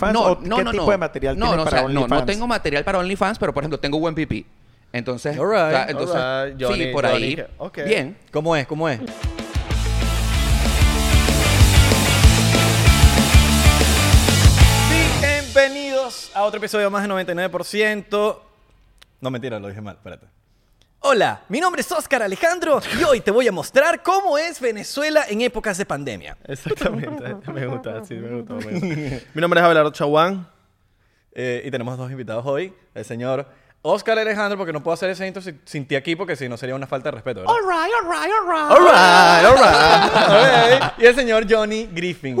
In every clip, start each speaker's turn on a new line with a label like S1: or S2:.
S1: OnlyFans?
S2: No,
S1: ¿O
S2: no,
S1: ¿Qué
S2: no,
S1: tipo
S2: no.
S1: de material
S2: No,
S1: tienes
S2: no, o
S1: para
S2: sea, no,
S1: OnlyFans?
S2: No, tengo material para OnlyFans, pero por ejemplo, tengo buen pipí. Entonces,
S3: All right,
S2: o sea,
S3: all
S2: entonces
S3: right,
S2: sí,
S3: Johnny,
S2: por ahí.
S3: Johnny,
S1: ok.
S2: Bien.
S3: ¿Cómo es? ¿Cómo es?
S1: Bienvenidos a otro episodio más de 99%. No, mentira, lo dije mal, espérate.
S3: Hola, mi nombre es Óscar Alejandro y hoy te voy a mostrar cómo es Venezuela en épocas de pandemia.
S4: Exactamente. Me gusta, sí, me gusta. me gusta. Mi nombre es Abelardo Chaguán.
S1: Eh, y tenemos dos invitados hoy, el señor Oscar Alejandro, porque no puedo hacer ese intro sin, sin ti aquí, porque si no sería una falta de respeto, ¿verdad? All right, all right. Ok. Y el señor Johnny Griffin.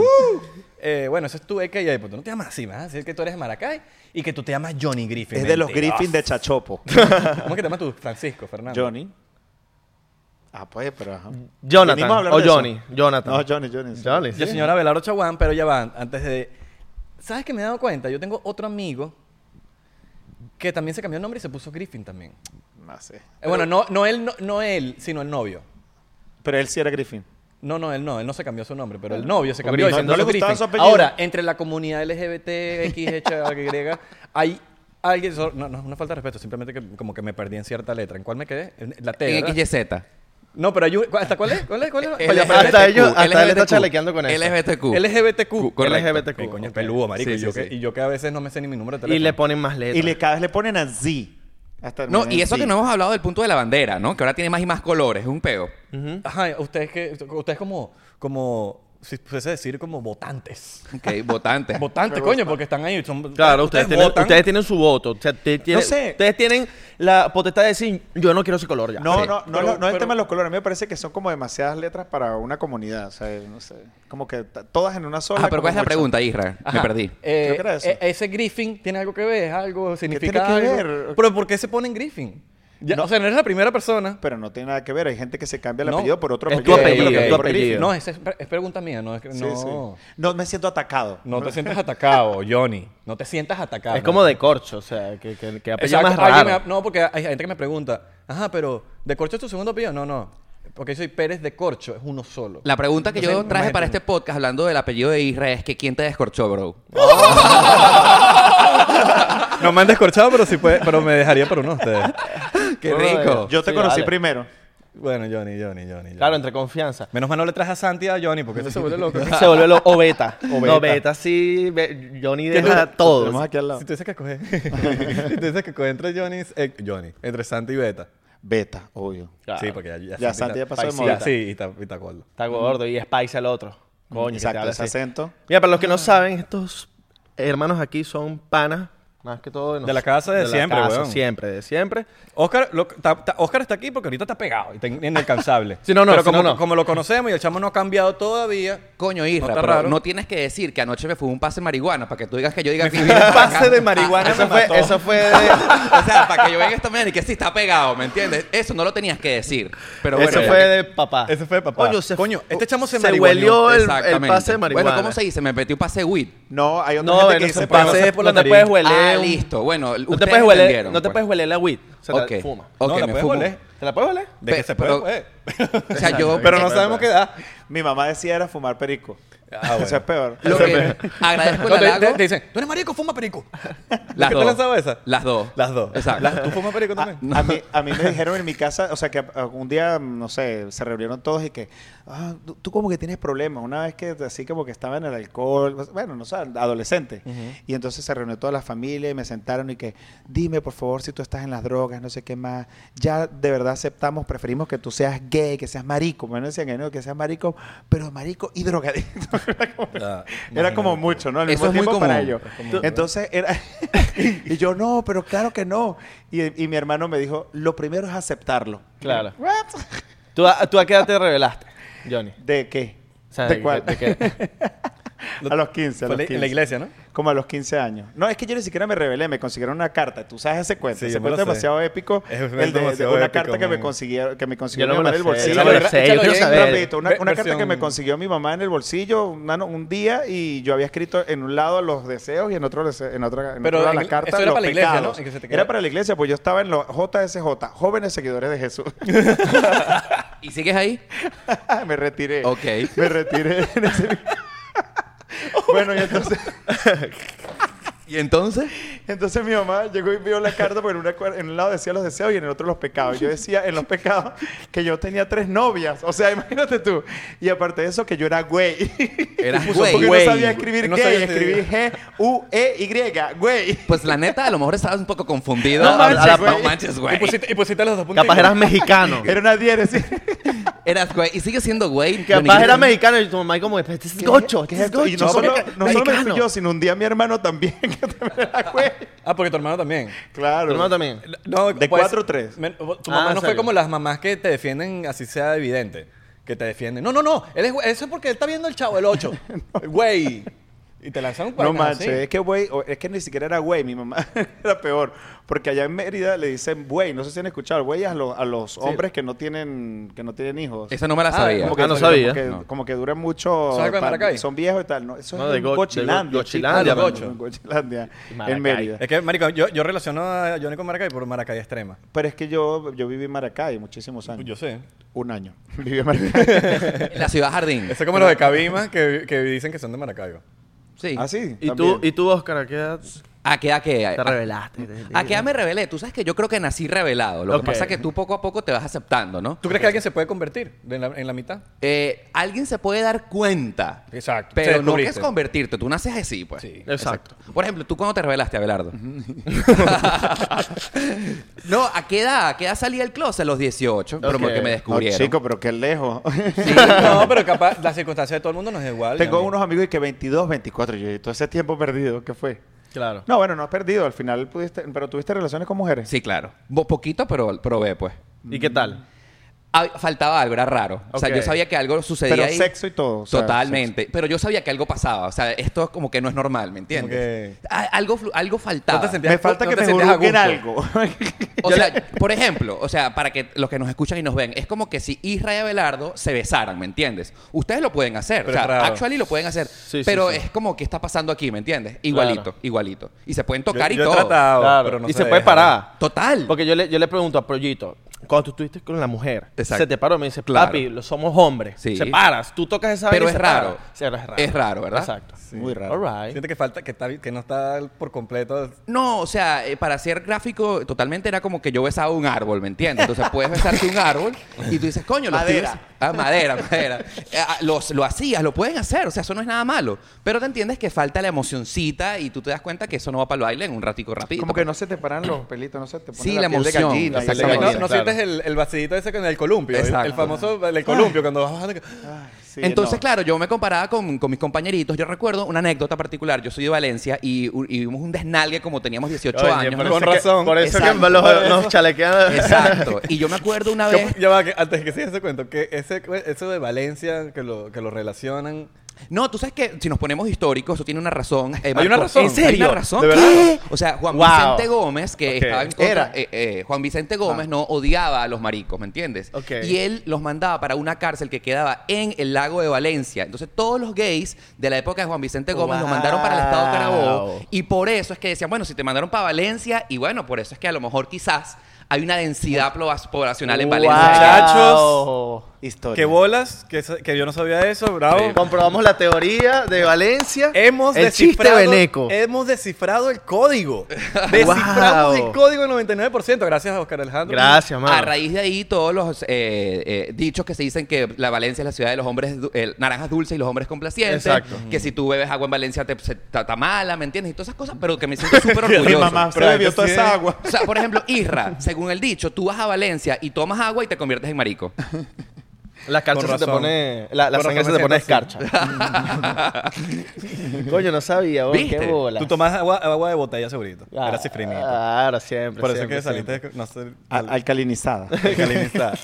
S1: Eh, bueno, eso es tu EKI, pues tú no te llamas así, vas a decir que tú eres de Maracay y que tú te llamas Johnny Griffin.
S5: Es de los
S1: Mentira.
S5: Griffin de Chachopo.
S1: ¿Cómo es que te llamas tú? Francisco, Fernando.
S5: Johnny. Ah, pues, pero ajá.
S4: Jonathan.
S5: Venimos a hablar
S4: O
S5: de eso.
S4: Johnny. Jonathan.
S5: No, Johnny, Johnny. sí.
S4: Johnny,
S1: Yo,
S4: sí.
S1: señora Abelardo Chaguán, pero ya van, antes de... ¿Sabes qué me he dado cuenta? Yo tengo otro amigo que también se cambió el nombre y se puso Griffin también. Eh,
S5: No sé.
S1: bueno, no, no, él, no, no él, sino el novio.
S5: Pero él sí era Griffin.
S1: No, no, él no, él no se cambió su nombre, pero el novio se
S4: O
S1: cambió. y
S4: Griffin.
S5: No,
S1: se
S5: no
S1: puso
S5: le gustaba
S1: Griffin.
S5: su apellido.
S1: Ahora, entre la comunidad LGBT, X, Y, hay alguien... so- No, no, es una falta de respeto, simplemente que como que me perdí en cierta letra. ¿En cuál me quedé? En la T,
S2: En
S1: ¿verdad?
S2: XYZ.
S1: No, pero hay un- ¿Hasta cuál es? ¿Cuál es? ¿Cuál es? este,
S2: LGBTQ,
S1: Oye, pero-
S4: hasta ellos- hasta él está
S2: LGBTQ.
S4: chalequeando con eso.
S2: LGBTQ.
S1: LGBTQ.
S2: Correcto.
S4: LGBTQ.
S1: Qué coño es
S4: Ok.
S1: peludo, marico.
S2: Sí,
S1: y, yo
S2: sí,
S1: que,
S2: sí.
S1: y yo que a veces no me sé ni mi número de
S4: Y
S1: teléfono.
S4: le ponen más letras.
S5: Y le, cada vez le ponen a Z. Hasta
S2: No,
S5: terminar
S2: y
S5: en
S2: eso que
S5: Z.
S2: no hemos hablado del punto de la bandera, ¿no? Que ahora tiene más y más colores, es un peo.
S1: Mm. Ajá, ustedes que ustedes como como si fuese decir como votantes.
S2: Ok, votantes.
S1: Votantes, coño, porque están ahí, son-
S4: Claro, ustedes, tienen,
S1: votan.
S4: ustedes tienen su voto. O sea, ustedes tienen,
S5: sé.
S4: ustedes tienen la potestad de decir, yo no quiero ese color ya.
S5: No,
S4: Sí.
S5: no, no, no,
S1: Pero-
S5: no es
S1: pero-
S5: el tema de los colores. A mí me parece que son como demasiadas letras para una comunidad. O sea, no sé. Como que t- todas en una sola.
S2: Ah,
S5: como
S2: pero ¿cuál es la
S5: mucho.
S2: pregunta, Isra? Me
S1: Ajá.
S2: perdí.
S1: Eh,
S5: Creo que era eso.
S1: e- ese Griffin tiene algo que ver, ¿Es algo significa
S5: tiene que
S1: algo?
S5: ver?
S1: Pero ¿por qué se ponen Griffin? Ya, O sea, no eres la primera persona.
S5: Pero no tiene nada que ver. Hay gente que se cambia el
S1: No,
S5: apellido por otro
S4: es tu
S5: apellido. Yo
S4: apellido,
S5: lo
S4: es
S5: cambié
S4: tu
S5: por
S4: apellido.
S5: Griffin.
S1: No, esa es, pre- es pregunta mía, no es que
S5: Sí, sí.
S1: no.
S5: No me siento atacado.
S1: No te sientas atacado, Johnny. No te sientas atacado.
S4: Es como de corcho, o sea, que, que, que apellido
S1: Exacto.
S4: más
S1: Alguien
S4: raro.
S1: me ha- no, porque hay gente que me pregunta, ajá, pero ¿de Corcho es tu segundo apellido? No, no. Porque yo soy Pérez de Corcho, es uno solo.
S2: La pregunta que yo
S1: Entonces,
S2: traje
S1: imagínate.
S2: para este podcast hablando del apellido de Isra es que ¿quién te descorchó, bro?
S1: No me han descorchado, pero sí puede, pero me dejaría por uno de ustedes.
S2: ¡Qué rico!
S5: Yo te
S4: Sí,
S5: conocí
S4: vale.
S5: primero.
S1: Bueno, Johnny, Johnny, Johnny. Johnny.
S4: Claro, entre confianza.
S1: Menos mal no le traje a Santi y a Johnny porque este se vuelve loco.
S4: Se vuelve lo o beta.
S5: O
S4: No,
S5: beta.
S4: beta sí. ve- Johnny
S5: ¿Qué
S4: deja
S5: dura?
S4: a todos.
S5: Tenemos aquí al lado.
S1: Si tuviese que escoger, si tuviese que escoger entre Johnny, eh, Johnny, entre Santi y Beta.
S5: Beta, obvio.
S4: Claro.
S1: Sí, porque ya, ya,
S5: Ya Santi ya
S1: está-
S5: pasó de
S1: sí,
S5: moda.
S1: ya- Sí, y está, y está gordo.
S4: Está gordo y Spice el otro. Coño, que te
S5: Exacto,
S4: habla
S5: ese
S4: así.
S5: acento.
S4: Mira, para los que no saben, estos hermanos aquí son panas. Más que todo
S1: De la casa de siempre,
S4: casa,
S1: weón.
S4: Siempre, de siempre.
S1: Oscar, lo- ta- ta- Oscar está aquí porque ahorita está pegado y está in- inalcanzable.
S4: Sí, no, no,
S1: Pero
S4: sí,
S1: como,
S4: no, no.
S1: como lo conocemos y el chamo no ha cambiado todavía.
S2: Coño, Isra,
S1: No
S2: no,
S1: está
S2: pero
S1: raro.
S2: no tienes que decir que anoche me fumé un pase de marihuana para que tú digas que yo diga que...
S1: Pase de marihuana.
S4: Eso
S1: me
S4: fue,
S1: mató.
S4: eso fue de...
S2: o sea, para que yo venga esta manera y que sí está pegado, ¿me entiendes? Eso no lo tenías que decir. Pero bueno,
S4: eso
S2: ya
S4: fue
S2: que-
S4: de papá.
S1: Ese fue de papá.
S4: Coño, se-
S1: Coño, este chamo se
S4: Se
S1: marihuaneó.
S4: huelió el, el
S2: Exactamente.
S4: pase de marihuana.
S2: Bueno, ¿cómo se dice? Me metí un pase de weed.
S5: No, hay otra
S4: No,
S5: gente
S4: no
S5: que
S4: se
S5: dice
S1: pero no
S4: pase,
S1: se-
S4: no,
S1: por la
S4: te
S1: nariz.
S4: puedes hueler.
S2: Ah,
S4: un-
S2: listo. Bueno,
S4: No te
S2: ustedes
S4: puedes hueler,
S2: entendieron,
S4: no te
S2: pues.
S4: puedes hueler la weed. Se
S2: Ok.
S4: te fuma.
S2: Ok,
S1: No, la
S2: me
S1: puedes
S2: fumo.
S1: oler.
S4: ¿Te la puedes hueler?
S1: De que
S2: Pe-
S1: se puede. pues.
S2: pero-
S1: puede.
S2: O sea, yo...
S1: Pero no sabemos qué da.
S5: Mi mamá decía era fumar perico.
S4: Ah,
S5: Eso es peor.
S2: Lo que agradezco el
S1: No, te-
S2: halago.
S1: te, te dicen, tú eres marico, fuma perico.
S2: Las
S1: ¿Qué te
S2: dos.
S1: lanzaba esa?
S2: Las dos.
S1: Las dos.
S2: Exacto. Ah,
S1: Las- ¿Tú fumas perico
S5: A,
S1: también? Ah,
S5: a mí, a mí me dijeron en mi casa, o sea, que a- un día, no sé, se reunieron todos y que, ah, tú, tú como que tienes problemas. Una vez que así como que estaba en el alcohol, pues, bueno, no sé, adolescente. Y entonces se reunió toda la familia y me sentaron y que, dime por favor si tú estás en las drogas, no sé qué más. Ya de verdad aceptamos, preferimos que tú seas gay, que seas marico. Bueno, decían que no, que seas marico, pero marico y drogadicto. Era como-
S1: Ah,
S5: Era como
S1: imagínate.
S5: mucho, ¿no? Al
S2: Eso
S5: mismo
S2: es muy
S5: tiempo para
S2: común.
S5: ellos.
S2: Es común.
S5: Entonces era. y yo, no, pero claro que no. Y, y mi hermano me dijo, lo primero es aceptarlo.
S4: Claro.
S5: ¿What?
S4: ¿Tú a, tú a qué edad te revelaste, Johnny?
S5: ¿De qué?
S4: O sea,
S5: ¿De cuál?
S4: de qué-
S5: a los 15. A
S1: Fue
S5: los
S1: la-
S5: 15.
S1: en la iglesia, ¿no?
S5: Como a los 15 años. No, es que yo ni siquiera me revelé, me consiguieron una carta. Tú sabes ese cuento.
S1: Sí, yo
S5: ese
S1: me lo
S5: cuento es
S1: sé.
S5: demasiado épico.
S1: Es
S5: el de- de,
S1: demasiado
S5: una
S1: épico,
S5: carta que me,
S1: man.
S5: consiguieron, que me
S4: Yo
S5: consiguieron
S4: no me
S5: en
S4: lo
S5: el bolsillo.
S4: sé, yo no me lo sé, yo quiero
S1: Échalo
S5: Un
S1: bien,
S4: saber.
S5: rapidito, una,
S1: Ve-
S5: una carta que
S1: versión-
S5: me consiguió mi mamá en el bolsillo una no- un día y yo había escrito en un lado los deseos y en otro dese- en otra en
S1: Pero
S5: otro lado
S1: en
S5: la
S1: el-
S5: carta
S1: eso era
S5: los
S1: para la iglesia,
S5: pecados.
S1: ¿no? Y que se te quedó-
S5: Era para la iglesia, pues yo estaba en los JSJ, jóvenes seguidores de Jesús.
S2: ¿Y sigues ahí?
S5: me retiré.
S2: Ok.
S5: Me retiré en ese- Bueno, y entonces
S2: ¿Y entonces?
S5: Entonces mi mamá llegó y vio la carta porque en, una cuer- en un lado decía los deseos y en el otro los pecados. Yo decía en los pecados que yo tenía tres novias. O sea, imagínate tú. Y aparte de eso, que yo era güey.
S2: Eras
S5: Puso
S2: güey.
S5: Porque
S1: Güey.
S5: no sabía escribir
S1: No
S5: gay.
S1: sabía
S5: escribí G-U-E-Y. E, Güey.
S2: Pues la neta, a lo mejor estabas un poco confundido.
S5: No
S2: A- a
S5: manches,
S2: la-
S5: güey.
S2: No manches,
S1: Y pues
S2: güey.
S1: pusiste, y pusiste los dos puntos.
S4: Capaz eras mexicano.
S5: Era una diéresis.
S2: Eras güey. Y sigue siendo güey.
S4: Capaz
S2: Pero-
S4: era mexicano y tu mamá y como, este es gocho, este es gocho.
S5: Y no solo, no solo me fui
S4: mexicano.
S5: yo, sino un día mi hermano también, que también era güey.
S1: Ah, porque tu hermano también.
S5: Claro.
S4: Tu hermano también.
S1: No,
S5: De
S1: pues,
S5: cuatro o tres.
S1: men- tu
S4: Ah,
S1: mamá no fue
S4: serio.
S1: como las mamás que te defienden, así sea evidente. Que te defienden. No, no, no. Él es, güey. eso es porque él está viendo el chavo, el 8. Güey. Y te lanzan un
S5: No
S1: cuerno así.
S5: manches, es que güey, o- es que ni siquiera era güey, mi mamá era peor, porque allá en Mérida le dicen güey, no sé si han escuchado, güey a, los- a los hombres que no tienen que no tienen hijos.
S2: Esa no me la
S1: Ah,
S2: sabía.
S5: Como que,
S4: Ah, no
S5: como
S4: sabía.
S5: que-
S2: No.
S5: como que duran mucho,
S1: ¿Son algo de
S5: pa-
S1: Maracay?
S5: son viejos y tal, no, eso
S4: No,
S5: es
S4: de
S5: en
S4: go- de go-
S5: Gochilandia,
S4: Gochilandia,
S5: chico.
S1: mano.
S5: En Gochilandia,
S4: Maracay.
S5: en Mérida.
S1: Es que, marico, yo, yo relaciono a Johnny con Maracay por Maracay extrema. Pues
S5: Pero es que yo yo viví en Maracay muchísimos años.
S1: Yo sé.
S5: Un año. Viví en Maracay.
S2: La ciudad jardín.
S1: Eso es como los de Cabima que, que dicen que son de Maracaibo.
S2: Sí.
S5: ah, sí.
S4: ¿Y tú,
S5: también.
S4: ¿Y tú, Oscar, a qué edad
S2: ¿A qué, a qué?
S4: te
S2: a-
S4: revelaste?
S2: Eh, ¿A qué edad me revelé? Tú sabes que yo creo que nací revelado. Lo
S4: Ok.
S2: que pasa es que tú poco a poco te vas aceptando, ¿no?
S1: ¿Tú crees que alguien se puede convertir en la, en la mitad?
S2: Eh, alguien se puede dar cuenta.
S1: Exacto. Te
S2: Pero no
S1: descubriste.
S2: es convertirte. Tú naces así, pues.
S1: Sí.
S4: Exacto.
S2: Por ejemplo, ¿tú cuándo te revelaste, Abelardo? no, ¿a qué edad? ¿A qué edad salí del closet? A los 18. Pero
S4: Ok.
S2: porque me
S4: No,
S5: No,
S2: descubrieron.
S5: chico, pero qué lejos.
S1: No, pero capaz las circunstancias de todo el mundo no es igual.
S5: Tengo
S1: Johnny.
S5: unos amigos y que 22, 24, yo, y todo ese tiempo perdido, ¿qué fue?
S4: Claro.
S5: No, bueno, no has perdido. Al final pudiste, pero tuviste relaciones con mujeres.
S2: Sí, claro. Bo- poquito, pero probé, pues.
S4: ¿Y qué tal?
S2: Ah, faltaba algo, era raro. O sea,
S4: Ok.
S2: yo sabía que algo sucedía
S5: Pero
S2: ahí.
S5: sexo y todo. o sea,
S2: Totalmente. Pero yo sabía que algo pasaba. O sea, esto es como que no es normal, ¿me entiendes? A- Algo, flu- algo faltaba.
S1: No te
S5: sexo. Me falta
S1: No
S5: que
S1: te
S5: me
S1: sentías a
S5: juzguen algo.
S1: gusto.
S2: O sea, por ejemplo, o sea, para que los que nos escuchan y nos ven, es como que si Isra y Abelardo se besaran, ¿me entiendes? Ustedes lo pueden hacer,
S1: Pero
S2: o
S1: es
S2: sea,
S1: raro.
S2: actually lo pueden hacer,
S4: Sí, sí,
S2: pero
S4: sí.
S2: es como que está pasando aquí, ¿me entiendes? Igualito,
S4: Claro.
S2: igualito. Y se pueden
S1: Yo-
S2: tocar
S1: yo
S2: y
S1: he
S2: todo.
S1: tratado,
S4: Claro.
S1: pero no
S4: y se, puede
S1: deja.
S4: parar.
S2: Total.
S4: Porque yo le, yo le pregunto a Proyito, cuando tú estuviste con la mujer,
S2: Exacto.
S4: se te paró y me dice,
S2: Claro.
S4: papi, lo somos hombres.
S2: Sí.
S4: Se paras, tú tocas esa
S2: Pero
S4: vaina y
S2: es
S4: se para.
S2: raro.
S4: Sí, pero es raro.
S2: Es raro, ¿verdad?
S4: Exacto.
S5: Muy raro.
S4: All right.
S1: Siente que falta, que, está- que no está por completo.
S2: No, o sea, eh, para ser gráfico, totalmente era como que yo besaba un árbol, ¿me entiendes? Entonces puedes besarte un árbol y tú dices, coño, lo estoy
S5: Madera.
S2: bes- Ah, madera, madera. Eh, ah, los- lo hacías, lo pueden hacer, o sea, eso no es nada malo. Pero te entiendes que falta la emocioncita y tú te das cuenta que eso no va para el baile en un ratico rápido.
S5: Como que no se te paran los pelitos, no se te pone
S2: Sí,
S5: la,
S2: la
S5: piel de
S2: emoción,
S5: gallina. y
S2: la
S5: esa
S1: No,
S2: saliva.
S5: vaina.
S1: no
S2: claro.
S1: sientes el, el vacillito ese con el columpio. el- El,
S2: Exacto.
S1: famoso el columpio cuando vas bajando. que-
S4: Ah,
S5: Ay, sí,
S2: Entonces,
S5: no.
S2: claro, yo me comparaba con, con mis compañeritos. Yo recuerdo una anécdota particular. Yo soy de Valencia y, y vivimos un desnalgue como teníamos 18
S4: Oye,
S2: años.
S4: por
S2: ¿no?
S4: eso
S1: Con
S4: que-
S1: razón.
S4: por eso
S2: Exacto.
S4: que los, los chalequean.
S2: Exacto. Y yo me acuerdo una vez...
S1: Yo- ya va, que antes que sigas ese cuento, que ese, eso de Valencia, que lo, que lo relacionan.
S2: No, tú sabes que si nos ponemos históricos, eso tiene una razón. eh,
S1: Hay una
S2: Marco.
S1: razón.
S2: ¿En serio?
S1: Hay
S2: Hay
S1: una
S2: una
S1: razón.
S4: ¿De verdad?
S2: O sea, Juan
S4: Wow.
S2: Vicente Gómez, que
S4: Ok.
S2: estaba en contra.
S5: Era.
S2: eh, eh, Juan
S1: Ah.
S2: Vicente Gómez no odiaba a los maricos, ¿me entiendes?
S4: Ok.
S2: Y él los mandaba para una cárcel que quedaba en el lago de Valencia. Entonces, todos los gays de la época de Juan Vicente Gómez los
S4: Wow.
S2: mandaron para el estado de Carabobo. Y por eso es que decían, bueno, si te mandaron para Valencia, y bueno, por eso es que a lo mejor quizás hay una densidad poblac- poblacional en Valencia.
S1: Muchachos.
S5: Historia.
S1: Que bolas, que, sa- que yo no sabía eso, bravo.
S4: Comprobamos la teoría de Valencia.
S1: Hemos
S4: el chiste
S1: descifrado,
S4: veneco.
S1: hemos descifrado el código. Desciframos el código en 99%. Gracias a Oscar Alejandro.
S4: Gracias, mano.
S2: A raíz de ahí, todos los eh, eh, dichos que se dicen que la Valencia es la ciudad de los hombres du- eh, naranjas dulces y los hombres complacientes.
S4: Exacto.
S2: Que si tú bebes agua en Valencia te se- ta- ta mala, ¿me entiendes? Y todas esas cosas, pero que me siento súper
S5: Mi
S2: orgulloso.
S5: mamá Ah, se
S1: Pero
S5: bebió
S1: esto
S5: toda
S1: sí
S5: esa
S1: es-
S5: agua.
S2: O sea, por ejemplo, Isra, según el dicho, tú vas a Valencia y tomas agua y te conviertes en marico.
S4: La calcha
S1: Con
S4: se te
S1: razón.
S4: pone. La, la
S1: Con
S4: sangre se
S1: razón
S4: te pone
S1: me siento
S4: escarcha. Coño, no sabía, vos, qué
S2: ¿Viste?
S4: bola.
S1: Tú tomas agua, agua de botella segurito.
S4: Ah,
S1: Era cifrinita.
S4: Claro, siempre.
S1: Por eso
S4: siempre,
S1: que saliste,
S4: siempre. Ah,
S1: no sé,
S5: Al- Alcalinizada.
S1: alcalinizada.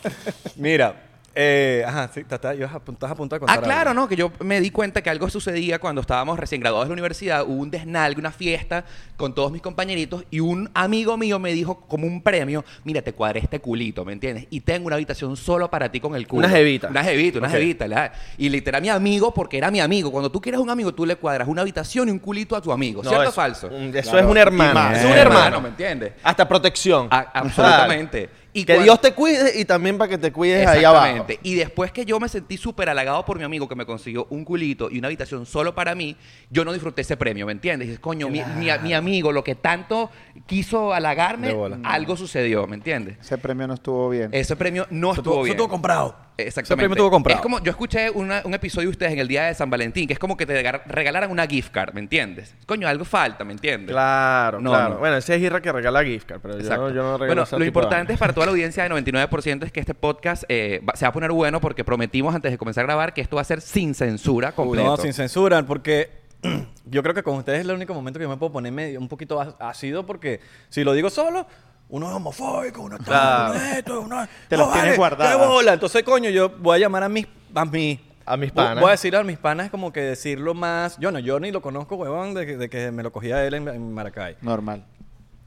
S1: Mira, eh, ajá, sí, tata, yo estás a punto de contar
S2: Ah, claro,
S1: algo.
S2: no, que yo me di cuenta que algo sucedía cuando estábamos recién graduados de la universidad, hubo un desnalgue, una fiesta con todos mis compañeritos y un amigo mío me dijo como un premio, mira, te cuadré este culito, ¿me entiendes? Y tengo una habitación solo para ti con el culo.
S4: Una jevita.
S2: Una jevita, una
S1: Ok.
S2: jevita. la- Y literal mi amigo, porque era mi amigo, cuando tú quieres un amigo, tú le cuadras una habitación y un culito a tu amigo,
S4: No,
S2: ¿cierto
S4: eso-
S2: o falso? Ah,
S4: un- Eso
S5: Claro.
S4: es un
S5: Y
S4: hermano. Ah,
S5: más.
S4: Es
S2: Es un hermano, ¿me entiendes?
S4: Hasta protección.
S2: A- absolutamente. Y
S4: que
S2: cuan-
S4: Dios te cuide y también para que te cuides ahí abajo.
S2: Exactamente. Y después que yo me sentí súper halagado por mi amigo que me consiguió un culito y una habitación solo para mí, yo no disfruté ese premio, ¿me entiendes? Dices, coño, mi- mi, mi amigo, lo que tanto quiso halagarme,
S1: De bola.
S2: algo sucedió, ¿me entiendes?
S5: Ese premio no estuvo bien.
S2: Ese premio no
S3: Eso
S2: estuvo
S3: tuvo-
S2: bien.
S3: eso tuvo comprado.
S2: Exactamente.
S1: Ese premio tuvo comprado.
S2: Es como, yo escuché una- un episodio de ustedes en el día de San Valentín, que es como que te regar- regalaran una gift card, ¿me entiendes? Coño, algo falta, ¿me entiendes?
S4: Claro,
S2: No,
S4: claro.
S2: no.
S4: Bueno, ese es Irra que regala gift card, pero yo
S2: Exacto.
S4: no, yo no regalo
S2: bueno, lo
S4: ese tipo de
S2: importante
S4: vaina.
S2: es para toda la audiencia de 99% es que este podcast eh, va- se va a poner bueno porque prometimos antes de comenzar a grabar que esto va a ser sin censura completo.
S1: No, sin censura, porque yo creo que con ustedes es el único momento que yo me puedo poner medio, un poquito á- ácido, porque si lo digo solo, uno es homofóbico, uno es todo,
S4: Claro.
S1: uno es esto, uno es-
S5: Te las
S1: no,
S5: tienes
S1: vale,
S5: guardadas.
S1: ¡Qué bola! Entonces, coño, yo voy a llamar a mis... A mis
S4: A mis
S1: vo-
S4: panas.
S1: Voy a decir a mis panas como que decirlo más... Yo no, yo ni lo conozco, huevón, de que, de que me lo cogía él en, en Maracay.
S5: Normal.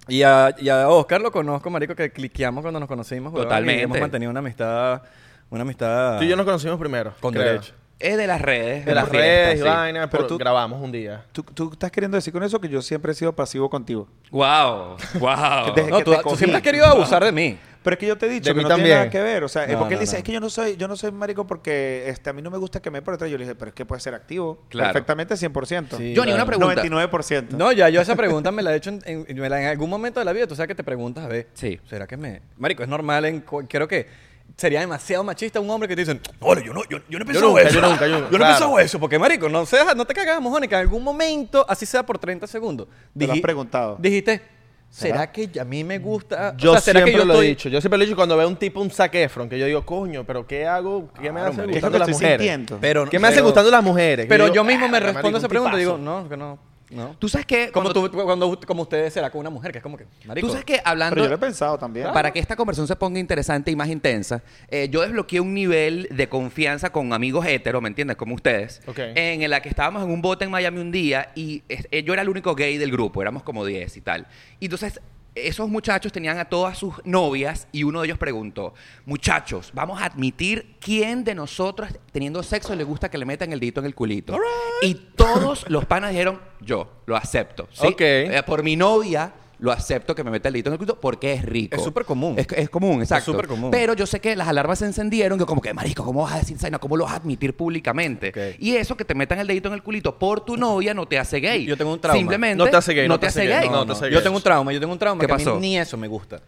S1: Y a, y a Oscar lo conozco, marico, que cliqueamos cuando nos conocimos, huevón, y
S2: Totalmente.
S1: hemos mantenido una amistad... Una amistad...
S4: Tú y yo nos conocimos primero.
S1: Con
S4: creo.
S1: derecho.
S2: Es de las redes.
S4: De las
S2: por fiesta,
S4: redes y
S2: sí.
S4: vaina,
S5: Pero
S4: pero
S5: tú-
S4: grabamos un día.
S5: ¿Tú, tú estás queriendo decir con eso que yo siempre he sido pasivo contigo.
S2: Wow, wow.
S5: Desde-
S1: No,
S5: que
S1: tú,
S5: te
S1: tú
S5: cogí.
S1: siempre has querido abusar de mí.
S5: Pero es que yo te he dicho
S4: De
S5: que
S4: mí
S5: no
S4: también.
S5: tiene nada que ver. O sea, es
S1: No,
S5: porque él
S1: no,
S5: dice,
S1: no.
S5: es que yo no soy, yo no soy marico porque este, a mí no me gusta que me por detrás. Yo le dije, pero es que puede ser activo.
S2: Claro.
S5: Perfectamente 100%.
S1: Sí,
S2: Johnny, una
S1: claro.
S2: pregunta.
S5: 99%.
S1: No, ya yo esa pregunta me la he hecho en, en- me la- en algún momento de la vida. Tú sabes que te preguntas, a ver,
S2: Sí.
S1: ¿será que me...? Marico, es normal en... cu- Creo que sería demasiado machista un hombre que te dicen, "Ole, yo no, yo, yo no he pensado
S4: nunca,
S1: eso.
S4: yo nunca, yo nunca".
S1: no he
S4: Claro.
S1: pensado eso. Porque, marico, no, seas, no te cagas, mojón, que en algún momento, así sea por 30 segundos...
S5: Te lo has
S1: diji-
S5: preguntado.
S1: Dijiste, ¿será que a mí me gusta...? O
S4: Yo
S1: sea, ¿será
S4: siempre lo
S1: estoy-
S4: he dicho. Yo siempre lo he dicho cuando veo un tipo, un Zac Efron, que yo digo, coño, pero ¿qué hago? ¿Qué me hace
S5: ¿Qué es lo
S4: gustando
S5: que
S4: las
S5: estoy
S4: mujeres?
S5: sintiendo?
S1: Pero,
S4: ¿Qué me hace
S1: pero-
S4: gustando las mujeres? Que
S1: Pero
S4: digo,
S1: yo mismo me
S4: "Ah, marico,
S1: respondo
S4: un
S1: esa pregunta y digo,
S4: tipazo".
S1: no, que no, no.
S2: Tú sabes que...
S1: Como,
S2: cuando-
S1: tú, cuando, como ustedes será con una mujer, que es como que, marico...
S2: tú sabes que
S5: Pero
S2: hablando...
S5: yo lo he pensado también.
S2: Para que esta conversación se ponga interesante y más intensa, eh, yo desbloqueé un nivel de confianza con amigos heteros, ¿me entiendes? Como ustedes.
S4: Ok.
S2: En la que estábamos en un bote en Miami un día y es- eh, yo era el único gay del grupo, éramos como 10 y tal. Y entonces esos muchachos tenían a todas sus novias y uno de ellos preguntó, muchachos, vamos a admitir quién de nosotros teniendo sexo le gusta que le metan el dedito en el culito. Y todos los panas dijeron, yo lo acepto. ¿sí?
S4: Ok.
S2: Eh, por mi novia lo acepto que me meta el dedito en el culito porque es rico.
S1: Es súper común.
S2: Es, es común, exacto.
S1: súper común.
S2: Pero yo sé que las alarmas se encendieron, que como que, marico, ¿cómo vas a decir vaina? ¿Cómo lo vas a admitir públicamente?
S1: Ok.
S2: Y eso que te metan el dedito en el culito por tu novia no te hace gay.
S1: Yo tengo un trauma.
S2: Simplemente
S4: No te hace gay, no te hace gay.
S2: gay.
S4: No,
S1: No,
S4: no
S1: no.
S4: sé qué
S1: Yo
S4: es.
S1: tengo un trauma, yo tengo un trauma
S2: ¿Qué
S1: que a mí
S2: pasó?
S1: ni eso me gusta.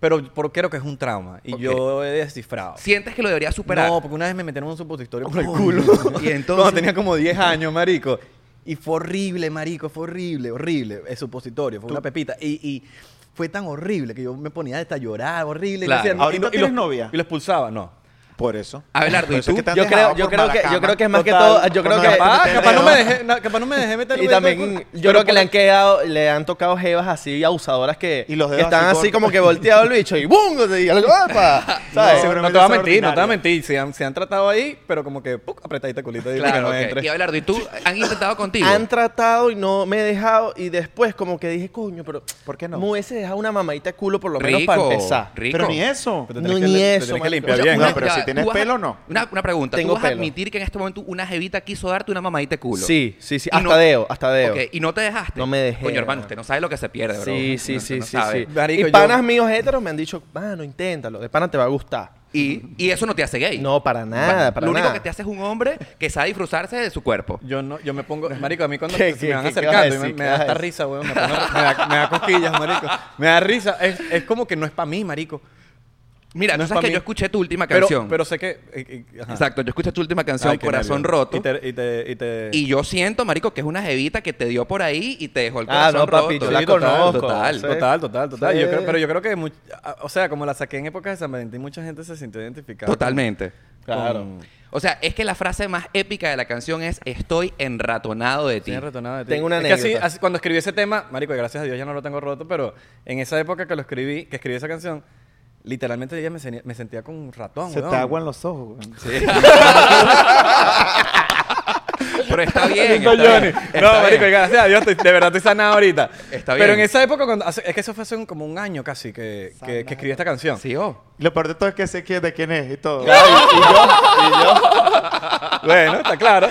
S1: Pero por- creo que es un trauma y
S2: Ok.
S1: yo he descifrado.
S2: Sientes que lo deberías superar.
S1: No, porque una vez me metieron un supositorio por el
S2: Uy,
S1: culo.
S2: y entonces-
S1: Cuando tenía como 10 años, marico. Y fue horrible, marico, fue horrible, horrible. El supositorio, fue una pepita. Y, y fue tan horrible que yo me ponía hasta a llorar, horrible.
S2: Claro.
S1: Y, me
S5: ¿Ahorita
S1: y
S5: tienes
S1: lo-
S5: novia?
S1: Y lo expulsaba, no.
S5: Por eso.
S2: Abelardo,
S5: Por
S2: ¿y
S5: eso es
S2: tú?
S5: que te han
S4: Yo
S5: dejado
S4: creo, yo
S5: por
S4: creo que, yo
S5: Malacama.
S4: creo que es más
S5: Total,
S4: que todo,
S5: por
S4: yo creo que Ah,
S5: Malacama
S1: Capaz,
S5: te
S1: Ah, capaz no
S5: dejaron.
S1: me dejé, na- capaz no me dejé meter
S4: y
S1: el dedo
S4: también
S1: por-
S4: yo creo que le han quedado, le han tocado jevas así abusadoras que,
S5: Y los
S4: que
S5: dedos
S4: están
S5: así
S4: así,
S5: cortos.
S4: como que volteado el bicho y ¡bum! Y yo, ¡Opa! ¿Sabes?
S5: seguro-
S1: No, no
S5: seguramente
S1: te voy a
S5: es
S1: mentir, no te voy a
S5: ordinario.
S1: mentir. Se han, se han tratado ahí, pero como que ¡puc! apretadita culito. y que
S2: Claro,
S1: no
S2: ok.
S1: entre.
S2: Y Abelardo, ¿y tú? ¿Han intentado contigo?
S4: Han tratado y no me he dejado y después como que dije, coño, pero
S5: ¿Por qué no?
S4: Me hubiese dejado una mamadita de culo por lo menos
S2: rico,
S4: para empezar.
S2: rico.
S5: Pero ni eso.
S1: Pero
S4: No,
S1: tenés que
S4: ni
S1: li- te
S4: eso,
S1: tenés que
S4: marico.
S1: limpiar
S2: O sea,
S1: bien.
S5: No,
S2: una-
S5: pero
S2: ya,
S5: si tienes
S2: ¿tú vas a-
S5: pelo, no.
S2: Una, una pregunta.
S4: Tengo
S2: ¿Tú vas a
S4: pelo.
S2: admitir que en este momento una jevita quiso darte una mamadita de culo?
S4: Sí, sí, sí,
S2: Y
S4: hasta deo, hasta deo.
S2: Ok, ¿Y no te dejaste?
S4: No me dejé,
S2: Coño, hermano,
S4: hermano.
S2: usted no sabe lo que se pierde, bro.
S4: Sí, sí,
S2: No,
S4: sí,
S2: no
S4: sí,
S2: sabe.
S4: sí.
S1: Marico,
S4: y
S1: yo-
S4: panas míos heteros me han dicho, mano, inténtalo, de pana te va a gustar.
S2: Y, y eso no te hace gay.
S4: No, para nada,
S2: Bueno,
S4: para
S2: Lo
S4: nada.
S2: único que te hace es un hombre que sabe disfruzarse de su cuerpo.
S1: Yo no, yo me pongo, marico, a mí cuando
S4: ¿Qué,
S1: se
S4: qué,
S1: me van
S4: qué, qué
S1: acercando,
S4: vas a
S1: y me,
S4: decir?
S1: me
S4: ¿Qué
S1: da
S4: vas a
S1: hasta
S4: decir?
S1: risa, weón, me, pongo- me da, me da cosquillas, marico, me da risa, es, es como que no es para mí, marico,
S2: Mira,
S1: No
S2: tú
S1: es
S2: sabes
S1: pa'
S2: que
S1: mí.
S2: yo escuché tu última
S1: pero,
S2: canción.
S1: pero sé que, eh, eh, ajá.
S2: Exacto, yo escuché tu última canción,
S1: Ay, qué
S2: Corazón
S1: nervio.
S2: Roto.
S1: Y
S2: Y,
S1: te, y te, y te-
S2: yo siento, marico, que es una jevita que te dio por ahí y te dejó el
S4: Ah,
S2: corazón
S4: no, papi,
S2: roto.
S4: yo la
S1: Sí, total,
S4: conozco.
S2: total,
S4: sí.
S1: total, total, total,
S4: Sí.
S1: Yo creo- pero yo creo que, much- a- o sea, como la saqué en época de San Valentín, mucha gente se sintió identificada.
S2: Totalmente.
S1: con-
S4: Claro.
S1: con-
S2: O sea, es que la frase más épica de la canción es Estoy enratonado de ti.
S1: Tiene retornado de ti.
S4: Tengo una
S1: Es que así-
S4: anécdota.
S1: así- cuando escribí ese tema, marico, y gracias a Dios ya no lo tengo roto, pero en esa época que lo escribí, que escribí esa canción, literalmente ya me, seni- me sentía con un ratón,
S5: Se te
S1: weón.
S5: aguan los ojos. weón.
S2: Pero está bien.
S1: Listo,
S2: está bien,
S1: Johnny.
S2: está
S1: No,
S2: bien.
S1: marico, gracias a Dios, estoy- de verdad estoy sanado ahorita.
S2: Está
S1: Pero en
S2: bien.
S1: esa época, cuando, hace- es que eso fue hace un- como un año casi que, que, que escribí esta canción.
S2: Sí, oh.
S5: Lo peor de todo es que sé quién de quién es y todo.
S1: Bueno, está claro.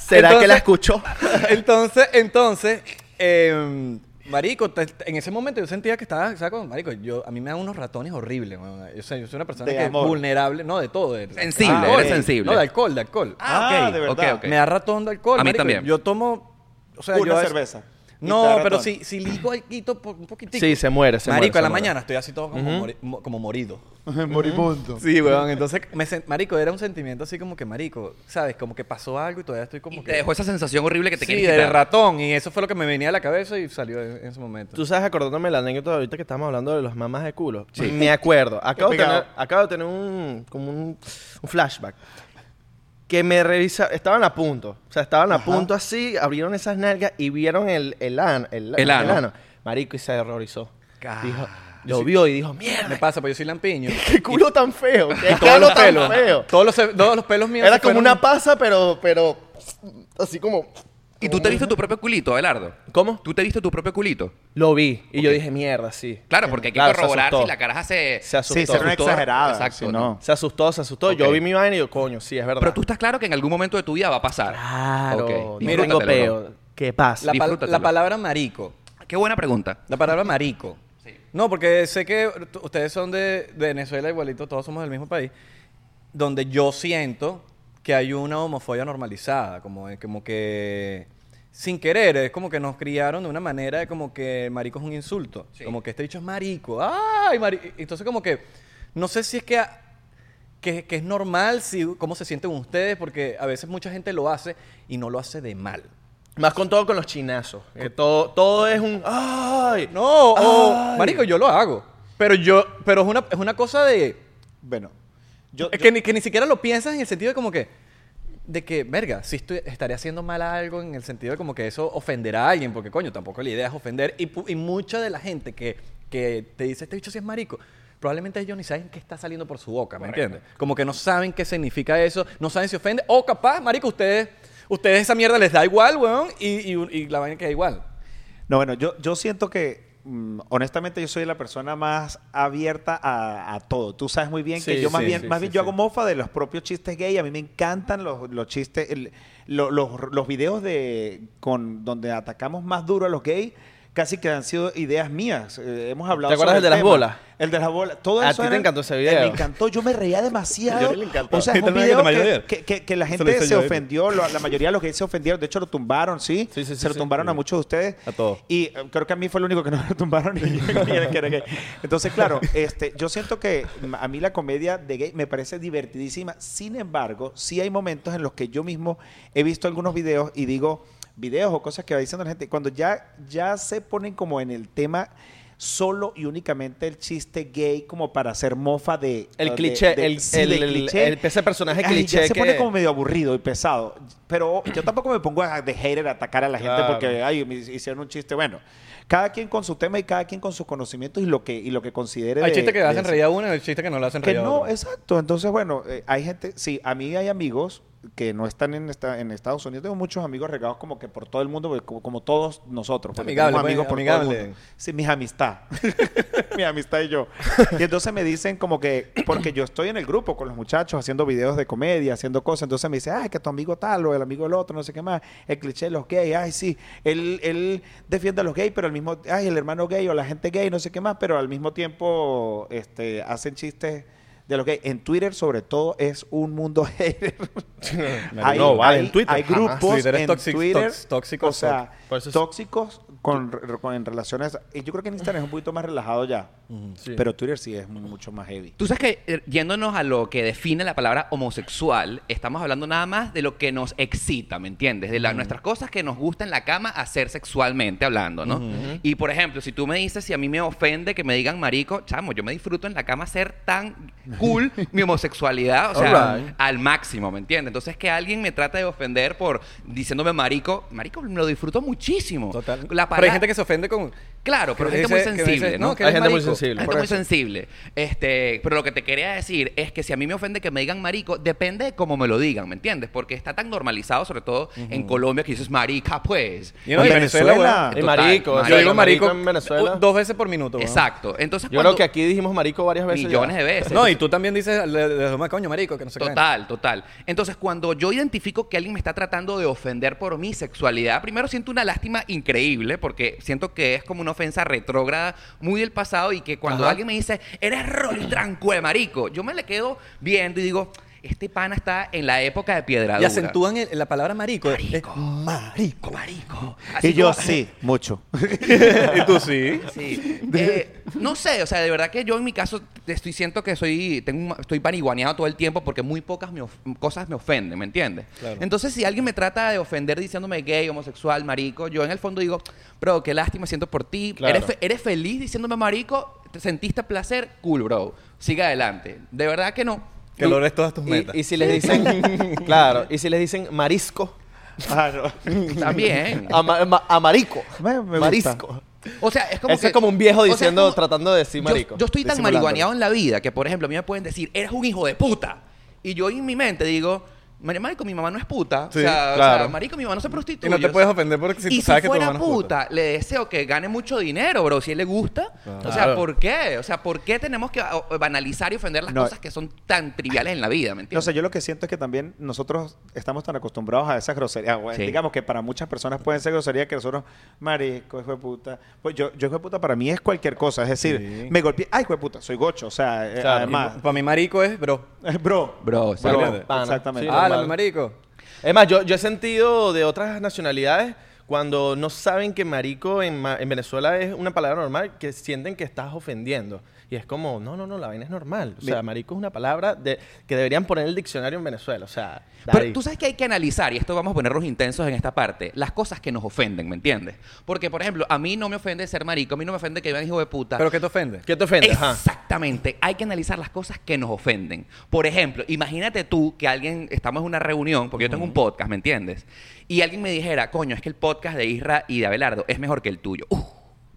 S4: ¿Será que la
S1: Entonces-
S4: escuchó?
S1: Entonces, entonces, eh, Marico, te- en ese momento yo sentía que estaba, ¿sabes? cómo? Marico, yo, a mí me dan unos ratones horribles. weón. Yo, soy- yo soy una persona
S5: De
S1: que
S5: amor.
S1: es vulnerable, no, de todo. de-
S2: Sensible,
S1: de alcohol.
S2: eres sensible.
S1: No, de alcohol, de alcohol.
S5: Ah,
S2: ok,
S5: de
S2: ok,
S5: verdad.
S2: ok.
S1: Me da ratón de alcohol.
S2: A mí
S1: marico.
S2: también.
S1: Yo tomo. O sea,
S5: Una
S1: yo a veces-
S5: cerveza. y te da
S1: No, pero
S5: ratón.
S1: si, si ligo alquito po- un poquitico.
S4: Sí, se muere, se muere,
S1: Marico,
S4: se
S1: a la
S4: muere.
S1: mañana estoy así todo como, mori- mo- como morido.
S5: Moribundo.
S1: Sí, weón. Entonces, me sen- marico, era un sentimiento así como que, marico, ¿sabes? Como que pasó algo y todavía estoy
S2: Y
S1: como que...
S2: te dejó esa sensación horrible que te
S1: sí,
S2: quieres
S1: de
S2: quitar.
S1: ratón. Y eso fue lo que me venía a la cabeza y salió en, en ese momento.
S4: Tú sabes, acordándome la anécdota ahorita que estábamos hablando de los mamás de culo. Me acuerdo. Acabo, de
S5: Pegado.
S4: tener, acabo de tener un, como un, un flashback. Que me revisa, estaban a punto. O sea, estaban a punto así, abrieron esas nalgas y vieron el, el, ano, el,
S2: El ano.
S4: Marico, y se horrorizó.
S2: Ca-
S4: Dijo, lo vio y dijo, mierda,
S1: Me pasa, pues yo soy lampiño.
S4: qué culo tan feo. Qué
S1: Y todos
S4: culo
S1: los
S4: tan
S1: pelos.
S4: feo.
S1: Todos los, todos los pelos míos.
S4: Era
S1: se
S4: como
S1: fueron-
S4: una pasa, pero, pero así como...
S2: ¿Y tú te viste tu propio culito, Abelardo?
S4: ¿Cómo?
S2: ¿Tú te viste tu propio culito?
S4: Lo vi y yo
S2: Ok.
S4: dije, mierda, sí.
S2: Eh, Claro, porque hay que
S4: Claro, se
S2: corroborar
S4: asustó.
S2: si la caraja se...
S4: Se asustó.
S5: Sí, ser una
S2: Susto.
S5: exagerada.
S2: Exacto,
S5: si no.
S4: Se asustó, se asustó.
S2: Ok.
S4: Yo vi mi vaina y yo, coño, sí, es verdad.
S2: Pero tú estás claro que en algún momento de tu vida va a pasar.
S4: Claro.
S2: Ok,
S4: No tengo
S2: disfrútatelo,
S4: peo. ¿Qué pasa?
S1: La, pal-
S2: Disfrútatelo.
S1: la palabra marico.
S2: ¿no? Qué buena pregunta.
S1: La palabra marico. No, porque sé que t- ustedes son de, de Venezuela igualito, todos somos del mismo país, donde yo siento que hay una homofobia normalizada, como, eh, como que sin querer, es como que nos criaron de una manera de como que marico es un insulto,
S2: Sí.
S1: como que este dicho es marico, ay, mari-". entonces como que no sé si es que a- que, que es normal si cómo se sienten ustedes porque a veces mucha gente lo hace y no lo hace de mal.
S4: Más con todo con los chinazos. Que todo, todo es un. ¡Ay!
S1: No, o,
S4: Ay.
S1: marico, yo lo hago. Pero yo, pero es una, es una cosa de.
S5: Bueno, yo, yo-
S1: es que, ni, que ni siquiera lo piensas en el sentido de como que. De que, verga, si estoy, estaré haciendo mal a algo en el sentido de como que eso ofenderá a alguien, porque coño, tampoco la idea es ofender. Y, pu- y mucha de la gente que, que te dice este bicho si es marico, probablemente ellos ni saben qué está saliendo por su boca, ¿me entiendes? Como que no saben qué significa eso, no saben si ofende, o capaz, marico, ustedes, ustedes esa mierda les da igual, weón, y, y- y la vaina queda igual.
S5: No, bueno, yo, yo siento que, mm, honestamente, yo soy la persona más abierta a, a todo. Tú sabes muy bien que
S1: Sí,
S5: yo más
S1: sí,
S5: bien,
S1: sí,
S5: más
S1: sí,
S5: bien yo
S1: sí.
S5: hago mofa de los propios chistes gay. A mí me encantan los, los chistes, el- lo- los, los videos de con donde atacamos más duro a los gays. Casi que han sido ideas mías. Eh, hemos hablado.
S4: ¿Te acuerdas
S5: sobre
S4: el de las
S5: tema.
S4: bolas?
S5: El de las bolas. Todo
S4: A
S5: eso
S4: ti te
S5: era-
S4: encantó ese
S5: eh,
S4: video.
S5: Me encantó. Yo me reía demasiado.
S4: Yo le encantaba.
S5: O sea, es
S1: ¿Viste
S5: un
S1: el meme que te
S5: video
S1: mandé
S5: que,
S1: ayer?
S5: que- que- que la
S1: Se lo
S5: gente
S1: hice
S5: se
S1: yo a él.
S5: ofendió. lo- la mayoría de los gays se ofendieron. De hecho, lo tumbaron, ¿sí?
S4: Sí, sí, sí,
S5: se lo
S4: sí.
S5: tumbaron a muchos de ustedes.
S1: A todos.
S5: Y eh, creo que a mí fue el único que no me tumbaron. y- y era que era gay. Entonces, claro, este, yo siento que mm, a mí la comedia de gay me parece divertidísima. Sin embargo, sí hay momentos en los que yo mismo he visto algunos videos y digo, videos o cosas que va diciendo la gente, cuando ya, ya se ponen como en el tema solo y únicamente el chiste gay como para hacer mofa de
S4: El
S5: de-
S4: cliché,
S5: de-
S4: el-
S5: sí, del
S4: el- el- ese personaje
S5: Ay, ya
S4: cliché
S5: se pone
S4: que-
S5: como medio aburrido y pesado pero yo tampoco me pongo a de hater a atacar a la gente
S4: Claro.
S5: porque ay, me hicieron un chiste bueno cada quien con su tema y cada quien con sus conocimientos y lo que y lo que considere
S1: Hay
S5: de-
S1: chistes que
S5: de
S1: hacen
S5: eso.
S1: reír a uno y hay chistes que no lo hacen
S5: que
S1: reír a
S5: no
S1: otro.
S5: exacto entonces bueno eh, hay gente sí a mí hay amigos que no están en esta, en Estados Unidos tengo muchos amigos regados como que por todo el mundo porque como, como todos nosotros porque
S1: Amigable,
S5: tenemos
S1: pues,
S5: amigos por todo
S1: amigable.
S5: el mundo sí mis amistad mi amistad y yo y entonces me dicen como que porque yo estoy en el grupo con los muchachos haciendo videos de comedia haciendo cosas entonces me dicen ay que tu amigo tal o el amigo del otro no sé qué más el cliché de los gays ay sí él, él defiende a los gays pero al mismo ay el hermano gay o la gente gay no sé qué más pero al mismo tiempo este hacen chistes de los gays en Twitter sobre todo es un mundo hater
S4: No, vale, en Twitter
S5: hay
S4: jamás.
S5: grupos
S1: Twitter es
S5: en
S1: tóxico-
S5: Twitter
S1: tóx- tóxico,
S5: o sea,
S4: por eso es-
S5: tóxicos con, re- con- en relaciones. Y yo creo que en Instagram es un poquito más relajado ya,
S4: sí.
S5: pero Twitter sí es mu- mucho más heavy.
S2: Tú sabes que eh, yéndonos a lo que define la palabra homosexual, estamos hablando nada más de lo que nos excita, ¿me entiendes? De las nuestras cosas que nos gusta en la cama hacer sexualmente hablando, ¿no? Y por ejemplo, si tú me dices, si a mí me ofende que me digan marico, chamo, yo me disfruto en la cama ser tan cool mi homosexualidad, o sea,
S4: Alright.
S2: al máximo, ¿me entiendes? Entonces que alguien me trate de ofender por diciéndome marico, marico, me lo disfruto muchísimo.
S1: Total.
S2: La
S1: pero hay
S2: palabra-
S1: gente que se ofende con.
S2: Claro, pero
S1: que
S2: gente muy
S1: dice- que
S2: sensible,
S1: dice,
S2: ¿no?
S1: que
S4: Hay
S1: eres
S4: gente muy
S1: marico".
S4: sensible.
S2: La gente
S4: Por
S2: muy
S4: eso.
S2: sensible. Este, pero lo que te quería decir es que si a mí me ofende que me digan marico, depende de cómo me lo digan, ¿me entiendes? Porque está tan normalizado, sobre todo en Colombia, que dices marica, pues.
S1: Y no,
S5: En
S1: en
S5: Venezuela,
S1: Venezuela, weón,
S4: El
S2: Total,
S4: marico.
S2: marico.
S1: Yo digo marico,
S4: en Venezuela.
S1: u- dos veces por minuto. weón.
S2: Exacto. Entonces,
S4: Yo creo
S2: cuando-
S4: que aquí dijimos marico varias veces. ya.
S2: millones de veces.
S1: No, y tú también dices, le, le- le- coño, marico, que no sé qué.
S2: Total, total. Entonces, cuando yo identifico que alguien me está tratando de ofender por mi sexualidad, primero siento una lástima increíble, porque siento que es como una ofensa retrógrada, muy del pasado, y que cuando alguien me dice, eres rolitranco de marico, yo me le quedo viendo y digo, este pana está en la época de piedra
S1: Y
S2: dura.
S1: acentúan el- la palabra marico. es-
S2: Marico.
S5: Marico.
S2: Marico.
S5: Y
S2: Así
S5: yo
S2: como-
S5: sí, mucho.
S1: y tú sí.
S2: Sí. Eh, no sé, o sea, de verdad que yo en mi caso estoy siento que soy tengo un- estoy paniguaneado todo el tiempo porque muy pocas me of- cosas me ofenden, ¿me entiendes?
S1: Claro.
S2: Entonces, si alguien me trata de ofender diciéndome gay, homosexual, marico, yo en el fondo digo, bro, qué lástima siento por ti.
S4: Claro.
S2: Eres, fe- eres feliz diciéndome marico, te sentiste placer, cool, bro. Sigue adelante. De verdad que no.
S1: Que logres todas tus metas.
S4: Y, y si les dicen, claro, y si les dicen marisco,
S2: Ah,
S5: Claro.
S2: También.
S4: a, ma- ma- a marico,
S5: Me- me gusta.
S4: marisco.
S2: O sea, es como
S4: Eso
S2: que-
S4: es como un viejo
S2: o sea, es
S4: diciendo,
S2: como-
S4: tratando de decir
S2: Yo-
S4: marico.
S2: Yo, estoy tan
S4: disimulándolo.
S2: marihuaneado en la vida que, por ejemplo, a mí me pueden decir, eres un hijo de puta. Y yo en mi mente digo, "Mari- marico, mi mamá no es puta.
S1: Sí,
S2: o, sea, o sea,
S4: claro.
S2: marico, mi mamá no se prostituye.
S1: Y no te puedes ofender porque si
S2: Y
S1: tú sabes que tu
S2: fuera
S1: hermano es
S2: puta, le deseo que gane mucho dinero, bro, si a él le gusta. O sea,
S1: Claro.
S2: ¿por qué? O sea, ¿por qué tenemos que o- banalizar y ofender las
S5: No.
S2: cosas que son tan triviales en la vida,
S5: No
S2: ¿me entiendes?
S5: sé, yo lo que siento es que también nosotros estamos tan acostumbrados a esas groserías. Bueno,
S2: Sí.
S5: Digamos que para muchas personas pueden ser groserías que nosotros, marico, hijo de puta. Pues yo, yo hijo de puta para mí es cualquier cosa. Es decir,
S1: Sí.
S5: me golpeé, ay, hijo de puta, soy gocho. O sea, eh,
S4: Claro,
S5: además,
S1: Para mí marico es, bro.
S5: bro.
S2: Bro, o sea,
S4: Pero,
S1: Bueno,
S4: pana,
S5: exactamente.
S4: sí,
S1: ah,
S4: normal.
S1: la marico.
S4: Es más, yo, yo he sentido de otras nacionalidades cuando no saben que marico en, ma- en Venezuela es una palabra normal, que sienten que estás ofendiendo. Y es como, no, no, no, la vaina es normal. O sea,
S5: Mi-
S4: marico es una palabra de, que deberían poner en el diccionario en Venezuela. O sea,
S2: Pero
S4: daddy.
S2: tú sabes que hay que analizar, y esto vamos a ponernos intensos en esta parte, las cosas que nos ofenden, ¿me entiendes? Porque, por ejemplo, a mí no me ofende ser marico, a mí no me ofende que vean hijo de puta.
S1: ¿Pero qué te ofende?
S4: ¿Qué te ofende? Ajá.
S2: Exactamente. Hay que analizar las cosas que nos ofenden. Por ejemplo, imagínate tú que alguien, estamos en una reunión, porque yo tengo un podcast, ¿me entiendes? Y alguien me dijera, coño, es que el podcast de Isra y de Abelardo es mejor que el tuyo. Uf,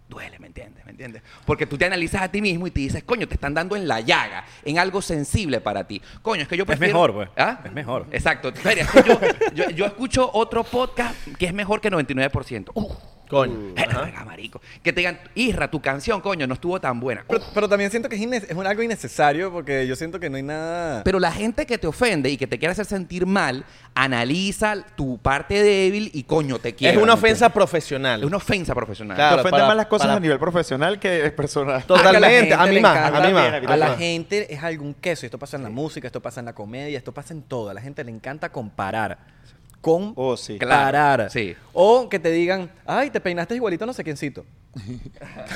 S2: duele, ¿me entiendes? ¿Me entiendes? Porque tú te analizas a ti mismo y te dices, coño, te están dando en la llaga, en algo sensible para ti. Coño, es que yo prefiero...
S1: mejor, pues.
S2: ¿Ah?
S1: Es mejor.
S2: Exacto. Mira, es que yo, yo- yo escucho otro podcast que es mejor que 99%. Uf,
S4: Coño. Ajá.
S2: verga, marico. Que te digan, Isra, tu canción, coño, no estuvo tan buena.
S1: Pero, pero también siento que es, inne- es un algo innecesario porque yo siento que no hay nada...
S2: Pero la gente que te ofende y que te quiere hacer sentir mal, analiza tu parte débil y coño, te quiere.
S4: Es una ofensa profesional.
S2: Es una ofensa profesional.
S4: Claro,
S5: te ofenden
S4: para-
S5: más las cosas
S4: para-
S5: a nivel profesional que personal.
S1: Ah, que la
S4: Totalmente,
S1: gente
S4: a mí
S1: le
S4: más,
S1: encanta-
S4: a mí más.
S1: A
S4: mí
S1: la
S4: más.
S1: gente es algún queso. y Esto pasa en la música, esto pasa en la comedia, esto pasa en todo. A la gente le encanta comparar.
S5: Oh, sí.
S1: Comparar.
S2: Claro, sí.
S1: O que te digan, ay, te peinaste igualito a no sé quiéncito.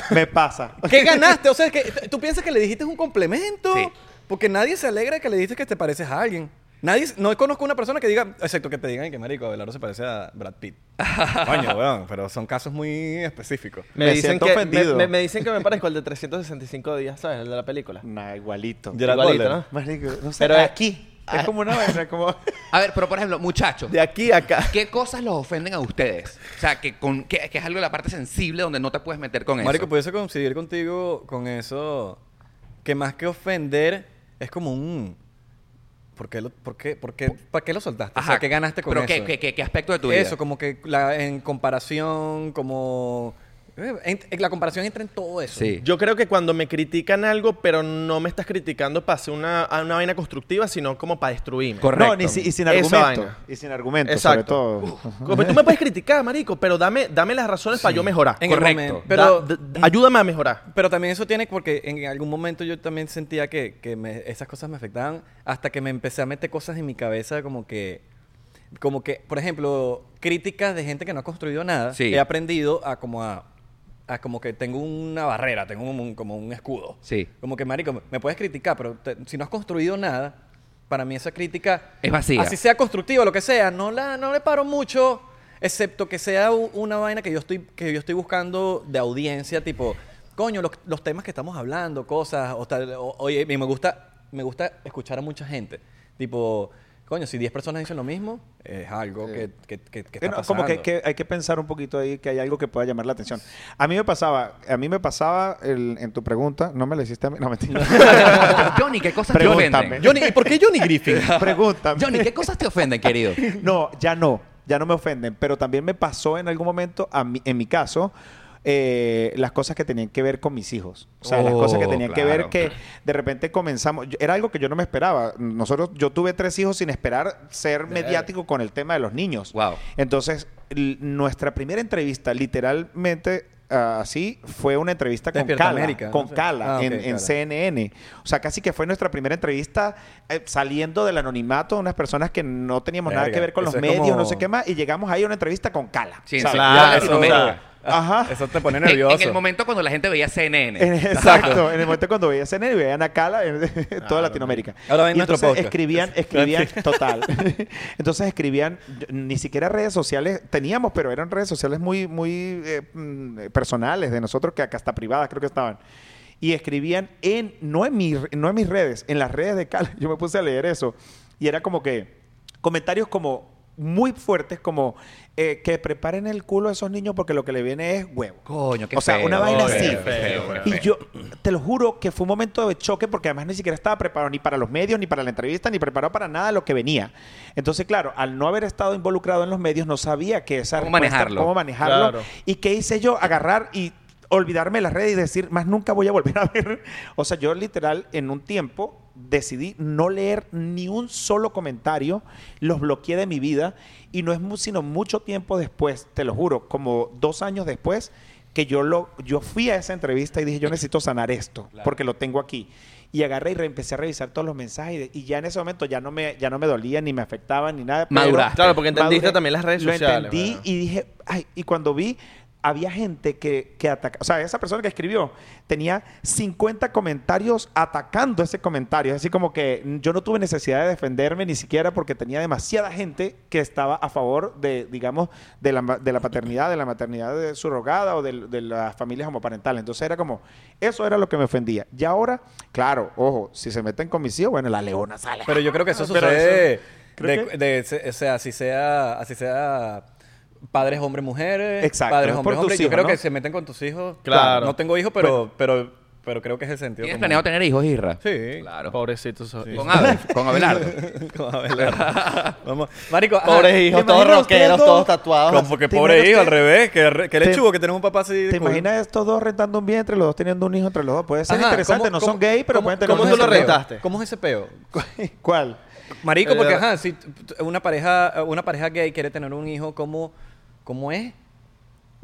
S5: Me pasa.
S1: ¿Qué ganaste? O sea, es que t- tú piensas que le dijiste un complemento.
S2: Sí.
S1: Porque nadie se alegra de que le dijiste que te pareces a alguien. Nadie, no conozco una persona que diga, excepto que te digan que Marico Abelardo se parece a Brad Pitt. Coño, weón, pero son casos muy específicos.
S4: Me,
S5: Me
S4: dicen
S5: siento
S4: que, me,
S5: ofendido.
S4: me- me dicen que me parezco al de 365 días, ¿sabes? El de la película.
S5: Nah, igualito.
S1: Gerard
S4: Igualito,
S1: Butler.
S4: ¿no?
S5: Marico, no sé.
S4: Pero-
S5: aquí. Es como una vaina, como...
S2: A ver, pero por ejemplo, muchachos,
S4: De aquí a acá.
S2: ¿qué cosas los ofenden a ustedes? O sea, que, con, que, que es algo de la parte sensible donde no te puedes meter con
S1: Marico, pues,
S2: eso.
S1: pudiese coincidir contigo con eso, que más que ofender, es como un... ¿Por qué, lo, por qué, por qué, ¿para qué lo soltaste? o sea, ¿qué ganaste con
S2: pero
S1: eso?
S2: ¿qué- qué, qué, qué aspecto de tu vida?
S1: Eso, como que la, en comparación, como... eh, en- la comparación entra en todo eso.
S2: Sí.
S4: Yo creo que cuando me critican algo, pero no me estás criticando para hacer una, a una vaina constructiva, sino como para destruirme.
S2: Correcto.
S5: No, ni si- y sin
S4: Esa
S5: argumento.
S4: vaina.
S5: Y sin argumento, sobre
S4: Exacto.
S5: todo.
S4: Como, pues, tú me puedes criticar, marico, pero dame, dame las razones para yo mejorar.
S1: En el
S2: Correcto.
S1: momento.
S4: pero,
S1: Pero,
S4: ayúdame a mejorar.
S1: pero también eso tiene porque en algún momento yo también sentía que, que me- esas cosas me afectaban hasta que me empecé a meter cosas en mi cabeza como que, como que, por ejemplo, críticas de gente que no ha construido nada.
S2: Sí.
S1: He aprendido a como a, a como que tengo una barrera, tengo un- un- como un escudo.
S2: Sí.
S1: Como que, marico, me puedes criticar, pero te- si no has construido nada, para mí esa crítica...
S2: Es vacía.
S1: Así sea constructiva, lo que sea, no, la, no le paro mucho, excepto que sea u- una vaina que yo estoy, que yo estoy buscando de audiencia, tipo, coño, los, los temas que estamos hablando, cosas, o tal, o- oye, y me gusta, me gusta escuchar a mucha gente, tipo... coño, si 10 personas dicen lo mismo, es algo que, que, que- que está
S5: Eh, no,
S1: pasando.
S5: como que, que hay que pensar un poquito ahí que hay algo que pueda llamar la atención. A mí me pasaba, a mí me pasaba el- en tu pregunta, no me la hiciste a mí, no mentira.
S2: Johnny, ¿qué cosas te
S5: Pregúntame.
S2: ofenden?
S1: Johnny, ¿y ¿por qué Johnny Griffin?
S5: Pregúntame.
S2: Johnny, ¿qué cosas te ofenden, querido?
S5: No, ya no. Ya no me ofenden. Pero también me pasó en algún momento, a mí- en mi caso, eh, las cosas que tenían que ver con mis hijos. O sea, las
S2: Oh,
S5: cosas que tenían que ver
S2: claro.
S5: que de repente comenzamos. yo- Era algo que yo no me esperaba. Nosotros, yo tuve tres hijos sin esperar ser mediático con el tema de los niños.
S2: Wow.
S5: Entonces, l- nuestra primera entrevista, literalmente ah, así, fue una entrevista con
S1: Despierta
S5: Cala.
S1: América, ¿no?
S5: Con Cala
S1: Ah, ok,
S5: en, en
S1: Cala.
S5: CNN. O sea, casi que fue nuestra primera entrevista eh, saliendo del anonimato de unas personas que no teníamos nada
S1: Verga,
S5: que ver con los
S1: eso es
S5: medios,
S1: como-
S5: no sé qué más, y llegamos ahí a una entrevista con Cala.
S2: Sí,
S5: ¿sabes?
S2: claro.
S1: Ya,
S2: Ah, eso, Latinoamérica.
S5: Ajá.
S1: eso te pone
S2: En-
S1: nervioso.
S2: En, el momento cuando la gente veía CNN.
S5: En- Exacto, en el momento cuando veía CNN y veían a Cala en toda Latinoamérica.
S1: Ah, Ahora ven
S5: Y
S1: nuestro
S5: entonces
S1: podcast.
S5: escribían, escribían, total. entonces escribían, yo- ni siquiera redes sociales teníamos, pero eran redes sociales muy, muy eh, mm, personales de nosotros, que acá hasta privadas creo que estaban. Y escribían en, no en, mi, no en mis redes, en las redes de Cala. Yo me puse a leer eso y era como que comentarios como muy fuertes como eh, que preparen el culo a esos niños porque lo que le viene es huevo.
S2: Coño, qué
S5: O sea,
S2: feo,
S5: una vaina
S2: qué
S5: así.
S2: feo, qué feo, qué
S5: Y
S2: feo.
S5: yo te lo juro que fue un momento de choque porque además ni siquiera estaba preparado ni para los medios, ni para la entrevista, ni preparado para nada lo que venía. Entonces, claro, al no haber estado involucrado en los medios, no sabía que esa
S2: Cómo
S5: respuesta-
S2: manejarlo.
S5: Cómo manejarlo.
S4: Claro.
S5: ¿Y qué hice yo? Agarrar y olvidarme de las redes y decir, más nunca voy a volver a ver. O sea, yo literal en un tiempo decidí no leer ni un solo comentario, los bloqueé de mi vida y no es mu- sino mucho tiempo después, te lo juro, como dos años después, que yo, lo, yo fui a esa entrevista y dije, yo necesito sanar esto, porque lo tengo aquí. Y agarré y re- empecé a revisar todos los mensajes y, de- y ya en ese momento ya no me, ya no me dolía, ni me afectaba, ni nada. pero-
S2: Maduraste.
S4: Claro, porque entendiste
S5: Maduré.
S4: también las redes
S5: Lo
S4: sociales.
S5: entendí
S4: bueno.
S5: y dije, ay, y cuando vi, había gente que, que ataca, o sea, esa persona que escribió tenía 50 comentarios atacando ese comentario, así como que mm, yo no tuve necesidad de defenderme ni siquiera porque tenía demasiada gente que estaba a favor de, digamos, de la, ma- de la paternidad, de la maternidad de- surrogada o del- de, las familias homoparentales. Entonces era como, eso era lo que me ofendía. Y ahora, claro, ojo, si se meten con mis hijos, bueno, la leona sale.
S1: Pero yo creo que eso
S5: Pero
S1: sucede.
S5: creo
S1: de- de- se- o sea, así sea, así sea padres, hombres, mujeres.
S5: Exacto,
S1: Padres,
S5: es por
S1: hombres,
S5: tus
S1: hombres. Yo
S5: hijos,
S1: creo
S5: ¿no? Pues
S1: que se meten con tus hijos.
S4: Claro.
S1: No tengo hijos, pero, pero, pero creo que es el sentido.
S2: ¿Tienes
S1: común.
S2: planeado tener hijos, Isra?
S1: Sí.
S2: Claro.
S4: Pobrecitos.
S2: Con, Abel, con Abelardo.
S1: Con Abelardo. Vamos. Marico, ah,
S4: Pobres hijos, todos
S5: imaginas ustedes
S4: rockeros,
S5: dos?
S4: todos tatuados.
S1: como que
S5: ¿Te
S1: pobre
S5: imaginas
S1: hijo, al
S5: que-
S1: revés. Que, re- que
S5: te-
S1: lechugo que tenemos un papá así.
S5: ¿Te
S1: cool.
S5: imaginas estos dos rentando un vientre, los dos teniendo un hijo entre los dos? Puede ser
S1: ¿eh? Ajá,
S5: interesante,
S1: ¿cómo-
S5: no
S1: cómo-
S5: son gay, pero
S1: cómo-
S5: pueden tener
S1: cómo
S5: un
S1: es
S4: tú lo
S1: ese
S5: hijo.
S1: peo?
S4: rentaste?
S1: ¿Cómo es ese peo?
S5: ¿Cuál?
S1: Marico, porque
S4: Eh,
S1: ajá, si t- t- una pareja, una pareja gay quiere tener un hijo, ¿cómo, cómo es?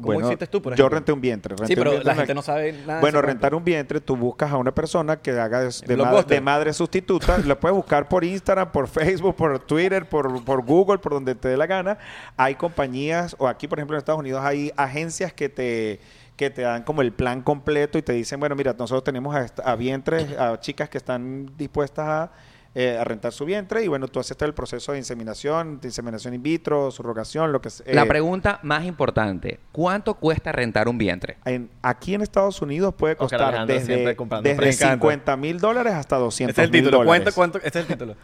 S1: ¿Cómo
S5: Bueno,
S1: hiciste tú, por
S5: Yo
S1: ejemplo?
S5: renté un vientre. renté
S1: Sí,
S5: un
S1: pero
S5: vientre
S1: la
S5: en
S1: gente no sabe nada de
S5: Bueno,
S1: ese
S5: rentar un vientre, tú buscas a una persona que haga de, de ma-
S1: Blockbuster.
S5: de madre sustituta. lo puedes buscar por Instagram, por Facebook, por Twitter, por, por Google, por donde te dé la gana. Hay compañías, o aquí, por ejemplo, en Estados Unidos, hay agencias que te que te dan como el plan completo y te dicen, bueno, mira, nosotros tenemos a, esta- a vientres, a chicas que están dispuestas a, eh, a rentar su vientre y bueno, tú haces todo el proceso de inseminación, de inseminación in vitro, subrogación, lo que sea. eh,
S2: La pregunta más importante. ¿Cuánto cuesta rentar un vientre?
S5: En- aquí en Estados Unidos puede
S4: Oscar
S5: costar
S4: Alejandro
S5: desde,
S4: siempre comprando
S5: desde
S1: precios. Me encanta.
S5: 50 mil dólares hasta 200
S1: Este es el
S5: mil
S1: título. ¿Cuánto,
S5: dólares.
S1: cuánto, este es el título.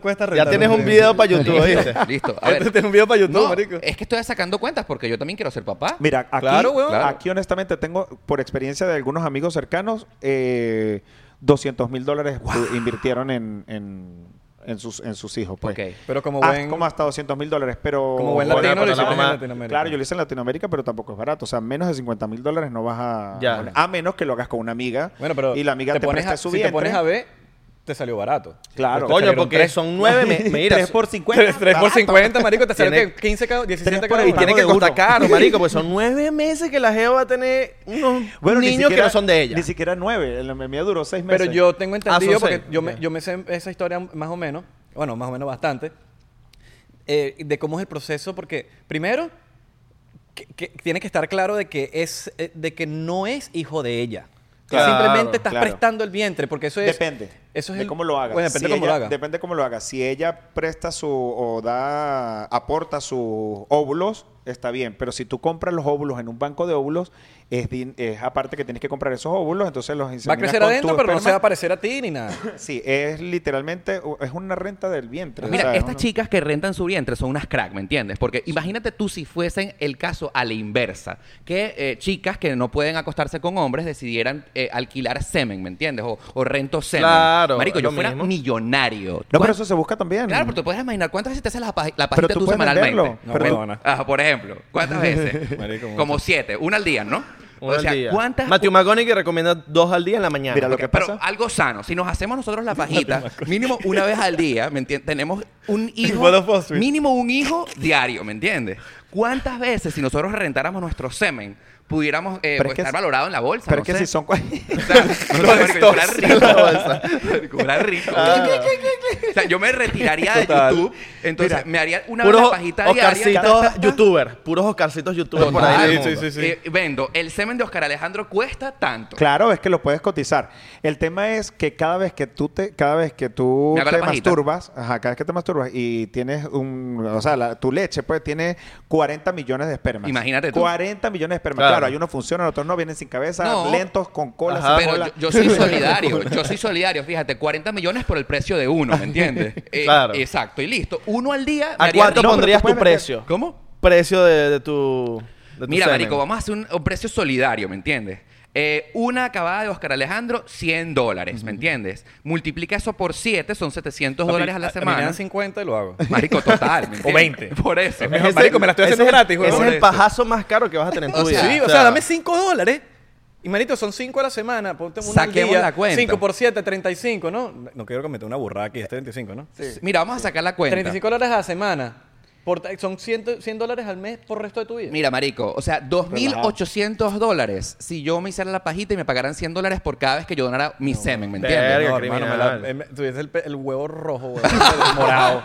S1: cuesta
S4: Ya
S1: rentar
S4: tienes un
S1: vientre?
S4: video para YouTube, ¿viste?
S2: Listo. A
S1: Este
S2: ver.
S1: tiene un video para YouTube,
S2: No,
S1: marico.
S2: es que estoy sacando cuentas porque yo también quiero ser papá.
S5: Mira, aquí,
S1: Claro, weón.
S5: aquí honestamente tengo, por experiencia de algunos amigos cercanos, eh, 200 mil dólares pu- invirtieron en, en, en sus, en sus hijos. Pues.
S2: Ok.
S1: Pero como
S5: Ah,
S1: buen,
S5: como
S1: como,
S5: hasta 200 mil dólares, pero...
S1: buen
S4: Bueno,
S1: latino,
S4: pero
S1: lo
S4: la
S1: hiciste en
S4: mamá-
S1: Latinoamérica.
S5: Claro, yo lo hice en Latinoamérica, pero tampoco es barato. O sea, menos de 50 mil dólares no vas a...
S4: Ya.
S5: A menos que lo hagas con una amiga
S1: Bueno, pero
S5: y la amiga te,
S1: pones
S5: presta
S1: a,
S5: su
S1: si te
S5: vientre.
S1: pones a ver, te salió barato.
S5: Claro.
S4: Coño,
S1: salieron
S4: porque
S1: tres.
S4: son nueve. me- Mira,
S5: 3 por 50.
S1: 3, por 50, marico, te salió
S4: Tiene-
S1: que 15 cada, 17
S5: Tres
S1: cada
S5: por- y
S1: uno.
S4: Tiene que
S5: de
S4: costar
S5: uno.
S4: caro, marico, porque son nueve meses que la Geo va a tener unos
S5: ni
S4: niños que
S5: siquiera-
S4: no son de ella.
S5: Ni siquiera nueve. La mía duró seis meses.
S1: Pero yo tengo entendido,
S4: Ah, son
S1: porque
S4: seis.
S1: yo, me,
S4: Ok.
S1: yo me sé esa historia más o menos, bueno, más o menos bastante, eh, de cómo es el proceso, porque primero, que, que tiene que estar claro de que, es, eh, de que no es hijo de ella. Que
S5: Claro,
S1: Simplemente estás
S5: claro.
S1: prestando el vientre, porque eso es...
S5: Depende.
S1: Eso es
S5: de
S1: el-
S5: cómo lo hagas.
S1: Bueno, depende
S5: Si
S1: cómo lo
S5: ella-
S1: hagas.
S5: Depende cómo lo hagas. Si ella presta su o da aporta sus óvulos, está bien. Pero si tú compras los óvulos en un banco de óvulos, es, din- es aparte que tienes que comprar esos óvulos, entonces los
S1: Va a
S5: inseminas
S1: crecer
S5: con
S1: adentro,
S5: tu
S1: pero no se va a
S5: esperma.
S1: parecer a ti ni nada.
S5: Sí, es literalmente, es una renta del vientre. o
S2: Mira,
S5: sea, es
S2: estas
S5: una-
S2: chicas que rentan su vientre son unas crack, ¿me entiendes? Porque imagínate tú si fuesen el caso a la inversa, que eh, chicas que no pueden acostarse con hombres decidieran eh, alquilar semen, ¿me entiendes? O, o rento semen.
S4: Claro,
S2: Marico,
S4: es
S2: yo
S4: lo
S2: fuera
S4: mismo.
S2: millonario.
S5: No, pero
S2: ¿Cuán-
S5: eso se busca también.
S2: Claro, pero tú puedes imaginar cuántas veces te haces la, paji-
S5: Pero
S2: la pajita
S5: tú
S2: tú
S5: puedes
S2: semanalmente.
S5: venderlo.
S1: No,
S5: pero tú-
S1: huevona.
S2: Ajá, por ejemplo, ¿cuántas veces?
S1: Marico, mucho.
S2: Como siete, una al día, ¿no?
S4: Una
S2: o sea,
S4: al día.
S2: ¿cuántas?
S4: Matthew McConaughey recomienda dos al día en la mañana.
S5: Mira, lo
S2: Ok,
S5: que
S2: pero
S5: pasa-
S2: algo sano. Si nos hacemos nosotros la pajita, mínimo una vez al día, ¿me entiendes? Tenemos un hijo,
S1: What a
S5: pues,
S1: boss, Luis.
S2: mínimo un hijo diario, ¿me entiendes? ¿Cuántas veces si nosotros rentáramos nuestro semen, pudiéramos eh,
S5: Pero
S2: pues,
S5: es que
S2: estar
S5: si-
S2: valorado en la bolsa?
S5: pero
S2: no
S5: es que
S2: sé.
S5: si son... cua-
S2: O sea, no, marico, fuera rico. Marico, fuera rico.
S4: Ah.
S2: O sea, yo me retiraría de
S1: Total.
S2: YouTube, entonces me haría una vez la
S4: Puros
S2: pajita diaria.
S4: Oscarcitos youtubers. Puros Oscarcitos youtubers por ahí. del
S1: Sí, sí,
S4: mundo.
S1: sí.
S2: Eh, vendo, el semen de Oscar Alejandro cuesta tanto.
S5: Claro, es que lo puedes cotizar. El tema es que cada vez que tú te, cada vez que tú
S2: Me hago la
S5: te
S2: pajita.
S5: masturbas, ajá, cada vez que te masturbas y tienes un, o sea, la- tu leche pues tiene 40 millones de espermas.
S2: Imagínate tú.
S5: 40 millones de espermas.
S4: Claro.
S5: Claro, hay unos funcionan, otros no, vienen sin cabeza,
S2: No.
S5: lentos, con cola,
S4: Ajá.
S5: sin
S2: Pero
S5: cola.
S2: yo, yo soy solidario, yo soy solidario, fíjate, 40 millones por el precio de uno, ¿me entiendes? Eh,
S4: Claro.
S2: Exacto, y listo. Uno al día. me
S4: ¿A
S2: haría
S4: cuánto
S2: rico.
S4: pondrías
S5: pero
S4: tu
S5: tú puedes
S4: precio?
S2: ¿Cómo?
S4: Precio de, de tu. de tu
S2: Mira,
S4: semen.
S2: marico, vamos a hacer un, un precio solidario, ¿me entiendes? Eh, una acabada de Oscar Alejandro, 100 dólares, ¿me entiendes? Multiplica eso por 7, son 700 dólares a la
S1: A mí me
S2: semana.
S1: dan 50 y lo hago.
S2: Marico, total. ¿me
S1: O 20.
S2: entiendes? Por eso.
S1: mejor, marico, me la estoy
S4: Ese
S1: haciendo
S4: es el-
S1: gratis, güey.
S4: Ese
S1: Por
S4: es el
S1: eso.
S4: pajazo más caro que vas a tener en tu
S2: O
S4: vida.
S2: sea,
S1: Sí, o sea, dame 5 dólares. Y manito, son 5 a la semana. Ponte una
S2: Saquemos la cuenta.
S1: 5 por 7, 35, ¿no? No quiero cometer una burrada aquí, es 35, ¿no?
S2: Mira, vamos a sacar la cuenta.
S1: 35 dólares a la semana. Por ta- son 100, 100 dólares al mes por resto de tu vida.
S2: Mira, marico, o sea, 2.800 dólares si yo me hiciera la pajita y me pagaran 100 dólares por cada vez que yo donara mi semen, ¿me entiendes?
S4: verga,
S1: no, hermano, me la,
S4: criminal.
S1: eh, me- tuviese el, pe- el huevo rojo, huevo, el morado.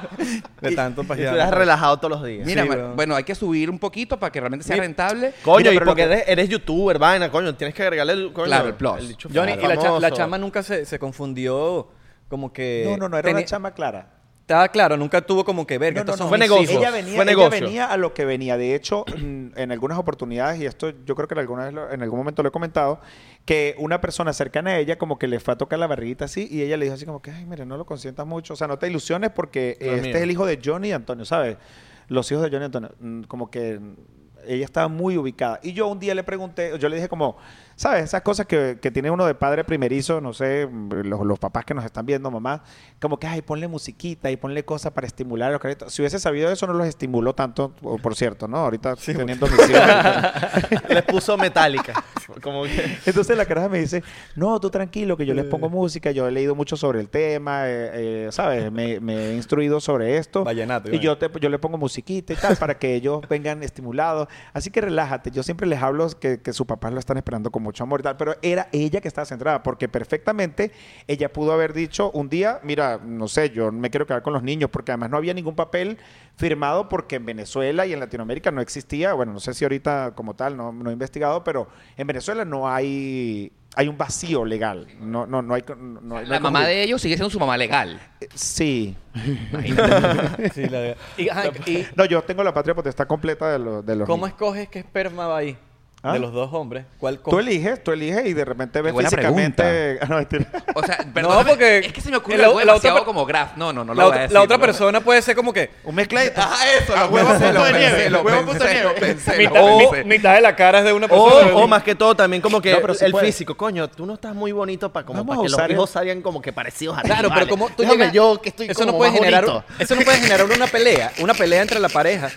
S1: De tanto
S4: Y tú eres
S1: pajeado.
S4: relajado todos los días.
S2: Mira,
S1: Sí,
S2: ma-
S1: bro.
S2: bueno, hay que subir un poquito para que realmente sea
S1: Mira,
S2: rentable.
S4: Coño,
S5: Mira,
S4: y
S5: pero lo
S4: porque
S5: que-
S4: eres, eres youtuber, vaina, coño, tienes que agregarle el coño,
S2: Claro, el plus.
S4: dicho
S1: Johnny, y la, cha- la
S4: famoso.
S1: chama nunca se, se confundió como que...
S5: No, no, no, era
S1: teni-
S5: una chama clara.
S1: Estaba claro, nunca tuvo como que verga.
S5: No, no,
S1: estos
S5: no,
S1: son
S4: fue
S1: mis
S4: negocio.
S1: hijos.
S5: Ella venía,
S4: Fue
S5: ella
S4: negocio.
S5: venía a lo que venía. De hecho, en en algunas oportunidades, y esto yo creo que en alguna vez lo- en algún momento lo he comentado, que una persona cercana a ella como que le fue a tocar la barriguita así y ella le dijo así como que, ay, mira, no lo consientas mucho. O sea, no te ilusiones porque
S4: No es
S5: este
S4: mío.
S5: es el hijo de Johnny y Antonio, ¿sabes? Los hijos de Johnny y Antonio. Mm, Como que mm, ella estaba muy ubicada. Y yo un día le pregunté, yo le dije como, ¿sabes? Esas cosas que, que tiene uno de padre primerizo, no sé, mm, los, los papás que nos están viendo, mamá, como que, ay, ponle musiquita y ponle cosas para estimular a los carritos. Si hubiese sabido eso, no los estimuló tanto, o- por cierto, ¿no? Ahorita teniendo mis hijos.
S4: Les puso metálica. Como que.
S5: Entonces la caraja me dice, no, tú tranquilo, que yo les pongo música, yo he leído mucho sobre el tema, eh, eh, ¿sabes? Me, me he instruido sobre esto.
S1: Vallenato,
S5: Y yo, te, yo le pongo musiquita y tal, para que ellos vengan estimulados. Así que relájate, yo siempre les hablo que, que sus papás lo están esperando con mucho amor y tal, pero era ella que estaba centrada, porque perfectamente ella pudo haber dicho un día, mira, no sé, yo me quiero quedar con los niños, porque además no había ningún papel firmado, porque en Venezuela y en Latinoamérica no existía, bueno, no sé si ahorita como tal, no, no he investigado, pero en Venezuela no hay... Hay un vacío legal. No, no, no hay. no- no hay- no
S2: La
S5: hay
S2: mamá
S5: como-
S2: de ellos sigue siendo su mamá legal.
S5: Eh, Sí.
S1: Sí, la verdad. Y, ajá, y
S5: No, yo tengo la patria potestad completa de, los de los.
S1: ¿cómo
S5: niños.
S1: escoges qué esperma va ahí?
S5: ¿Ah?
S1: De los dos hombres. ¿Cuál
S5: Tú
S1: coges?
S5: eliges, tú eliges y de repente ves
S2: buena
S5: físicamente. Ah, no, mentira.
S2: O sea, perdóname,
S1: porque
S2: es que se me ocurre
S1: la-
S2: algo
S1: la otra
S2: demasiado
S1: per-
S2: como graf. No, no, no lo voy
S1: la,
S2: a
S1: otra-
S2: decir,
S1: la otra
S2: no lo-
S1: persona puede ser como que
S5: Un mezcladito.
S2: Ajá, eso, los
S5: huevos
S2: pensé,
S5: Ah, punto
S2: lo
S5: de nieve,
S2: pensé,
S5: los
S2: lo
S5: huevos
S2: pensé,
S5: punto de nieve.
S2: lo pensé, lo
S1: mitad, mi-
S2: pensé.
S1: mitad de la cara es de una
S4: O,
S1: persona.
S4: o más que todo también como que
S5: No, pero sí
S4: el
S5: puede.
S4: físico, coño, tú no estás muy bonito para como
S5: Vamos
S4: para
S5: a
S4: que los
S5: usar el-
S4: hijos salgan como que parecidos a ti,
S1: Claro, pero
S4: vale.
S1: como tú
S4: Déjame
S1: llegas-
S4: yo que estoy
S1: eso
S4: como
S1: no puede
S4: más
S1: generar
S4: bonito.
S1: eso no puede generar una pelea, una pelea entre la pareja.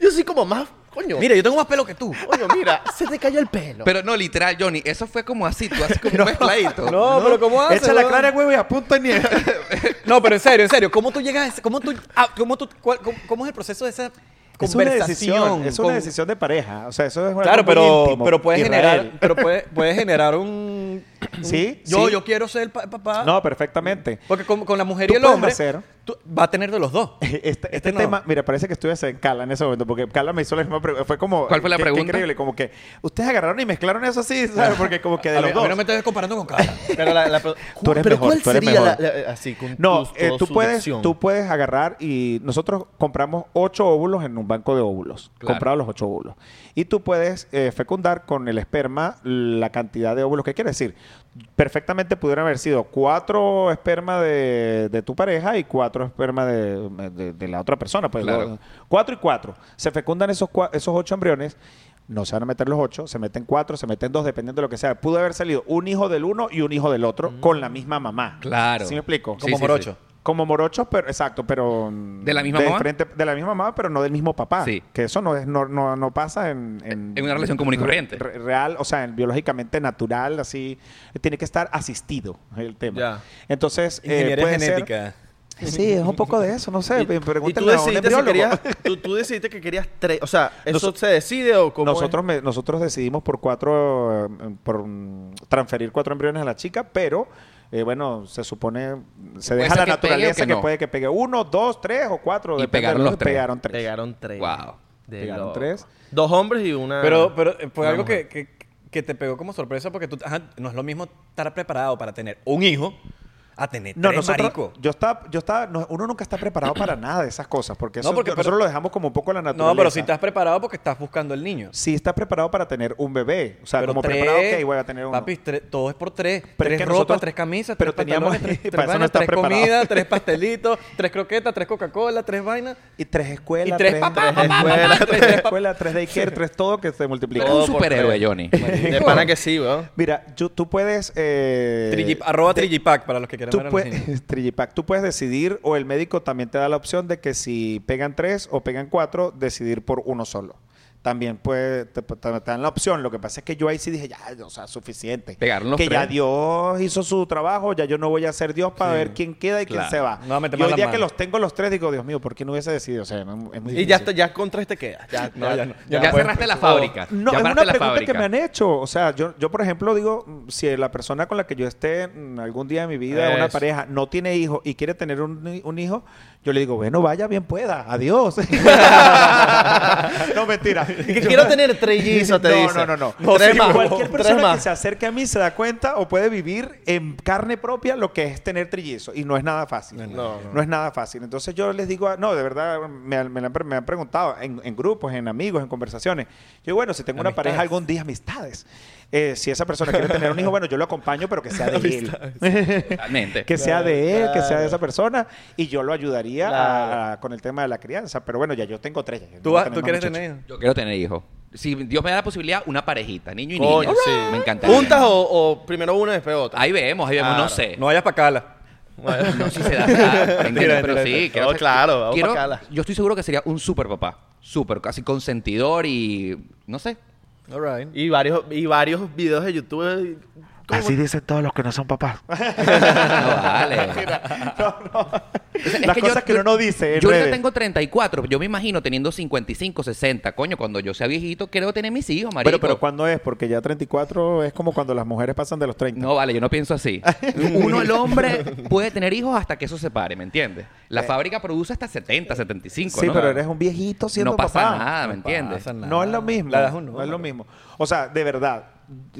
S4: Yo soy como más, coño.
S1: Mira, yo tengo más pelo que tú.
S4: coño, mira, se te cayó el pelo.
S2: Pero no, literal, Johnny, eso fue como así, tú haces como un mezcladito.
S1: No, pero ¿cómo haces?
S5: Echa la
S1: weón?
S5: clara, huevo, y apunta en nieve.
S1: No, pero en serio, en serio, ¿cómo tú llegas a ese- cómo tú ah, cómo tú cuál- cómo, cómo es el proceso de esa
S5: Es una
S1: conversación?
S5: decisión. Es una
S1: con-
S5: decisión de pareja. O sea, eso es una
S1: Claro,
S5: cosa muy
S1: pero,
S5: íntimo.
S1: pero puede
S5: Israel.
S1: generar, pero puede, puede generar un, un-
S5: Sí,
S1: Yo,
S5: sí.
S1: yo quiero ser el pa- papá.
S5: No, perfectamente.
S1: Porque con, con la mujer
S5: Tú
S1: y el
S5: puedes
S1: hombre,
S5: hacer-
S1: tú tú- va a tener de los dos.
S5: Este, este
S1: Este no.
S5: tema, mira, parece que estuviese en Cala en ese momento, porque Cala me hizo la misma pregunta. Fue como.
S2: ¿Cuál fue la
S5: qué- qué
S2: pregunta?
S5: increíble, como que ustedes agarraron y mezclaron eso así, ¿sabes? Porque como que de
S1: a
S5: los
S1: mí, a mí
S5: dos. Eh,
S1: no me estés comparando con Carla.
S4: Pero la, la pro-
S5: Tú eres
S4: pero
S5: mejor,
S4: ¿cuál
S5: tú eres
S4: sería
S5: mejor.
S4: la- la- así, con
S5: No,
S4: tus-
S5: eh,
S4: todo
S5: tú,
S4: su
S5: puedes,
S4: lección?
S5: tú puedes agarrar y nosotros compramos ocho óvulos en un banco de óvulos.
S2: Claro.
S5: Compramos los ocho óvulos. Y tú puedes eh, fecundar con el esperma la cantidad de óvulos que quieres. Es decir, perfectamente pudieran haber sido cuatro esperma de, de tu pareja y cuatro esperma de, de- de la otra persona. Pues,
S2: Claro.
S5: o- Cuatro y cuatro. Se fecundan esos, cua- esos ocho embriones. No se van a meter los ocho, se meten cuatro, se meten dos, dependiendo de lo que sea. Pudo haber salido un hijo del uno y un hijo del otro
S2: Mm.
S5: con la misma mamá.
S2: Claro.
S5: ¿Sí me explico?
S2: Sí,
S1: Como
S2: sí,
S1: morocho.
S5: Como morochos, pero exacto, pero mm,
S2: ¿De la misma mamá?
S5: diferente- de la misma mamá, pero no del mismo papá.
S2: Sí.
S5: Que eso no es no, no, no pasa en,
S2: En una relación común y
S5: re-
S2: corriente.
S5: re- real, o sea, en biológicamente natural, así tiene que estar asistido el tema.
S4: Ya.
S5: Entonces, eh,
S1: Ingeniería
S5: puede ser-
S1: genética.
S5: Sí, es un poco de eso, no sé,
S4: Y- y tú
S5: pregúntenle a un
S4: decidiste, si
S5: embriólogo.
S4: querías, tú, tú decidiste que querías tres. O sea, ¿eso se decide o cómo? es?
S5: Nosotros, me- nosotros decidimos por cuatro, eh, por mm, transferir cuatro embriones a la chica, pero eh, bueno, se supone, se deja
S2: ser
S5: la
S2: que pegue o
S5: naturaleza
S2: que
S5: que,
S2: no.
S5: puede que pegue uno, dos, tres o cuatro.
S2: Y
S5: depende de
S2: pegaron
S5: lo
S2: los
S5: que
S2: tres.
S5: Pegaron tres.
S4: Pegaron tres.
S2: Wow.
S4: De
S5: Pegaron
S4: loco.
S5: tres.
S4: Dos hombres y
S5: Ah.
S4: una.
S1: Pero, pero eh, fue
S4: una
S1: algo
S4: mujer.
S1: que, que, que te pegó como sorpresa porque tú, ajá, no es lo mismo estar preparado para tener un hijo a tener
S5: No,
S1: tres
S5: nosotros,
S1: marico.
S5: yo estaba, yo estaba, no, uno nunca está preparado para nada de esas cosas, porque,
S1: No,
S5: eso-
S1: porque-
S5: nosotros
S1: pero-
S5: lo dejamos como un poco a la naturaleza.
S1: No, pero si estás preparado porque estás buscando el niño.
S5: Sí estás preparado para tener un bebé, o sea,
S1: pero
S5: como
S1: tres,
S5: preparado, ok, voy a tener uno.
S1: Papi, tre- todo es por tres.
S5: Pero
S1: tres
S5: es que
S1: ropas,
S5: nosotros-
S1: tres camisas,
S5: pero
S1: tres
S5: teníamos-
S1: pantalones, tres, tres
S5: para eso no
S1: vainas,
S5: estás
S1: tres
S5: preparado.
S1: comidas, tres pastelitos, tres croquetas, tres Coca-Cola, tres vainas.
S5: y tres escuelas,
S1: Y tres papás,
S5: tres
S1: papás,
S5: escuelas,
S1: papás,
S5: tres
S1: tres
S5: escuelas, tres daycare, tres todo que se multiplica.
S2: Eres un
S4: Todo por
S2: superhéroe,
S4: tres.
S2: Johnny.
S4: De pana que sí, weón.
S5: Mira, yo- tú puedes. Eh,
S1: Trillip- arroba
S5: de-
S1: Trillipack para los que quieran
S5: Tú,
S1: ver a los niños.
S5: puedes, Trillipack, tú puedes decidir, o el médico también te da la opción de que si pegan tres o pegan cuatro, decidir por uno solo. También puede, te, te- te dan la opción. Lo que pasa es que yo ahí sí dije, ya, o sea, suficiente.
S2: Pegaron los
S5: que ya
S2: tres.
S5: Dios hizo su trabajo, ya yo no voy a ser Dios para ver quién queda y
S2: Claro.
S5: quién se va.
S1: No, mete
S5: y
S1: más
S5: hoy
S1: la
S5: día
S1: mano.
S5: que los tengo los tres, digo, Dios mío, ¿por qué no hubiese decidido? O sea, no, es muy
S4: Y ya,
S5: difícil.
S4: está- ya con tres te quedas. Ya,
S1: No, ya no.
S2: Ya,
S1: Ya, pues,
S2: cerraste la fábrica.
S5: Oh, No,
S2: ya
S5: es una
S2: cerraste la
S5: pregunta
S2: fábrica.
S5: que me han hecho. O sea, yo, yo, por ejemplo, digo, mm, si la persona con la que yo esté mm, algún día de mi vida, una
S4: Eso.
S5: pareja, no tiene hijo y quiere tener un, hi- un hijo, yo le digo, bueno, vaya, bien pueda. Adiós. no, mentira.
S4: Que quiero tener trillizos, te
S5: no,
S4: dice.
S5: no, no, no,
S4: Tres
S5: Sí,
S4: más.
S5: Cualquier
S4: Tres
S5: persona que
S4: más.
S5: se acerque a mí se da cuenta o puede vivir en carne propia lo que es tener trillizo. Y no es nada fácil. No,
S4: no, no.
S5: es nada fácil. Entonces yo les digo, a- no, de verdad, me, me la han pre- me han preguntado en, en grupos, en amigos, en conversaciones. Yo, bueno, si tengo una
S1: Amistades.
S5: pareja algún día, amistades. eh, si esa persona quiere tener un hijo, bueno, yo lo acompaño, pero que sea de él.
S2: Totalmente.
S5: Que sea de él, que sea de
S4: claro.
S5: esa persona. Y yo lo ayudaría a-
S4: Claro.
S5: con el tema de la crianza. Pero bueno, ya yo tengo tres. ya yo no
S1: ¿Tú,
S5: voy a
S1: vas-
S5: tener
S1: tú
S5: más
S1: quieres
S5: muchachos.
S1: tener hijos?
S2: Yo quiero tener hijos. Si Dios me da la posibilidad, una parejita, niño y
S4: Coño,
S2: niña.
S4: sí.
S2: Me encantaría.
S4: ¿Juntas o, o primero una y después otra?
S2: Ahí vemos, ahí vemos, no
S4: Claro.
S2: sé.
S1: No vayas para Cala.
S4: Bueno.
S2: No, si se da, se da, ¿entiendes?
S4: Mentira,
S2: pero
S4: mentira,
S2: sí,
S4: mentira.
S5: Oh,
S2: quiero
S4: No,
S2: ser-
S4: claro, vamos
S2: quiero-
S4: pa' cala.
S2: Yo estoy seguro que sería un super papá, super, casi consentidor y no sé.
S1: All right.
S4: Y varios, y varios videos de YouTube. eh, ¿Cómo?
S6: Así dicen todos los que no son papás.
S2: No, vale. O sea, es
S5: Las
S2: yo-
S5: cosas que uno no dice en
S2: Yo ahorita
S5: redes.
S2: tengo 34, yo me imagino teniendo 55, 60. Coño, cuando yo sea viejito, quiero tener mis hijos, marico.
S5: Pero, pero ¿cuándo es? Porque ya 34 es como cuando las mujeres pasan de los 30.
S2: No, vale, yo no pienso así. Uno, el hombre, puede tener hijos hasta que eso se pare, ¿me entiendes? La fábrica produce hasta 70, 75,
S5: Eh. sí,
S2: ¿no?
S5: pero eres un viejito siendo
S2: No pasa
S5: papá.
S2: nada, ¿me
S1: No
S2: entiendes?
S1: pasa
S5: No es lo mismo.
S1: La das un
S5: no es
S1: número.
S5: lo mismo. O sea, de verdad,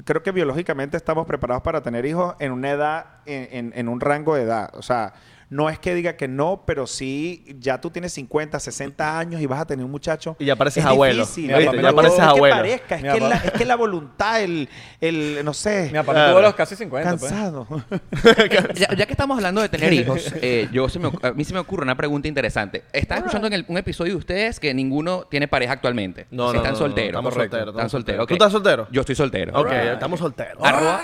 S5: creo que biológicamente estamos preparados para tener hijos en una edad, en, en- en un rango de edad. O sea, no es que diga que no, pero sí, ya tú tienes 50, 60 años y vas a tener un muchacho.
S4: Y ya pareces
S5: Es
S4: abuelo.
S5: difícil,
S1: Mira,
S5: marico.
S1: ya
S5: No es que-
S4: pareces
S5: no es que
S4: abuelo.
S5: parezca, es,
S1: Mira,
S5: que la,
S1: papá.
S5: es que la voluntad, el, el, no sé,
S1: Mi papá
S4: Claro.
S1: tuvo los casi 50. pues.
S5: cansado.
S2: Ya, ya que estamos hablando de tener hijos, eh, yo se me oc- a mí se me ocurre una pregunta interesante. Estaba escuchando en el- un episodio de ustedes que ninguno tiene pareja actualmente.
S4: No, no,
S2: Están
S4: no, no,
S2: solteros.
S4: estamos
S2: Correcto. Están
S4: solteros, estamos
S2: solteros.
S4: solteros.
S2: ok.
S4: ¿Tú estás soltero?
S2: Yo estoy soltero.
S4: Ok, estamos solteros.
S2: Arroba,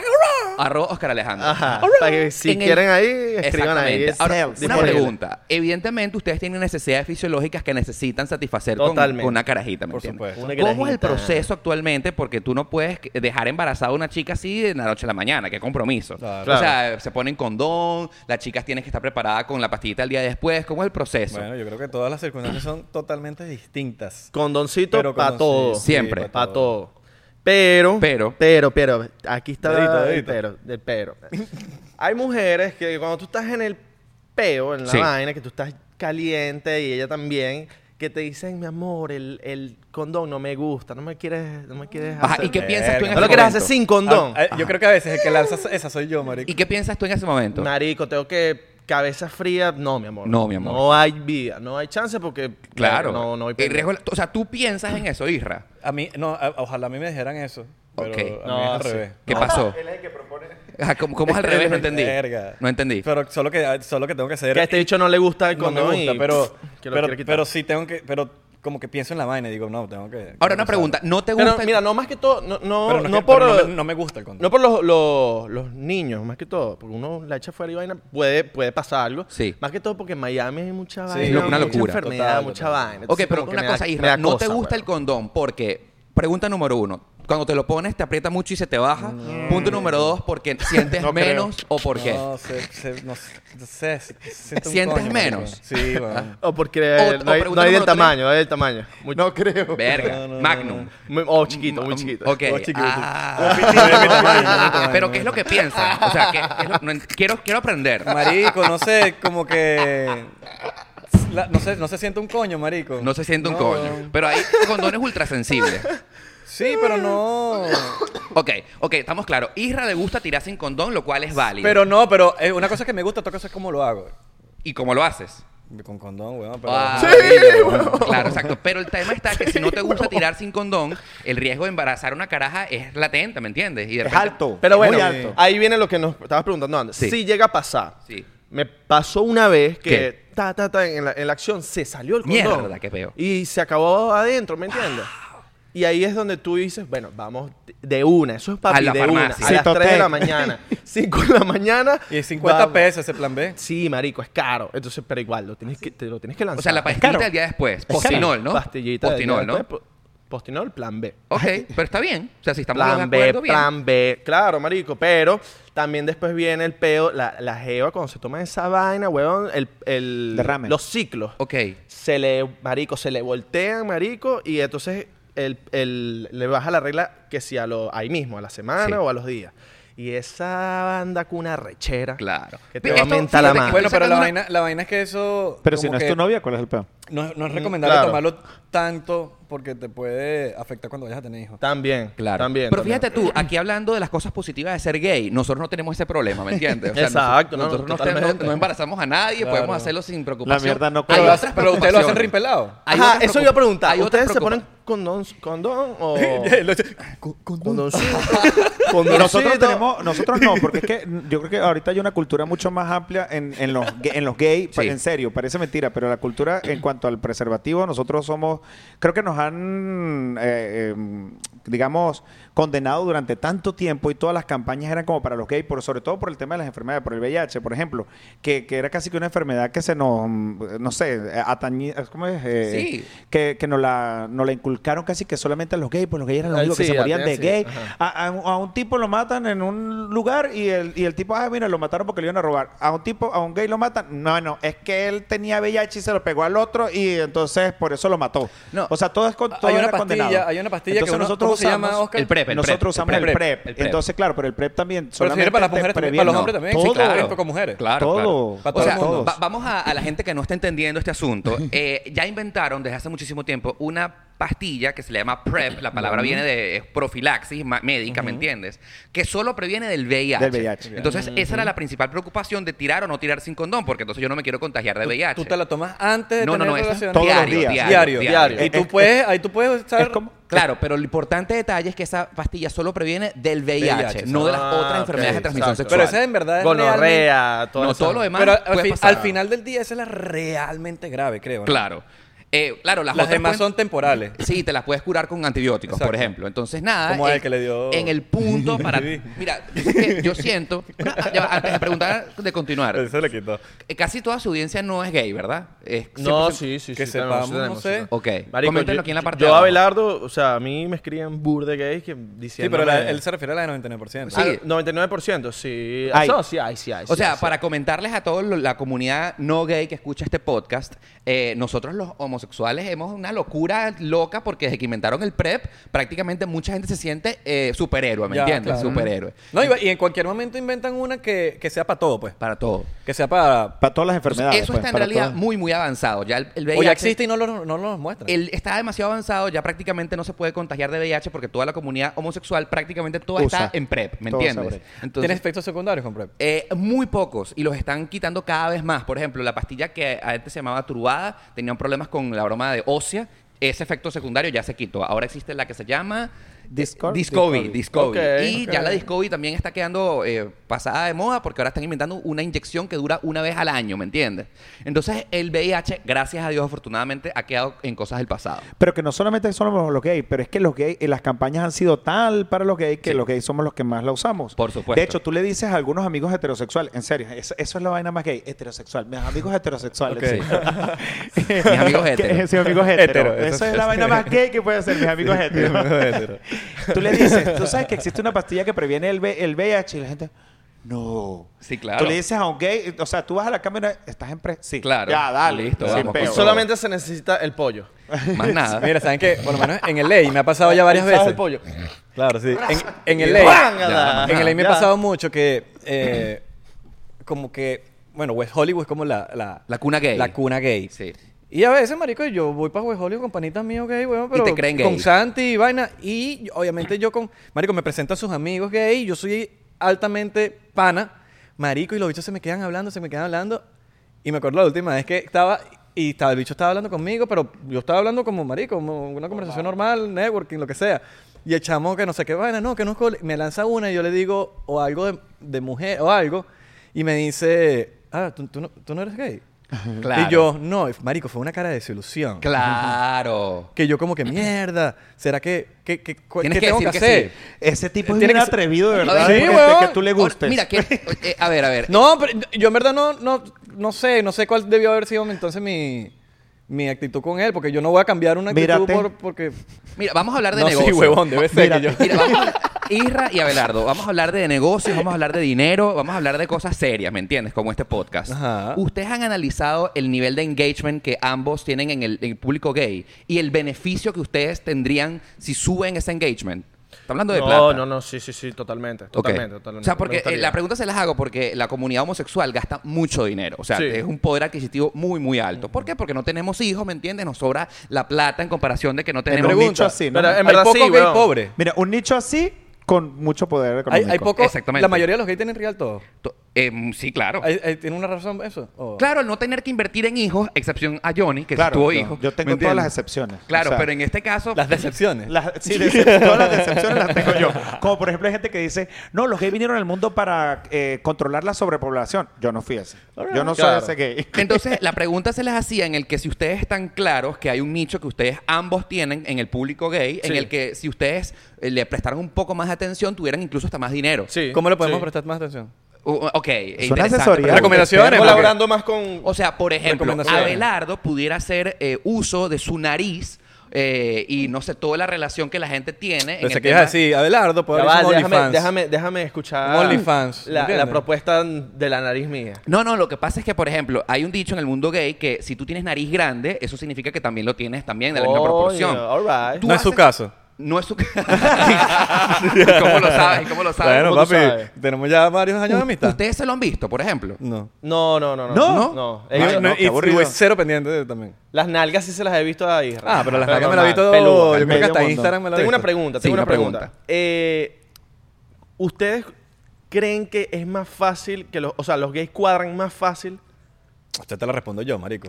S2: arroba Oscar Alejandro.
S4: Ajá. Para que si
S2: En el-
S4: quieren ahí, escriban ahí.
S2: Exactamente. Ahora,
S5: Sales,
S2: una
S5: sales.
S2: pregunta. Evidentemente, ustedes tienen necesidades fisiológicas que necesitan satisfacer con,
S4: Totalmente.
S2: con una carajita, ¿me
S1: Por
S2: entiendes?
S1: supuesto.
S4: Una
S2: ¿Cómo es el
S4: carajita.
S2: proceso actualmente? Porque tú no puedes que- dejar embarazada a una chica así de la noche a la mañana. Qué compromiso.
S1: Claro.
S2: O sea, se ponen condón, las chicas tienen que estar preparadas con la pastillita el día después. ¿Cómo es el proceso?
S1: Bueno, yo creo que todas las circunstancias son totalmente distintas.
S4: Condoncito
S1: Pero
S4: para
S1: con-
S4: todo.
S1: sí, sí,
S2: Siempre.
S1: pa'
S4: Para todo. Pero,
S2: Pero.
S4: pero, pero, aquí está
S1: Dedito,
S4: el
S1: dedito.
S4: pero, del pero. Hay mujeres que cuando tú estás en el peo, en la
S2: Sí.
S4: vaina, que tú estás caliente y ella también, que te dicen, mi amor, el, el condón no me gusta, no me quieres, no me quieres
S2: Ajá,
S4: hacer-
S2: ¿Y qué piensas tú en
S1: Verga.
S2: ese
S4: No lo quieres
S2: momento?
S4: hacer sin condón.
S1: Ah, eh, yo creo que a veces el que lanza esa soy yo, marico.
S2: ¿Y qué piensas tú en ese momento?
S4: Marico, tengo que cabeza fría, no, mi amor.
S2: No, mi amor.
S4: No hay vida, no hay chance porque
S2: Claro.
S4: no no hay
S2: El riesgo- o sea, tú piensas en eso, Isra.
S1: A mí, no, a- ojalá a mí me dijeran eso. Pero
S2: Ok.
S1: a mí
S4: No,
S1: es al
S4: sí.
S1: revés.
S2: ¿Qué pasó?
S5: Él es el que propone.
S2: Ajá, ¿Cómo, cómo es al revés? No entendí.
S1: Verga.
S2: No entendí.
S1: Pero solo que, solo que tengo que hacer.
S4: Que a este bicho no le gusta el
S1: no me
S4: condón
S1: gusta,
S4: y,
S1: pero,
S4: pff, que lo
S1: pero,
S4: quiere quitar.
S1: pero sí tengo que. Pero como que pienso en la vaina y digo, no, tengo que.
S2: Ahora, una pregunta. ¿No te
S4: Pero
S2: gusta? el-
S4: mira, no más que todo, no, no, no,
S1: Pero es que-
S4: por,
S1: pero no, me, no me gusta el
S4: no
S1: condón.
S4: por los, los, los niños, más que todo, porque uno la echa fuera y vaina, puede, puede pasar algo.
S2: Sí.
S4: Más que todo porque en Miami hay mucha
S1: Sí,
S4: vaina.
S1: es lo-
S2: una
S4: mucha
S2: locura.
S4: enfermedad,
S1: Total,
S4: mucha
S1: total.
S4: vaina.
S2: Ok,
S4: Entonces,
S2: pero
S4: como que
S2: una
S4: me
S2: cosa,
S4: da-
S2: Isra,
S4: me da
S2: ¿no te
S4: cosa,
S2: gusta el
S4: weón.
S2: condón? Porque, pregunta número uno, cuando te lo pones te aprieta mucho y se te baja. Punto número dos, porque sientes
S5: No creo.
S2: menos o por qué.
S1: No, sé, sé- no sé, no sé, siento un
S2: ¿Sientes
S1: coño,
S2: menos?
S1: marico. Sí, bueno.
S4: O porque
S2: O-
S4: eh,
S2: o pregunta
S4: no, hay, no hay
S2: número
S4: del
S2: tres.
S4: tamaño, no hay del tamaño. Muy,
S5: No creo.
S2: Verga,
S1: No, no, no,
S2: Magnum.
S4: muy- oh, chiquito, muy chiquito.
S2: Ok.
S1: Oh, chiquito.
S2: Ah. Pero ¿qué es lo que piensas? O sea, ¿qué- qué es lo- no en- quiero, quiero aprender.
S1: Marico, no sé, como que. la- no, sé, no se siente un coño, marico.
S2: No se siente un
S1: No,
S2: coño.
S1: weón.
S2: Pero hay condones ultrasensibles.
S1: Sí, pero no.
S2: Ok, ok, estamos claros. Isra le gusta tirar sin condón, lo cual es válido.
S1: Pero no, pero eh, una cosa que me gusta, otra cosa es cómo lo hago.
S2: ¿Y cómo lo haces?
S1: Con condón, weón. Pero...
S2: Ah,
S4: Sí,
S2: bueno. Claro, exacto. Pero el tema está que si no te gusta tirar sin condón, el riesgo de embarazar una caraja es latente, ¿me entiendes? Y de
S5: Es
S2: repente-
S5: alto.
S4: Pero
S5: es
S4: bueno,
S5: Muy alto.
S4: ahí viene lo que nos estabas preguntando antes.
S2: Sí.
S4: Si llega a pasar.
S2: Sí.
S4: Me pasó una vez que
S2: ¿Qué?
S4: ta, ta, ta, en, la, en la acción se salió el condón.
S2: Mierda, qué peo.
S4: Y se acabó adentro, ¿me entiendes? Y ahí es donde tú dices, bueno, vamos de una. Eso es papi,
S2: A la
S4: de una.
S2: farmacia.
S4: A las 3 de
S5: Citotec.
S4: la mañana. 5 de la mañana.
S1: Y 50
S4: vamos.
S1: pesos ese plan B.
S4: Sí, marico, es caro. Entonces, pero igual, lo tienes que, te lo tienes que lanzar.
S2: O sea, la
S5: caro.
S2: pastillita del día después.
S5: caro.
S2: Postinol, ¿no?
S4: Pastillita. de-
S2: Postinol,
S4: de-
S2: ¿no?
S4: po- Postinol, plan B.
S2: Ok, pero está bien. O sea, si estamos
S4: plan
S2: de
S4: B,
S2: acuerdo, bien.
S4: plan B. Claro, marico, pero también después viene el peo, la, la jeva cuando se toma esa vaina, huevón, el, el
S5: Derrame.
S4: los ciclos.
S2: Ok.
S4: Se le, marico, se le voltean, marico, y entonces el, el- le baja la regla que si a lo, ahí mismo, a la semana
S2: Sí.
S4: o a los días. Y esa banda con una rechera.
S2: Claro.
S4: Que te
S2: Esto,
S4: aumenta la
S2: fíjate que-
S4: mano.
S1: Bueno, pero
S2: sacando
S1: la
S2: una-
S1: vaina, la vaina es que eso.
S5: Pero si
S1: como
S5: no es
S1: que
S5: tu novia, mm, ¿cuál es el peor?
S1: No, es- no es recomendable
S4: claro.
S1: tomarlo tanto porque te puede afectar cuando vayas a tener hijos.
S4: También,
S2: Claro.
S4: También.
S2: Pero
S4: también.
S2: fíjate tú, aquí hablando de las cosas positivas de ser gay, nosotros no tenemos ese problema, ¿me entiendes? O sea,
S4: Exacto, no,
S2: nosotros, nosotros no,
S4: totalmente.
S2: tenemos- no embarazamos a nadie,
S1: Claro.
S2: podemos hacerlo sin preocupación.
S5: mierda no
S2: Hay
S5: cuela.
S2: otras
S1: Pero ustedes lo hacen
S2: preocupaciones.
S1: rimpelado.
S2: Hay
S4: Ajá,
S2: otras
S4: eso iba
S2: preocupa-
S4: a preguntar.
S2: hay otras
S4: ¿Ustedes se
S2: preocupa-
S4: ponen condón, condón o...?
S5: Y
S4: Condoncito.
S5: nosotros tenemos, nosotros no, porque es que yo creo que ahorita hay una cultura mucho más amplia en, en los ga- en los gays,
S2: Sí.
S5: en serio, parece mentira, pero la cultura en cuanto al preservativo, nosotros somos, creo que nos han, eh, eh, digamos, condenado durante tanto tiempo y todas las campañas eran como para los gays, por, sobre todo por el tema de las enfermedades, por el VIH, por ejemplo, que, que era casi que una enfermedad que se nos, mm, no sé, atañía, ¿cómo es? Eh,
S2: Sí.
S5: Que, que nos, la, nos la inculcaron casi que solamente a los gays, pues los gays eran los
S4: Ay,
S5: únicos
S4: sí,
S5: que se morían de
S4: sí,
S5: gay.
S4: ajá.
S5: A, a un- a un tipo lo matan en un lugar y el, y el tipo, ah, mira, lo mataron porque le iban a robar. A un tipo, a un gay lo matan. No, no, es que él tenía VIH y se lo pegó al otro y entonces por eso lo mató.
S2: No.
S5: o sea, todo es con todo
S1: Hay una
S5: era
S1: pastilla,
S5: condenado.
S1: hay una pastilla que
S5: entonces
S1: uno-
S5: nosotros
S1: ¿cómo se
S5: usamos,
S1: llama, Oscar?
S2: El PrEP, el PrEP,
S5: Nosotros usamos
S2: el
S5: el
S2: PrEP,
S5: PrEP,
S2: el PrEP.
S5: Entonces, claro, pero el PrEP también.
S1: Pero sirve
S5: solamente
S1: para las
S5: te
S1: mujeres también.
S5: previene.
S1: Para los
S2: no,
S1: hombres también.
S5: todo.
S1: Sí, claro. Con mujeres.
S2: Claro,
S5: Todo.
S2: claro.
S1: Para
S2: O sea,
S1: todos.
S2: va- vamos a, a la gente que no está entendiendo este asunto. Eh, ya inventaron desde hace muchísimo tiempo una pastilla que se le llama PrEP. La palabra viene de es profilaxis ma- médica, ¿me entiendes? Que solo previene del VIH.
S5: Del VIH.
S2: Entonces, esa era la principal preocupación de tirar o no tirar sin condón, porque entonces yo no me quiero contagiar de VIH.
S1: Tú te la tomas antes de
S2: no, no,
S1: tener
S2: no, esa es
S1: relaciones.
S5: Todos los
S2: diario,
S5: días.
S2: diario,
S1: Diario,
S2: diario.
S1: Y tú
S5: Es-
S1: puedes, ahí tú puedes usar.
S5: Es como-
S2: Claro, pero el importante detalle es que esa pastilla solo previene del VIH,
S1: VIH,
S2: no de las
S4: ah,
S2: otras
S4: ok,
S2: enfermedades de transmisión
S4: exacto.
S2: sexual.
S1: Pero esa en verdad es realmente-
S4: Gonorrea, todo
S2: No,
S4: eso.
S2: todo lo demás
S1: Pero al,
S2: puede
S1: fi-
S2: pasar.
S1: al final del día esa es la realmente grave, creo. ¿no?
S2: Claro. Eh, claro, las,
S1: Las
S2: otras
S1: demás
S2: pueden-
S1: son temporales.
S2: Sí, te las puedes curar con antibióticos,
S1: Exacto.
S2: por ejemplo. Entonces, nada.
S1: Como
S2: en-
S1: el que le dio-
S2: En el punto para. Mira, es que yo siento. Una- ah, ya va, antes de preguntar, de continuar.
S1: Eso le quitó.
S2: eh, Casi toda su audiencia no es gay, ¿verdad? Es-
S4: No,
S2: siempre-
S4: sí, sí,
S1: pues, que
S4: sí.
S1: sepamos,
S4: tenemos,
S1: no
S4: sí, tenemos,
S2: Ok.
S4: sí. Marico,
S2: Coméntenlo
S4: yo-
S2: aquí en la parte de
S4: Yo,
S2: abajo.
S4: Abelardo, o sea, a mí me escriben burde gays que diciendo.
S1: Sí, pero la- él se refiere a la del 99%.
S2: Sí.
S1: Ah,
S4: 99%, sí.
S5: Ay.
S4: Eso sí, ay, sí, ay,
S2: O
S4: sí,
S2: sea,
S4: ay, sí.
S2: para comentarles a toda la comunidad no gay que escucha este podcast, eh, nosotros los homosexuales hemos una locura loca porque desde que inventaron el PrEP, prácticamente mucha gente se siente eh, superhéroe, ¿me
S1: Ah, Ya,
S2: entiendes?
S1: claro.
S2: Superhéroe.
S1: No, y, va- y en cualquier momento inventan una que, que sea para todo, pues.
S2: Para todo.
S1: Que sea para...
S5: Para todas las enfermedades.
S2: Eso
S5: pues,
S2: está en
S5: para
S2: realidad
S5: todas.
S2: muy, muy avanzado. Ya el, el
S1: O
S2: VIH
S1: ya existe y no lo, no lo muestran.
S2: Él está demasiado avanzado, ya prácticamente no se puede contagiar de VIH porque toda la comunidad homosexual, prácticamente toda
S5: Usa.
S2: está en PrEP, ¿me
S5: Todo usa
S2: entiendes?
S5: PrEP.
S2: Entonces,
S1: ¿Tienes efectos secundarios con PrEP?
S2: eh, muy pocos y los están quitando cada vez más. Por ejemplo, la pastilla que antes se llamaba Trubada, tenían problemas con la broma de ósea. Ese efecto secundario ya se quitó. Ahora existe la que se llama
S5: Disco- Discovery.
S2: Discovery. Discovery.
S4: Ok,
S2: y
S4: ok.
S2: ya la Discovery también está quedando eh, pasada de moda porque ahora están inventando una inyección que dura una vez al año, ¿me entiendes? Entonces el VIH, gracias a Dios afortunadamente, ha quedado en cosas del pasado.
S5: Pero que no solamente somos los gays, pero es que los gays, eh, las campañas han sido tal para los gays que
S2: Sí.
S5: los gays somos los que más la usamos.
S2: Por supuesto.
S5: De hecho, tú le dices a algunos amigos heterosexuales, en serio, eso, eso es la vaina más gay, heterosexual. Mis amigos heterosexuales.
S1: Ok.
S5: Mis
S2: amigos hetero.
S5: Mis amigos
S1: Hetero,
S5: hetero.
S1: eso
S5: Esa
S1: es-
S5: es la vaina más gay que puede hacer, mis amigos heteros. tú le dices, tú sabes que existe una pastilla que previene el, V- el VIH y la gente, no.
S2: Sí, claro.
S5: Tú le dices a un gay, o sea, tú vas a la cámara, estás en pre... Sí,
S2: Claro.
S5: Ya, dale.
S2: Listo,
S5: sin
S2: vamos,
S5: peo.
S2: con todo.
S4: Solamente se necesita el pollo.
S2: Más nada.
S1: Mira, ¿saben qué? Por lo menos en el ley me ha pasado ya varias
S4: ¿Sabes
S1: veces.
S4: el pollo?
S1: Claro, sí. En, en el
S4: Y
S1: ley.
S4: ¡bángala!
S1: En el ley me ha
S4: Ya.
S1: pasado mucho que. eh, como que. Bueno, West Hollywood es como la. La,
S2: La cuna gay.
S1: la cuna gay.
S2: Sí.
S1: Y a veces, marico, yo voy para West Hollywood con panitas míos gay, weón, pero
S2: te creen gay.
S1: con Santi y vaina. Y yo- obviamente yo con. Marico, me presento a sus amigos gay. Yo soy altamente pana. Marico, y los bichos se me quedan hablando, se me quedan hablando. Y me acuerdo la última vez que estaba. Y estaba, el bicho estaba hablando conmigo, pero yo estaba hablando como marico, como una conversación normal, networking, lo que sea. Y el chamo que no sé qué vaina, no, que no es cole- Me lanza una y yo le digo, o algo de, de mujer, o algo. Y me dice, ah, tú, tú no, tú no eres gay.
S2: Claro.
S1: Y yo, no, marico, fue una cara de desilusión.
S2: Claro.
S1: Que yo como que, mierda, ¿será que, que, que, cu-
S2: Tienes que
S1: qué tengo que
S2: decir que
S1: hacer?
S5: Ese tipo es
S1: Tiene
S5: bien
S1: que ser-
S5: atrevido, de
S2: A
S5: verdad.
S2: ver,
S5: de
S1: sí,
S5: gente
S1: weón.
S5: que tú le
S2: Ahora,
S5: gustes.
S2: Mira, que, eh, a ver, a ver.
S1: No, pero yo en verdad no, no, no sé, no sé cuál debió haber sido entonces mi, mi actitud con él, porque yo no voy a cambiar una actitud
S5: Mírate.
S1: por, porque...
S2: Mira, vamos a hablar de
S1: no,
S2: negocios.
S1: sí, huevón, debe ser que yo...
S2: Mira, vamos a hablar- Isra y Abelardo, vamos a hablar de negocios, vamos a hablar de dinero, vamos a hablar de cosas serias, ¿me entiendes? Como este podcast.
S1: Ajá.
S2: Ustedes han analizado el nivel de engagement que ambos tienen en el, en el público gay y el beneficio que ustedes tendrían si suben ese engagement. Está hablando de
S4: No,
S2: plata.
S4: no, no, sí, sí, sí, totalmente.
S2: Ok.
S4: Totalmente, totalmente.
S2: O sea,
S4: Me
S2: porque eh,
S4: gustaría.
S2: la pregunta se las hago porque la comunidad homosexual gasta mucho dinero. O sea,
S4: Sí.
S2: es un poder adquisitivo muy, muy alto. ¿Por qué? Porque no tenemos hijos, ¿me entiendes? Nos sobra la plata en comparación de que no tenemos
S5: pregunta.
S2: nicho.
S5: así, ¿no?
S4: Pero
S1: Hay
S4: en verdad
S1: poco
S4: sí,
S1: gay
S4: weón.
S1: pobre.
S5: Mira, un nicho así con mucho poder
S1: Hay,
S5: económico.
S1: hay poco...
S2: Exactamente.
S1: La mayoría de los gays tienen real todo.
S2: To- em, sí, claro.
S1: ¿Hay- hay- ¿Tiene una razón eso? O-
S2: Claro, al no tener que invertir en hijos, excepción a Johnny, que sí
S5: Claro,
S2: tuvo
S5: yo-
S2: hijos.
S5: yo tengo
S2: ¿me
S5: todas las
S2: entiendes?
S5: excepciones. O
S2: Claro,
S5: sea,
S2: pero en este caso.
S1: Las decepciones.
S5: Las- sí, decep- todas las decepciones las tengo yo. Como por ejemplo hay gente que dice, no, los gays vinieron al mundo para eh, controlar la sobrepoblación. Yo no fui ese. Yo no soy
S4: Claro.
S5: ese gay.
S2: Entonces, la pregunta se les hacía en el que si ustedes están claros que hay un nicho que ustedes ambos tienen en el público gay, en
S4: Sí.
S2: el que si ustedes eh, le prestaran un poco más de atención, tuvieran incluso hasta más dinero.
S4: Sí,
S1: ¿Cómo le podemos
S4: sí.
S1: prestar más atención?
S2: Uh, ok,
S5: Es una
S2: interesante,
S5: asesoría.
S2: pero-
S1: Recomendaciones,
S4: Colaborando más con...
S2: O sea, por ejemplo,
S1: Recomendaciones.
S2: Abelardo pudiera hacer eh, uso de su nariz eh, y no sé, toda la relación que la gente tiene. en
S1: Pensé
S2: el
S1: que ibas a
S2: tema-
S1: decir, Abelardo, puede
S4: Ya
S1: abrir
S4: va,
S1: un
S4: déjame,
S1: OnlyFans.
S4: déjame, déjame escuchar
S1: Un OnlyFans,
S4: la,
S1: ¿entiendes?
S4: la propuesta de la nariz mía.
S2: No, no, lo que pasa es que, por ejemplo, hay un dicho en el mundo gay que si tú tienes nariz grande, eso significa que también lo tienes también de la misma
S4: Coño,
S2: proporción.
S4: all right.
S2: Tú
S1: No es su
S2: haces-
S1: caso.
S2: No es su caso. ¿Cómo lo sabes? ¿Cómo lo sabes?
S1: Bueno,
S4: ¿Cómo
S1: papi,
S4: tú sabes?
S1: tenemos ya varios años de amistad. Mm.
S2: ¿Ustedes se lo han visto, por ejemplo?
S1: No.
S4: No, no, no, no.
S2: ¿No?
S4: No.
S1: Y-
S4: Eh,
S1: no,
S5: no, qué
S1: y- y
S5: aburrido.
S1: voy cero pendiente de- también.
S4: Las nalgas sí se las he visto a Israel.
S1: Ah, pero las nalgas me las he visto.
S4: normal, peludas.
S1: yo creo que
S5: medio
S1: hasta
S5: mundo.
S1: Instagram me la he
S4: Tengo una
S1: visto.
S4: pregunta,
S2: Sí,
S4: tengo una,
S2: una pregunta.
S4: pregunta. Eh, ¿Ustedes creen que es más fácil que los, o sea, los gays cuadran más fácil?
S1: Esta te la respondo yo, marico.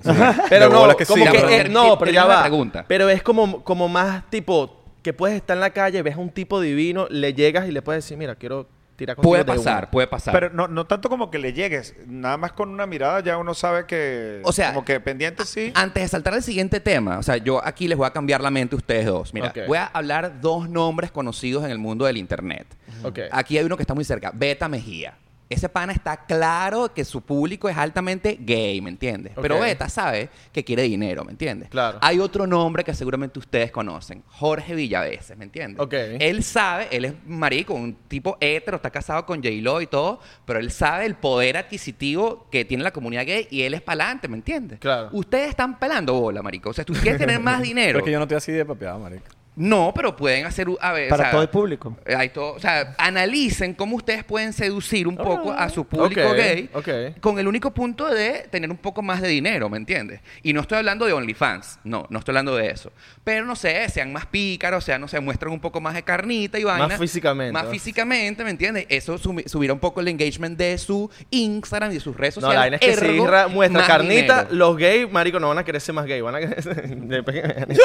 S4: Pero
S1: De
S4: no,
S1: bolas que
S4: como
S1: sí,
S4: que
S1: pero-
S4: eh, no, pero
S2: Termina
S4: ya
S2: la
S4: va.
S2: pregunta.
S4: Pero es como, como más tipo que puedes estar en la calle, ves a un tipo divino, le llegas y le puedes decir, mira, quiero tirar contigo
S2: Puede
S4: de una".
S2: pasar, puede pasar.
S5: Pero no, no tanto como que le llegues, nada más con una mirada ya uno sabe que
S2: O sea, ah,
S5: como que pendiente sí.
S2: Antes de saltar al siguiente tema, o sea, yo aquí les voy a cambiar la mente a ustedes dos. Mira,
S4: Ok.
S2: voy a hablar dos nombres conocidos en el mundo del internet.
S4: Ok.
S2: Aquí hay uno que está muy cerca, Beta Mejía. ese pana está claro que su público es altamente gay, ¿me entiendes? Pero
S4: Ok.
S2: Beta sabe que quiere dinero, ¿me entiendes?
S4: Claro.
S2: Hay otro nombre que seguramente ustedes conocen, Jorge Villaveses, ¿me entiendes?
S4: Ok.
S2: Él sabe, él es marico, un tipo hetero, está casado con J-Lo y todo, pero él sabe el poder adquisitivo que tiene la comunidad gay y él es pa'lante, ¿me entiendes?
S4: Claro.
S2: Ustedes están pelando bola, marico. O sea, tú quieres tener más dinero.
S1: Pero es que yo no estoy así de papeado, marico.
S2: No, pero pueden hacer... u- A ver,
S5: Para
S2: o sea, eh,
S5: todo el público.
S2: hay todo, o sea, analicen cómo ustedes pueden seducir un poco a su público
S4: Ok,
S2: gay
S4: ok.
S2: con el único punto de tener un poco más de dinero, ¿me entiendes? Y no estoy hablando de OnlyFans, no, no estoy hablando de eso. Pero no sé, sean más pícaros, o sea, no sé, muestran un poco más de carnita y vaina.
S4: físicamente.
S2: Más físicamente, ¿me entiendes? Eso sumi- subirá un poco el engagement de su Instagram y de sus redes
S4: No,
S2: sociales.
S4: la vaina es que si
S2: ergo,
S4: Isra muestra
S2: más
S4: carnita,
S2: dinero.
S4: los gays, marico, no van a querer ser más gay. Van a querer ser- de pequeño.
S2: ¿Qué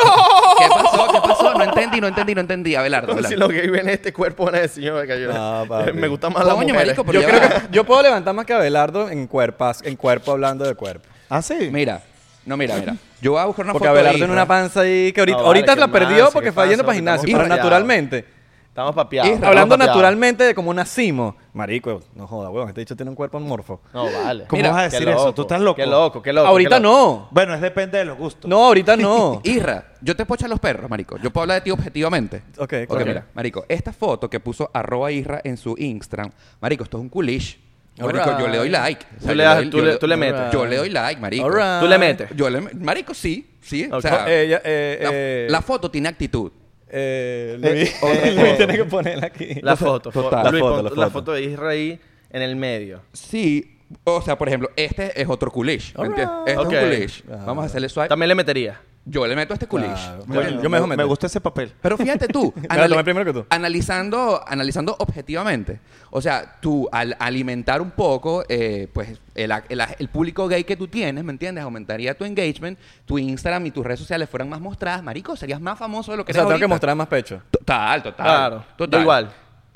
S2: pasó? ¿Qué pasó? No entendí, no entendí, no entendí. Abelardo,
S4: Como si
S2: Abelardo.
S4: los gays ven este cuerpo, van a decir, "Yo, que yo-
S1: No, Ah, papi.
S4: me gusta más la
S2: Coño,
S4: mujer.
S2: marico, pero
S1: Yo
S2: ya
S1: creo
S2: va.
S1: que yo puedo levantar más que Abelardo en cuerpas, en cuerpo hablando de cuerpo.
S5: Ah, sí.
S2: Mira, no, mira, mira. Yo voy a buscar una
S1: Porque
S2: foto. de
S1: Abelardo en
S2: Isra.
S1: una panza ahí que
S4: pues. No,
S1: ahorita,
S4: vale,
S1: ahorita
S4: qué
S1: la perdió
S4: manso,
S1: porque
S4: qué Ah,
S1: fue yendo
S4: panzo,
S1: para gimnasio,
S4: estamos
S1: pero
S4: papeados.
S1: naturalmente.
S4: Estamos papeados.
S2: Isra,
S4: estamos
S1: Hablando
S4: papeados.
S1: naturalmente de como nacimos. Marico, no joda, huevón, este dicho tiene un cuerpo morfo.
S4: No, vale.
S5: ¿Cómo
S2: Mira,
S5: vas a
S4: Qué
S5: decir eso?
S4: loco,
S5: Tú estás loco.
S4: Qué loco, qué loco.
S1: ahorita
S4: qué loco.
S1: no.
S5: Bueno, es depende de los gustos.
S1: No, ahorita no.
S2: Isra, yo te puedo echar los perros, marico. Yo puedo hablar de ti objetivamente.
S1: Ok,
S2: Porque
S1: claro.
S2: mira, marico, esta foto que puso arroba Isra en su Instagram, marico, esto es un culish. Marico, yo le doy like. O sea,
S4: Tú
S2: yo
S4: le das-
S2: doy-
S4: tú
S2: yo
S4: le- tú le metes.
S2: Yo le doy like, marico.
S1: Alright.
S4: Tú le metes.
S2: Yo le, marico, sí, sí. O
S4: Ok.
S2: sea,
S1: Eh, ya, eh,
S2: la,
S1: eh,
S2: la foto tiene actitud.
S1: eh, Luis,
S5: eh,
S1: Luis
S5: eh.
S1: tiene que ponerla aquí.
S4: La foto. fo-
S1: Total.
S4: Luis,
S1: La foto,
S4: pon
S1: la
S4: La
S1: foto.
S4: foto de Isra ahí en el medio.
S2: Sí. O sea, por ejemplo, este es otro culish. ¿me entiendes? Este
S4: Ok.
S2: es un culish.
S1: Ah.
S2: Vamos a hacerle swipe.
S4: También le metería.
S2: Yo le meto a este culish.
S1: Claro.
S5: Bueno,
S1: Yo me dejo meter.
S5: gusta ese papel.
S2: Pero fíjate tú,
S1: Me la tomé primero que tú.
S2: analizando, analizando objetivamente, o sea, tú al alimentar un poco, eh, pues el, ac- el ac- el público gay que tú tienes, ¿me entiendes? Aumentaría tu engagement, tu Instagram y tus redes sociales fueran más mostradas, marico, serías más famoso de lo que
S1: O sea,
S2: eres
S1: tengo que
S2: ahorita.
S1: mostrar más pecho.
S2: Total, total.
S4: Claro,
S2: total.
S4: igual.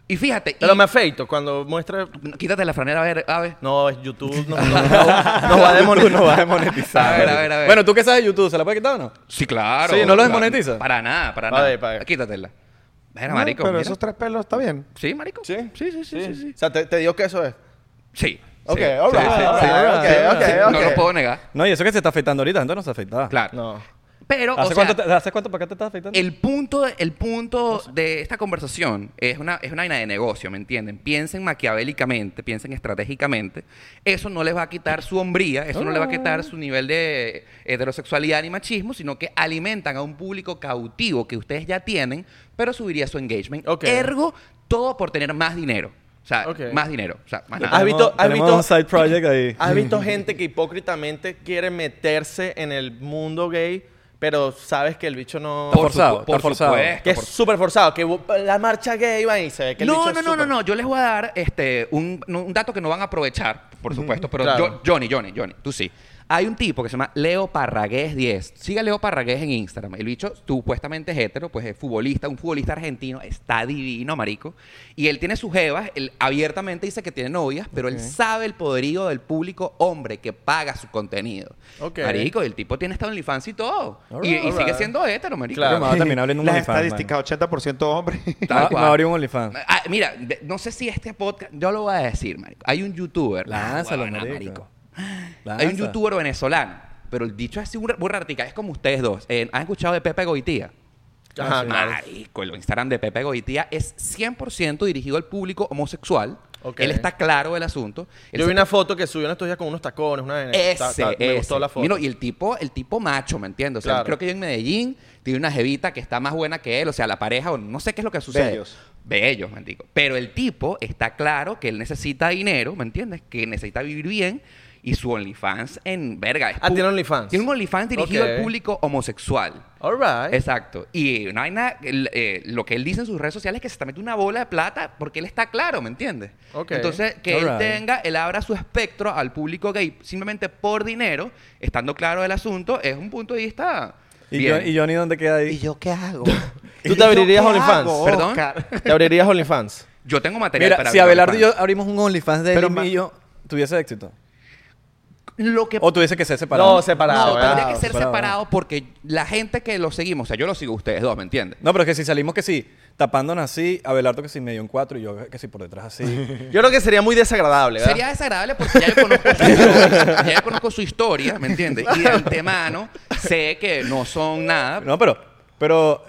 S2: Y fíjate,
S4: Pero
S2: y-
S4: me afeito cuando muestra.
S2: quítate la franela a ver, a ver.
S4: No, es YouTube no, no, no, no va a demorar.
S1: No vas a demonetizar.
S2: A ver, a ver, a ver.
S1: Bueno, ¿tú qué sabes de YouTube? ¿Se la puede quitar o no?
S2: Sí, claro.
S1: Sí, ¿no lo
S2: Claro.
S1: desmonetiza?
S2: Para nada, para
S4: A
S2: nada.
S4: ver, para ver.
S2: Quítatela. Mira,
S5: No,
S2: marico,
S5: pero
S2: mira.
S5: esos tres pelos está bien.
S2: Sí, marico.
S4: ¿Sí?
S2: sí, sí, sí, sí. sí.
S4: O sea, te, te digo que eso es.
S2: Sí.
S4: Ok,
S2: sí,
S4: all
S2: sí,
S4: right,
S2: sí,
S4: all
S2: sí.
S4: right, ok, ok, ok.
S2: No lo puedo negar.
S1: No, y eso que se está afeitando ahorita, antes no se afeitaba.
S2: Claro.
S4: No.
S2: Pero, o sea,
S1: ¿Hace, cuánto te- ¿Hace cuánto para acá te estás afeitando?
S2: el punto, el punto de esta conversación es una, es una vaina de negocio, ¿me entienden? Piensen maquiavélicamente, piensen estratégicamente. Eso no les va a quitar su hombría, eso no les va a quitar su nivel de heterosexualidad ni machismo, sino que alimentan a un público cautivo que ustedes ya tienen, pero subiría su engagement.
S4: Ok.
S2: Ergo, todo por tener más dinero. O sea,
S4: Ok.
S2: más dinero. O sea, más nada.
S4: ¿Has visto- has
S1: Tenemos
S4: visto-
S1: un side project ahí.
S4: ¿Has visto gente que hipócritamente quiere meterse en el mundo gay, pero sabes que el bicho no.
S1: Por forzado,
S2: supu-
S1: está forzado.
S2: supuesto,
S4: que es
S2: por
S4: súper forzado. Que bu- la marcha gay va y se ve que el
S2: no,
S4: bicho
S2: no,
S4: es
S2: no, no,
S4: súper-
S2: no. Yo les voy a dar este, un, no, un dato que no van a aprovechar, por supuesto, pero
S4: claro.
S2: yo- Johnny, Johnny, Johnny, tú sí. Hay un tipo que se llama Leo Parragués 10. Sigue a Leo Parragués en Instagram. El bicho supuestamente es hetero, pues es futbolista, un futbolista argentino, está divino, marico. Y él tiene sus jevas, él abiertamente dice que tiene novias, pero él sabe el poderío del público hombre que paga su contenido.
S4: Ok.
S2: Marico, el tipo tiene esta OnlyFans y todo.
S1: All
S2: Y-
S1: right,
S2: y
S4: all
S2: sigue
S4: right.
S2: siendo hetero, marico.
S4: Claro.
S1: Yo me voy a terminar abriendo un
S5: Las
S1: OnlyFans,
S5: estadísticas, 80% hombre.
S2: Tal
S1: mano. Me
S2: cual.
S1: abrí un OnlyFans.
S2: Ah, mira, de- no sé si este podcast, yo lo voy a decir, marico. Hay un youtuber.
S1: Lánzalo,
S2: Ah, huevona,
S1: marico.
S2: Hay un
S1: Lanza.
S2: youtuber venezolano, pero el dicho es así burra- burratica. Es como ustedes dos. Eh, ¿Han escuchado de Pepe Goitía? Ah,
S4: Ajá, Ah, claro.
S2: Marico, el Instagram de Pepe Goitía es 100% dirigido al público homosexual.
S4: Ok.
S2: Él está claro del asunto. Él
S4: Yo
S2: se-
S4: vi una foto que subió en estos días con unos tacones, una vaina.
S2: ese,
S4: Ta- ta- Me
S2: ese.
S4: gustó la foto.
S2: Mira, y el tipo, el tipo macho, ¿me entiendes? O sea,
S4: Claro.
S2: creo que yo en Medellín tiene una jevita que está más buena que él, o sea, la pareja, o no sé qué es lo que sucede.
S5: Bellos.
S2: Bellos, me digo. Pero el tipo está claro que él necesita dinero, ¿me entiendes? Que necesita vivir bien. Y su OnlyFans en verga. es
S4: Ah,
S2: pu-
S4: tiene OnlyFans.
S2: Tiene un OnlyFans dirigido
S4: Ok.
S2: al público homosexual.
S4: All right.
S2: Exacto. Y no hay nada. el- eh, lo que él dice en sus redes sociales es que se está metiendo una bola de plata porque él está claro, ¿me entiendes?
S4: Ok.
S2: Entonces, que él
S1: Alright.
S2: tenga, él abra su espectro al público gay simplemente por dinero, estando claro del asunto, es un punto de vista.
S1: ¿Y,
S2: bien.
S1: John- y Johnny dónde queda ahí?
S5: ¿Y yo qué hago?
S4: ¿Tú te abrirías OnlyFans?
S2: Perdón.
S4: ¿Te abrirías OnlyFans?
S2: Yo tengo material
S1: Mira,
S2: para
S1: si
S2: hablar
S1: Abelardo y yo abrimos un OnlyFans de
S5: Pero
S1: él
S5: ma-
S1: y yo, ¿tuviese éxito?
S2: Lo que
S1: ¿O tuviese que ser separado?
S4: No, separado.
S2: no, tendría
S4: ¿verdad?
S2: que ser
S1: separado.
S2: separado porque la gente que lo seguimos, o sea, yo lo sigo a ustedes dos, ¿me entiendes?
S1: No, pero es que si salimos que sí, tapándonos así, Abelardo que si medio en cuatro y yo que si por detrás así.
S4: Yo creo que sería muy desagradable, ¿verdad?
S2: Sería desagradable porque ya yo conozco su historia, ya yo conozco su historia, ¿me entiendes? Y de antemano sé que no son nada.
S1: No, pero, pero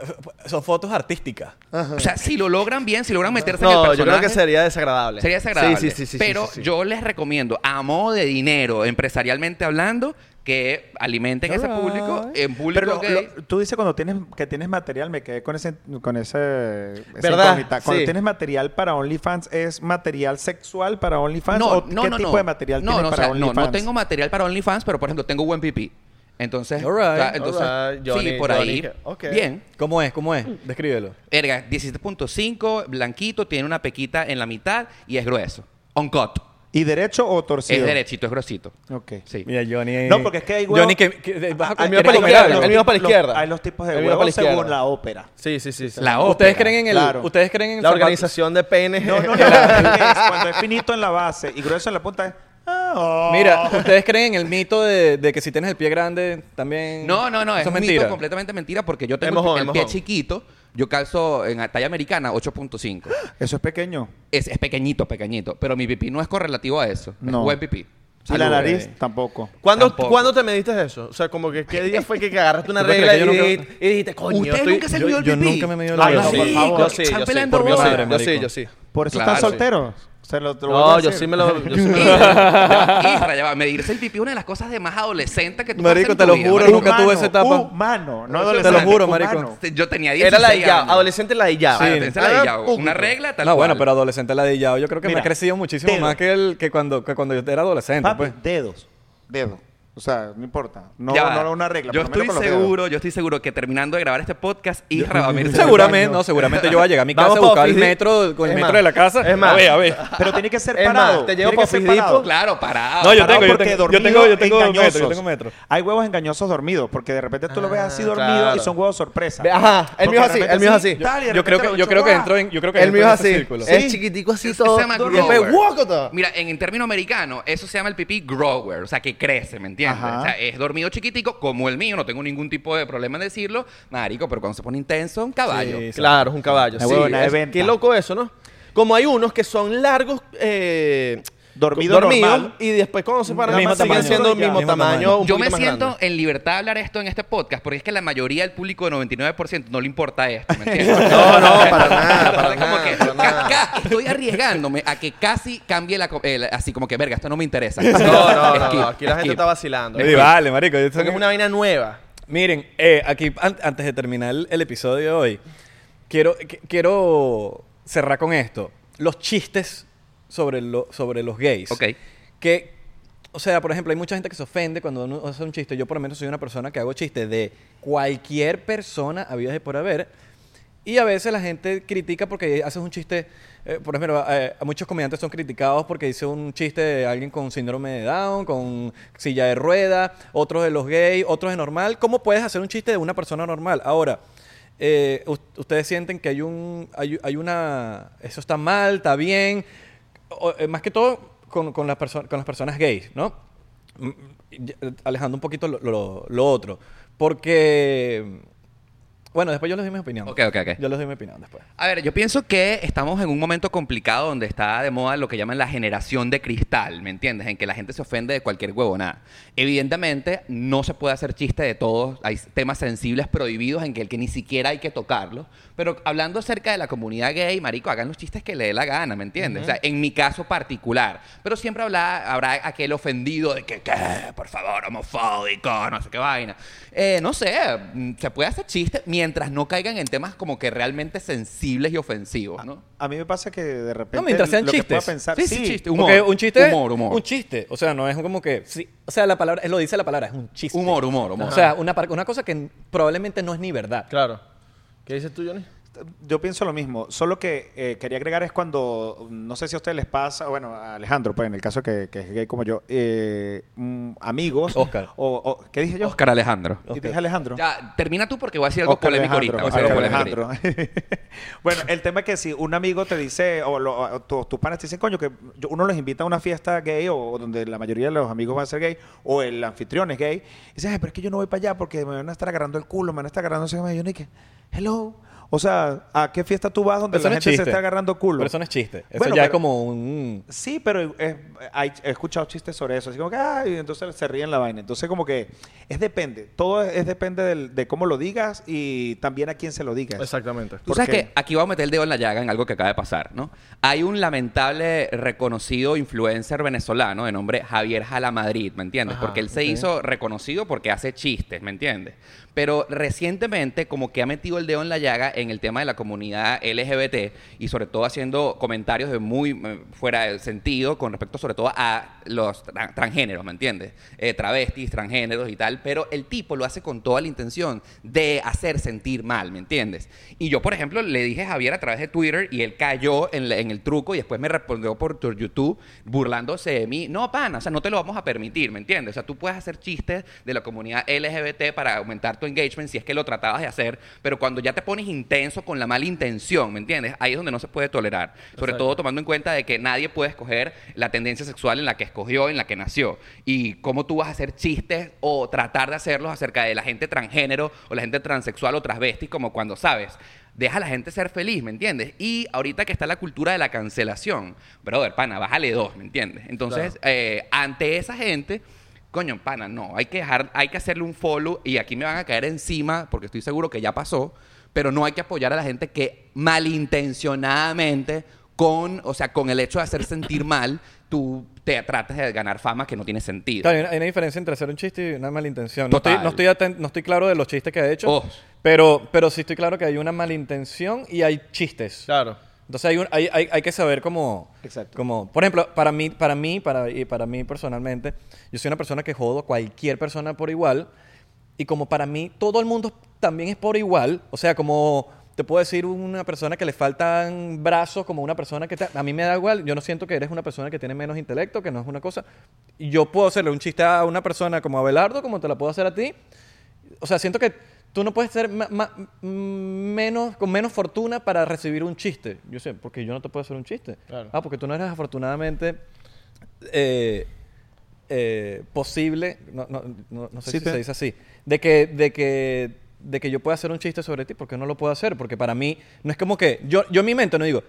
S1: son fotos artísticas.
S2: O sea, si lo logran bien, si logran meterse en el
S4: No,
S2: personaje.
S4: yo creo que sería desagradable.
S2: Sería desagradable.
S4: Sí, sí, sí. sí,
S2: pero
S4: sí, sí, sí.
S2: yo les recomiendo, a modo de dinero, empresarialmente hablando, que alimenten ese
S1: Alright.
S2: público en público
S5: Pero lo-
S2: gay.
S5: lo- tú dices cuando tienes que tienes material, me quedé con ese con ese esa
S4: ¿Verdad?
S5: incógnita. Cuando
S4: Sí.
S5: tienes material para OnlyFans es material sexual para OnlyFans o qué tipo de material
S2: no,
S5: tienes
S2: no, o
S5: para
S2: sea, no,
S5: OnlyFans?
S2: no tengo material para OnlyFans, pero por ejemplo, tengo buen pipí. Entonces,
S1: Alright,
S2: o sea, entonces
S4: alright,
S2: sí,
S4: Johnny,
S2: por ahí.
S4: Johnny, ok.
S2: Bien.
S1: ¿Cómo es? ¿Cómo es? Descríbelo.
S2: Verga, 17.5, blanquito, tiene una pequita en la mitad y es grueso. On cut.
S5: ¿Y derecho o torcido?
S2: Es derechito, es grosito.
S5: Ok.
S2: Sí.
S1: Mira, Johnny.
S5: No, porque es que hay huevos-
S1: Johnny, que, que- vas a-
S5: Ah,
S4: El mío para la
S1: ¿quieres comer
S4: izquierda,
S1: algo?
S4: el mío para la
S5: Los-
S4: izquierda.
S5: Hay los tipos de
S4: El mío para la
S5: huevos
S4: izquierda.
S5: según la ópera.
S4: Sí, sí, sí. sí.
S2: La
S1: ¿Ustedes
S2: ópera.
S1: creen en el,
S5: Claro.
S1: ¿ustedes creen en el
S4: La
S1: zapato-
S4: organización de penes.
S5: No, no, no, es cuando es finito en la base y grueso en la punta es ah, oh.
S1: Mira, ¿ustedes creen en el mito de, de que si tienes el pie grande también.
S2: No, no, no,
S1: Eso
S2: es
S1: es
S2: un
S1: mentira.
S2: mito completamente mentira porque yo tengo
S4: Es mojón,
S2: el
S4: es
S2: pie
S4: mojón.
S2: chiquito, yo calzo en la talla americana 8.5.
S5: Eso es pequeño.
S2: Es, es pequeñito, pequeñito, pero mi pipí no es correlativo a eso.
S5: No.
S2: Es buen pipí.
S5: Y la
S2: Salud.
S5: nariz tampoco.
S4: ¿Cuándo,
S2: Tampoco.
S4: ¿Cuándo te mediste eso? O sea, como que qué día fue que, que agarraste una
S1: ¿Tú crees
S4: regla
S1: que
S4: y,
S1: yo nunca-
S4: y dijiste, coño,
S2: ¿Ustedes
S4: estoy...
S2: nunca se han
S1: yo-
S2: medido el
S1: yo
S2: pipí? Ah,
S1: nunca me he medido el
S5: Ay,
S4: Ay,
S5: no,
S4: sí,
S5: por favor.
S4: Yo sí,
S2: Están
S4: yo sí.
S2: pelando
S4: Por mí, yo
S2: bolas.
S4: sí, yo sí,
S1: Marico.
S4: yo sí.
S5: Por eso
S2: Claro,
S5: están
S2: sí.
S5: solteros. Se lo, te lo voy a
S4: No, yo
S5: decir.
S4: sí me lo... yo sí me lo-
S2: Isra, Isra, ya va, medirse el pipí es una de las cosas de más adolescente que tú puedes hacer
S1: Marico,
S2: en
S1: te
S2: tu
S1: lo
S2: vida,
S1: juro,
S2: marico.
S1: nunca tuve esa etapa.
S5: Humano, no
S1: Te lo
S5: adolescente.
S1: juro,
S5: humano.
S1: marico.
S2: Yo tenía 10
S4: Era la de Yao, adolescente la de Yao.
S1: Sí.
S2: Adolescente la de Yao. Una regla tal
S1: no,
S2: cual.
S1: bueno, pero adolescente ladillado. Yo creo que me
S5: Mira,
S1: ha crecido muchísimo
S5: dedo.
S1: más que, el, que, cuando, que cuando yo era adolescente.
S5: Papi,
S1: pues.
S5: dedos. Dedo. O sea, no importa. No,
S2: Ya va.
S5: no era una regla.
S2: Yo
S5: por lo
S2: estoy
S5: menos con los dedos.
S2: seguro, yo estoy seguro que terminando de grabar este podcast, Isra va a medirse el
S1: Seguramente,
S5: baño.
S1: no, seguramente yo voy a llegar a mi
S4: Vamos
S1: casa a
S4: pa'
S1: buscar el
S4: ofici-
S1: metro, con el
S4: Es
S1: metro
S4: más,
S1: de la casa.
S4: es más.
S1: A ver, a ver.
S5: Pero tiene que ser
S4: Es más,
S5: parado.
S4: te llevo
S5: tiene que
S4: pa'
S5: ser
S4: Ofidipo.
S5: parado.
S2: Claro, parado.
S1: No, yo
S5: Parado
S1: tengo, yo
S5: porque
S1: tengo- yo
S5: dormido
S1: tengo- yo
S5: es
S1: tengo metro, yo
S5: engañosos.
S1: tengo metro.
S5: Hay huevos engañosos dormidos, porque de repente tú lo ves así
S4: Ah,
S5: dormido
S4: claro.
S5: y son huevos sorpresa.
S4: Ve, ajá, el
S5: Porque
S4: mío
S5: de
S4: es así,
S5: repente
S4: el mío es así.
S5: tal, y de
S1: Yo creo
S5: repente
S1: que,
S5: lo
S1: yo creo que
S5: ¡guau!
S1: entro en, yo creo que
S4: El mío es
S1: entro en ese
S4: así.
S1: círculo.
S4: Es chiquitico así
S2: Eso
S4: todo.
S2: se llama
S4: y después,
S2: grower.
S4: ¡guácata!
S2: Mira, en, en término americano, eso se llama el pipí grower, o sea, que crece, ¿me entiendes?
S5: Ajá.
S2: O sea, es dormido chiquitico, como el mío, no tengo ningún tipo de problema en decirlo, marico, pero cuando se pone intenso, un caballo.
S1: Sí.
S4: Claro, es un caballo.
S5: Una
S4: sí,
S5: huevona de
S4: es-
S5: venta.
S4: qué loco eso, ¿no? Como hay unos que son largos, eh,
S5: Dormido normal.
S4: y después cuando se paran,
S1: Mismo
S4: siguen
S1: tamaño.
S4: siendo el mismo,
S1: Mismo
S4: tamaño.
S1: tamaño.
S4: un
S2: Yo me
S4: poquito más
S2: siento
S4: grande.
S2: en libertad de hablar esto en este podcast, porque es que la mayoría del público del 99% no le importa esto, ¿me entiendes?
S4: No, no, para nada, para
S2: Entonces, como
S4: nada,
S2: que
S4: para
S2: ca-
S4: nada.
S2: ca- estoy arriesgándome a que casi cambie la, co- eh, la- así como que verga, esto no me interesa.
S4: No, no, no,
S2: Skip,
S4: Aquí la gente
S2: skip.
S4: está vacilando.
S1: Sí, vale, marico. yo-
S4: Porque es una vaina nueva.
S1: Miren, eh, aquí an- antes de terminar el, el episodio de hoy, quiero, qu- quiero cerrar con esto. Los chistes sobre, lo- sobre los gays.
S2: Ok.
S1: Que, o sea, por ejemplo, hay mucha gente que se ofende cuando uno hace un chiste. Yo por lo menos soy una persona que hago chistes de cualquier persona habidas y por haber. Y a veces la gente critica porque haces un chiste, eh, por ejemplo, eh, a muchos comediantes son criticados porque hice un chiste de alguien con síndrome de Down, con silla de rueda, otros de los gays, otros de normal. ¿Cómo puedes hacer un chiste de una persona normal? Ahora, eh, us- ustedes sienten que hay un, hay, hay una, eso está mal, está bien, O- eh, más que todo con, con, las perso- con las personas gays, ¿no? Mm, y- eh, Alejando un poquito lo, lo- lo otro, porque, bueno, después yo les doy mi opinión.
S2: Ok, ok, ok.
S1: Yo les doy mi opinión después.
S2: A ver, yo pienso que estamos en un momento complicado donde está de moda lo que llaman la generación de cristal, ¿me entiendes? En que la gente se ofende de cualquier huevonada. Evidentemente, no se puede hacer chiste de todos. Hay temas sensibles prohibidos en que el que ni siquiera hay que tocarlos. Pero hablando acerca de la comunidad gay, marico, hagan los chistes que le dé la gana, ¿me entiendes? O sea, en mi caso particular. Pero siempre habla- habrá aquel ofendido de que, ¿qué? Por favor, homofóbico, no sé qué vaina. Eh, no sé, mm, se puede hacer chiste mientras no caigan en temas como que realmente sensibles y ofensivos, ¿no?
S5: A mí me pasa que de repente.
S1: No, mientras sean
S5: Este, lo que pueda
S1: chistes.
S5: pensar-
S2: Sí, sí, chiste. Humor.
S1: Porque un chiste.
S2: Humor, humor.
S1: Un chiste. O sea, no es como que. sí, o sea, la palabra. Lo dice la palabra, es un chiste.
S2: Humor, humor, humor.
S1: O sea, una, par- una cosa que n- probablemente no es ni verdad.
S4: Claro. ¿Qué dices tú, Johnny?
S5: Yo pienso lo mismo, solo que eh, quería agregar es cuando, no sé si a ustedes les pasa, bueno, a Alejandro, pues en el caso que, que es gay como yo, eh, mm, amigos.
S1: Oscar.
S5: O, o- ¿Qué dije yo?
S2: Oscar Alejandro.
S5: ¿Y dije Alejandro?
S2: Ya, termina tú porque voy a decir algo
S5: Oscar
S2: polémico
S5: Alejandro,
S2: ahorita. voy a decir algo
S5: Oscar
S2: polémico ahorita.
S5: Alejandro. bueno, el tema es que si un amigo te dice, o, lo- o tu- tus panas te dicen, coño, que yo- uno los invita a una fiesta gay o, o donde la mayoría de los amigos van a ser gay, o el anfitrión es gay, y dices, "Ay, pero es que yo no voy para allá porque me van a estar agarrando el culo, me van a estar agarrando ese yo ni que, hello. O sea, ¿a qué fiesta tú vas donde
S1: Pero eso
S5: la
S1: no es
S5: gente se
S1: chiste.
S5: está agarrando culo?
S1: Pero eso no es chiste. Eso
S5: Bueno,
S1: ya es
S5: pero-
S1: como un...
S5: Sí, pero eh, hay- he escuchado chistes sobre eso. Así como que, ay, entonces se ríen la vaina. Entonces, como que es depende. Todo es, es depende del- de cómo lo digas y también a quién se lo digas.
S4: Exactamente.
S2: Tú
S5: ¿Por
S2: sabes
S5: qué?
S2: que aquí vamos a meter el dedo en la llaga en algo que acaba de pasar, ¿no? Hay un lamentable reconocido influencer venezolano de nombre Javier Jalamadrid, ¿me entiendes?
S4: Ajá,
S2: porque él se
S4: ok.
S2: hizo reconocido porque hace chistes, ¿me entiendes? Pero recientemente como que ha metido el dedo en la llaga en el tema de la comunidad LGBT y sobre todo haciendo comentarios de muy eh, fuera de sentido con respecto sobre todo a los tra- transgéneros, ¿me entiendes? Eh, travestis, transgéneros y tal, pero el tipo lo hace con toda la intención de hacer sentir mal, ¿me entiendes? Y yo, por ejemplo, le dije a Javier a través de Twitter y él cayó en, la- en el truco y después me respondió por, tu- YouTube burlándose de mí. No, pana, o sea, no te lo vamos a permitir, ¿me entiendes? O sea, tú puedes hacer chistes de la comunidad LGBT para aumentar tu engagement si es que lo tratabas de hacer, pero cuando ya te pones intenso con la mala intención, ¿me entiendes? Ahí es donde no se puede tolerar. Sobre todo tomando en cuenta de que nadie puede escoger la tendencia sexual en la que escogió, en la que nació. Y cómo tú vas a hacer chistes o tratar de hacerlos acerca de la gente transgénero o la gente transexual o transvesti, como cuando sabes. Deja a la gente ser feliz, ¿me entiendes? Y ahorita que está la cultura de la cancelación, brother, pana, bájale dos, ¿me entiendes? Entonces, eh, ante esa gente, coño, pana, no, hay que dejar, hay que hacerle un follow y aquí me van a caer encima, porque estoy seguro que ya pasó, pero no hay que apoyar a la gente que malintencionadamente, con, o sea, con el hecho de hacer sentir mal, tú te tratas de ganar fama que no tiene sentido.
S1: Claro, hay una, hay una diferencia entre hacer un chiste y una malintención. No
S2: Total.
S1: estoy, no, estoy aten- no estoy claro de los chistes que ha hecho,
S2: Oh.
S1: pero, pero sí estoy claro que hay una malintención y hay chistes.
S4: Claro.
S1: Entonces hay, un- hay, hay, hay que saber cómo...
S5: Exacto.
S1: cómo- por ejemplo, para mí, para mí, para, y para mí personalmente, yo soy una persona que jodo a cualquier persona por igual. Y como para mí todo el mundo también es por igual, o sea, como te puedo decir una persona que le faltan brazos, como una persona que... te- a mí me da igual, yo no siento que eres una persona que tiene menos intelecto, que no es una cosa. Y Yo puedo hacerle un chiste a una persona como Abelardo, como te la puedo hacer a ti. O sea, siento que tú no puedes ser ma- ma- mm, menos, con menos fortuna para recibir un chiste. Yo sé, porque yo no te puedo hacer un chiste.
S4: Claro.
S1: Ah, porque tú no eres afortunadamente... eh, eh, posible, no, no, no, no sé
S5: Sí,
S1: si
S5: te-
S1: se dice así, de que, de que, de que yo pueda hacer un chiste sobre ti, porque no lo puedo hacer, porque para mí no es como que yo, yo en mi mente no digo,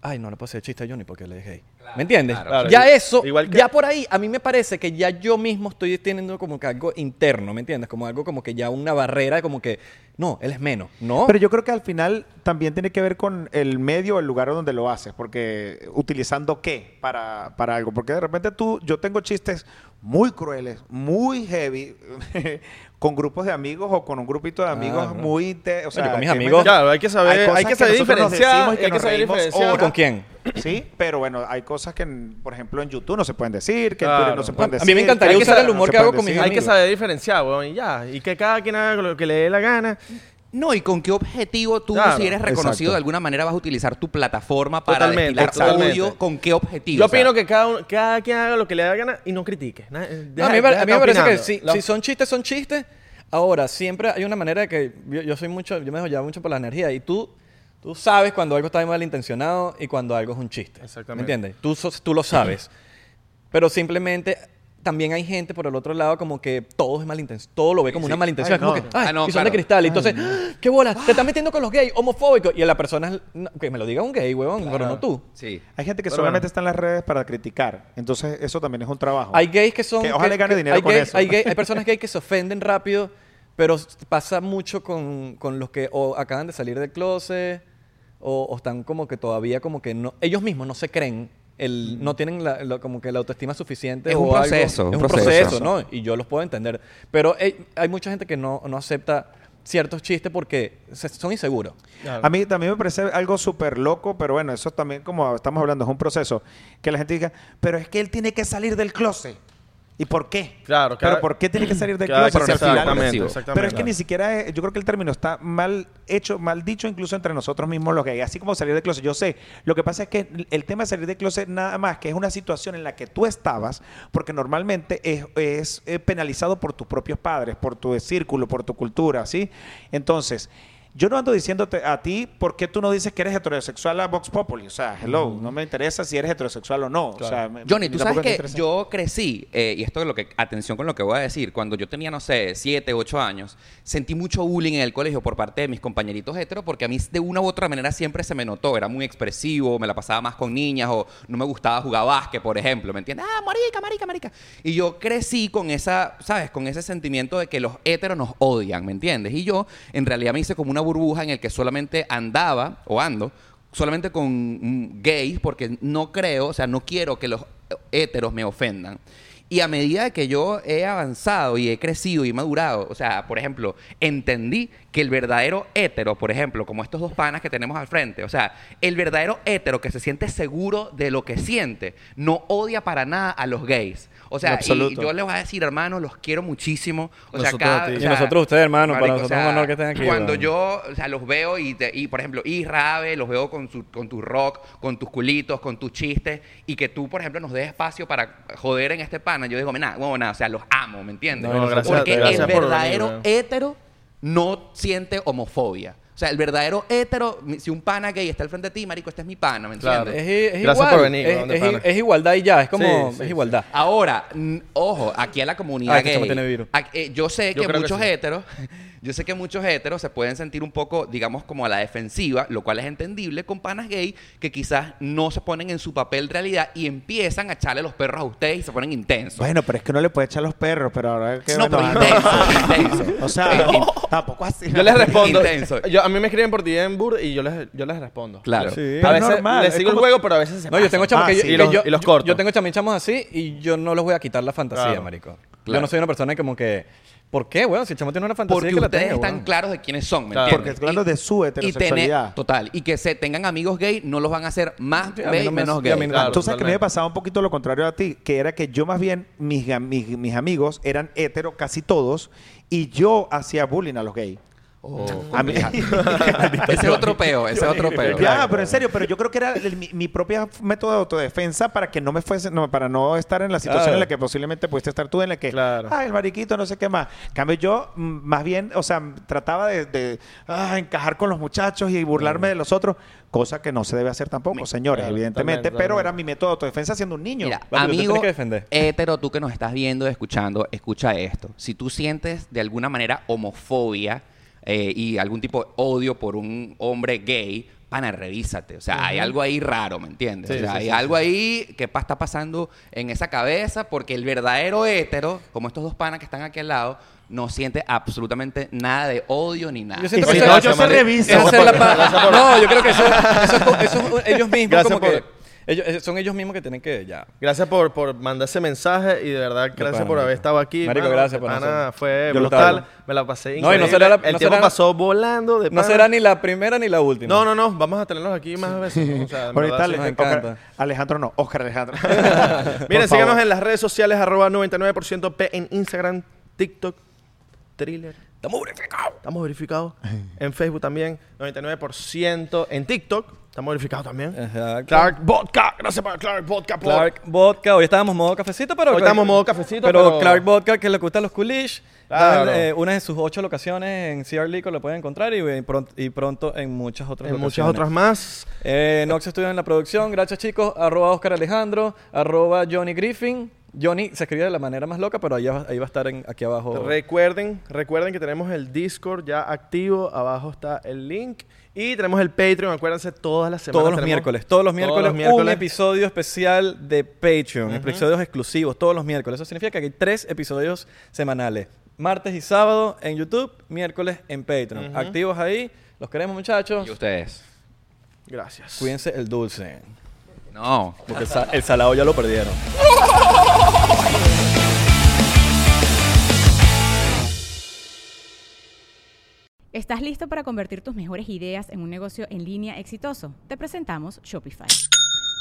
S1: ay, no le puedo hacer chiste a Johnny porque le dije gay". ¿Me entiendes?
S4: claro.
S1: Ya
S4: Claro,
S1: eso,
S4: igual que-
S1: ya por ahí, a mí me parece que ya yo mismo estoy teniendo como que algo interno, ¿me entiendes? Como algo como que ya una barrera, como que, no, él es menos, ¿no?
S5: Pero yo creo que al final también tiene que ver con el medio o el lugar donde lo haces, porque utilizando qué para, para algo. Porque de repente tú, yo tengo chistes muy crueles, muy heavy, con grupos de amigos o con un grupito de amigos
S4: Ah,
S1: bro.
S5: muy. te- o sea,
S1: con mis
S5: que-
S1: amigos-
S4: Claro, hay que saber-
S5: cosas
S4: hay que
S5: que
S4: saber
S5: nosotros nos
S4: diferenciar,
S5: decimos y que
S4: hay que
S5: nos
S4: saber
S5: reímos
S4: diferenciar.
S5: horas.
S1: ¿Con quién?
S5: Sí, pero bueno, hay cosas que, en- por ejemplo, en YouTube no se pueden decir, que en
S4: Claro.
S5: Twitter no se pueden
S1: A mí
S5: decir.
S1: me encantaría
S5: que en
S1: usar el
S5: Instagram
S1: humor
S5: se
S1: que hago
S5: pueden
S1: con mis
S5: decir.
S4: Hay que
S1: amigos.
S4: saber diferenciar, weón, y ya. Y que cada quien haga lo que le dé la gana.
S2: No, y con qué objetivo tú,
S4: Claro,
S2: si eres reconocido
S5: exacto. de
S2: de alguna manera, vas a utilizar tu plataforma para
S4: Totalmente,
S2: destilar
S4: totalmente.
S2: odio, con qué objetivo.
S4: Yo
S2: O sea,
S4: opino que cada, uno- cada quien haga lo que le dé la gana y no critique. Na-
S1: No,
S4: deja-
S1: a mí, me-
S4: deja
S1: a mí
S4: estar
S1: me parece que
S4: opinando.
S1: si,
S4: La-
S1: si son chistes, son chistes. Ahora, siempre hay una manera de que yo, yo soy mucho, yo me dejo llevar mucho por la energía y tú, tú sabes cuando algo está malintencionado y cuando algo es un chiste.
S4: Exactamente.
S1: ¿Me entiendes? Tú, sos- tú lo sabes. Pero simplemente también hay gente por el otro lado como que todo es malintencionado, todo lo ve como una
S5: Ay,
S1: malintención. Es
S5: no.
S1: como que, ay,
S2: Ah, no,
S1: y son
S2: claro.
S1: de cristal. Y entonces, ¡Ah! ¿qué bola? Te estás metiendo con los gays, homofóbicos. Y a la persona, es- no, que me lo diga un gay, huevón, pero no tú.
S2: Sí.
S5: Hay gente que
S4: Pero
S5: solamente
S4: bueno.
S5: está en las redes para criticar. Entonces, eso también es un trabajo.
S1: Hay gays que son.
S5: Que ojalá gane dinero
S1: hay
S5: con
S1: gays-
S5: eso.
S1: Hay, gay- hay personas gay que se ofenden rápido, pero s- pasa mucho con, con los que o acaban de salir del closet o, o están como que todavía como que no. Ellos mismos no se creen. El, no tienen la, la- como que la autoestima suficiente
S2: Es
S1: o
S2: un
S1: algo.
S2: proceso, un
S1: es un proceso,
S2: proceso.
S1: ¿no? Y yo los puedo entender. Pero eh, hay mucha gente que no, no acepta ciertos chistes porque se- son inseguros.
S5: A mí también me parece algo súper loco, pero bueno, eso también, como estamos hablando, es un proceso. Que la gente diga, pero es que él tiene que salir del closet. ¿Y por qué?
S4: Claro, cada-
S5: ¿Pero por qué tiene que salir del
S4: cada
S5: closet?
S4: quien-
S5: Si al final-
S4: exactamente,
S2: Pero
S5: Pero
S2: es
S5: es
S4: exactamente.
S5: que ni siquiera, es- yo creo que el término está mal hecho, mal dicho incluso entre nosotros mismos los gays, así como salir del closet. Yo sé, lo que pasa es que el tema de salir del closet nada más que es una situación en la que tú estabas, porque normalmente es, es, eh, penalizado por tus propios padres, por tu círculo, por tu cultura, ¿sí? Entonces, Yo no ando diciéndote a ti por qué tú no dices que eres heterosexual a Vox Populi. O sea, hello, no me interesa si eres heterosexual o no. O sea, me-
S2: Johnny,
S5: ni
S2: tú
S5: tampoco
S2: sabes
S5: me
S2: que
S5: interesa.
S2: yo crecí, eh, y esto es lo que, atención con lo que voy a decir, cuando yo tenía, no sé, 7, 8 años, sentí mucho bullying en el colegio por parte de mis compañeritos heteros, porque a mí de una u otra manera siempre se me notó, era muy expresivo, me la pasaba más con niñas, o no me gustaba jugar básquet, por ejemplo, ¿me entiendes? Ah, marica, marica, marica. Y yo crecí con esa, ¿sabes? Con ese sentimiento de que los heteros nos odian, ¿me entiendes? Y yo, en realidad, me hice como una burbuja en el que solamente andaba, o ando, solamente con mm, gays porque no creo, o sea, no quiero que los héteros me ofendan. Y a medida que yo he avanzado y he crecido y madurado, o sea, por ejemplo, entendí que el verdadero hétero, por ejemplo, como estos dos panas que tenemos al frente, o sea, el verdadero hétero que se siente seguro de lo que siente, no odia para nada a los gays. O sea, y
S5: absoluto.
S2: yo les voy a decir, hermano, los quiero muchísimo. O sea,
S4: Nosotros
S2: cada-
S4: a ti.
S2: o
S4: Y
S2: sea,
S1: nosotros a ustedes, hermano, para
S2: marico,
S1: nosotros es un honor que estén aquí,
S2: Cuando
S1: weón.
S2: yo yo, o sea, los veo y, te- y, por ejemplo, y Rabe, los veo con, su- con tu rock, con tus culitos, con tus chistes, y que tú, por ejemplo, nos des espacio para joder en este pana. Yo digo, nada, bueno, nada, o sea, los amo, ¿me entiendes?
S4: No, gracias-
S2: Porque el
S4: gracias por venir,
S2: verdadero
S4: weón.
S2: hétero no siente homofobia. O sea, el verdadero hétero, mi- si un pana gay está al frente de ti, marico, este es mi pana, ¿me entiendes?
S4: Claro.
S1: Es, es
S4: Gracias
S1: igual.
S4: por venir,
S1: Es,
S4: weón, de
S1: es-
S4: pana.
S1: es igualdad y ya. Es como.
S4: Sí, sí,
S1: es igualdad.
S2: Ahora, mm, ojo, aquí a la comunidad
S1: Ah, este
S2: gay.
S1: chamo tiene virus.
S2: a- eh, yo sé
S4: Yo
S2: que
S4: creo que
S2: muchos
S4: sí.
S2: héteros, yo sé que muchos héteros se pueden sentir un poco, digamos, como a la defensiva, lo cual es entendible con panas gay que quizás no se ponen en su papel de realidad y empiezan a echarle los perros a ustedes y se ponen intensos.
S5: Bueno, pero es que no le puede echar los perros, pero ahora que.
S2: no, pero Eh,
S5: bueno,
S2: intenso, intenso.
S5: O sea, tampoco así.
S4: Yo les respondo.
S2: Intenso.
S4: Yo- a mí me escriben por DM Bur y yo les, yo les respondo.
S2: Claro.
S1: Sí.
S4: A
S5: Pero
S4: veces
S5: normal,
S4: les
S5: es
S4: sigo el
S5: como-
S4: juego, pero a veces se
S1: No, yo tengo chamos
S5: Ah,
S1: que, yo,
S5: sí.
S1: que
S4: Y los-
S1: yo-
S4: y los
S1: yo-
S4: corto.
S1: yo tengo chamos chamos así y yo no les voy a quitar la fantasía,
S4: Claro.
S1: marico. Yo
S2: Claro.
S1: no soy una persona como que. ¿Por qué, weón? Si el chamo tiene una fantasía
S2: Porque
S1: que la
S2: ustedes
S1: tenga,
S2: están
S1: weón.
S2: claros de quiénes son, ¿me
S4: Claro.
S2: entiendes?
S5: Porque claro, de su
S2: Y- y
S5: heterosexualidad.
S2: tener- total. Y que se tengan amigos gay no los van a hacer más
S1: Sí, a mí
S2: gay,
S1: no me-
S2: menos
S1: y a
S2: gay.
S1: mí no-
S4: Claro.
S5: Tú sabes que a mí me
S4: totalmente.
S5: pasaba un poquito lo contrario a ti, que era que yo más bien, mis, ga- mis, mis amigos eran hetero casi todos, y yo hacía bullying a los gays.
S2: Oh.
S5: A mí-
S2: ese es otro peo, ese es otro peo.
S5: ya, pero en serio, pero yo creo que era el- mi, mi propia método de autodefensa para que no me fuese, no, para no estar en la situación
S1: Claro.
S5: en la que posiblemente pudiste estar tú, en la que,
S4: Claro.
S5: ah, el mariquito, no sé qué más. En cambio, yo mm, más bien, o sea, m- trataba de, de, ah, encajar con los muchachos y burlarme de los otros, cosa que no se debe hacer tampoco, señores,
S4: Claro,
S5: evidentemente,
S4: totalmente,
S5: pero
S4: totalmente.
S5: era mi método de autodefensa siendo un niño.
S2: Mira,
S1: Vale, tú te
S2: amigo
S1: tienes que defender.
S2: hétero, tú que nos estás viendo, escuchando, escucha esto. Si tú sientes de alguna manera homofobia eh, y algún tipo de odio por un hombre gay, pana, revísate. O sea, hay algo ahí raro, ¿me entiendes?
S4: Sí,
S2: o sea,
S4: sí,
S2: hay
S4: sí,
S2: algo ahí que pa- está pasando en esa cabeza porque el verdadero hétero, como estos dos panas que están aquí al lado, no siente absolutamente nada de odio ni nada.
S1: Yo siento
S5: Y
S1: que
S5: si
S1: eso-
S5: no,
S1: eso-
S5: yo se reviso.
S1: eso es la pa- No, yo creo que eso, eso es co- eso es un- ellos mismos
S4: Gracias
S1: como que.
S4: por-
S1: ellos- eh, son ellos mismos que tienen que ya.
S4: Gracias por, por mandar ese mensaje y de verdad, gracias
S1: pana,
S4: por haber
S1: marico.
S4: estado aquí.
S1: Marico,
S4: mano.
S1: gracias
S4: De
S1: por
S4: pana,
S1: nosotros.
S4: Fue
S1: Yo lo
S4: brutal.
S1: tablo.
S4: Me la pasé
S1: No, y no
S4: increíble.
S1: será la-
S4: El
S1: no
S4: tiempo
S1: será-
S4: pasó volando de
S1: No
S4: pana.
S1: será ni la primera ni la última.
S4: No, no, no. Vamos a tenerlos aquí más veces. O sea, en
S5: Ahorita
S4: verdad, sí.
S5: Ale-
S1: nos encanta.
S5: Oscar- Alejandro no, Oscar Alejandro.
S4: Miren,
S5: Por favor.
S4: síganos en las redes sociales, arroba 99% P en Instagram, TikTok, Thriller.
S1: Estamos purificados.
S4: Estamos verificados. En Facebook también, 99%. En TikTok, estamos verificados también.
S1: Exacto.
S4: Clark Vodka. Gracias para Clark Vodka. por-
S1: Clark Vodka. Hoy estábamos modo cafecito, pero.
S4: Hoy estamos modo cafecito,
S1: Pero,
S4: pero-
S1: Clark Vodka, que le gustan los coolish.
S4: Claro.
S1: Dan, eh, una de sus ocho locaciones en CR Lico lo pueden encontrar y, eh, pron- y pronto en muchas otras
S4: En muchas
S1: locaciones.
S4: otras más.
S1: Eh, Nox Studio en la producción. Gracias, chicos. Arroba Oscar Alejandro. Arroba Johnny Griffin. Johnny se escribe de la manera más loca, pero ahí va, ahí va a estar en- aquí abajo.
S4: Recuerden, recuerden que tenemos el Discord ya activo. Abajo está el link. Y tenemos el Patreon, acuérdense, todas las semanas.
S1: todos los
S4: tenemos-
S1: miércoles, todos los miércoles, un
S4: miércoles.
S1: episodio especial de Patreon, episodios exclusivos, todos los miércoles. Eso significa que hay tres episodios semanales. Martes y sábado en YouTube, miércoles en Patreon. Activos ahí, los queremos muchachos.
S2: Y ustedes.
S4: Gracias.
S1: Cuídense el dulce,
S2: No.
S1: porque el, sa- el salado ya lo perdieron.
S6: ¿Estás listo para convertir tus mejores ideas en un negocio en línea exitoso? Te presentamos Shopify.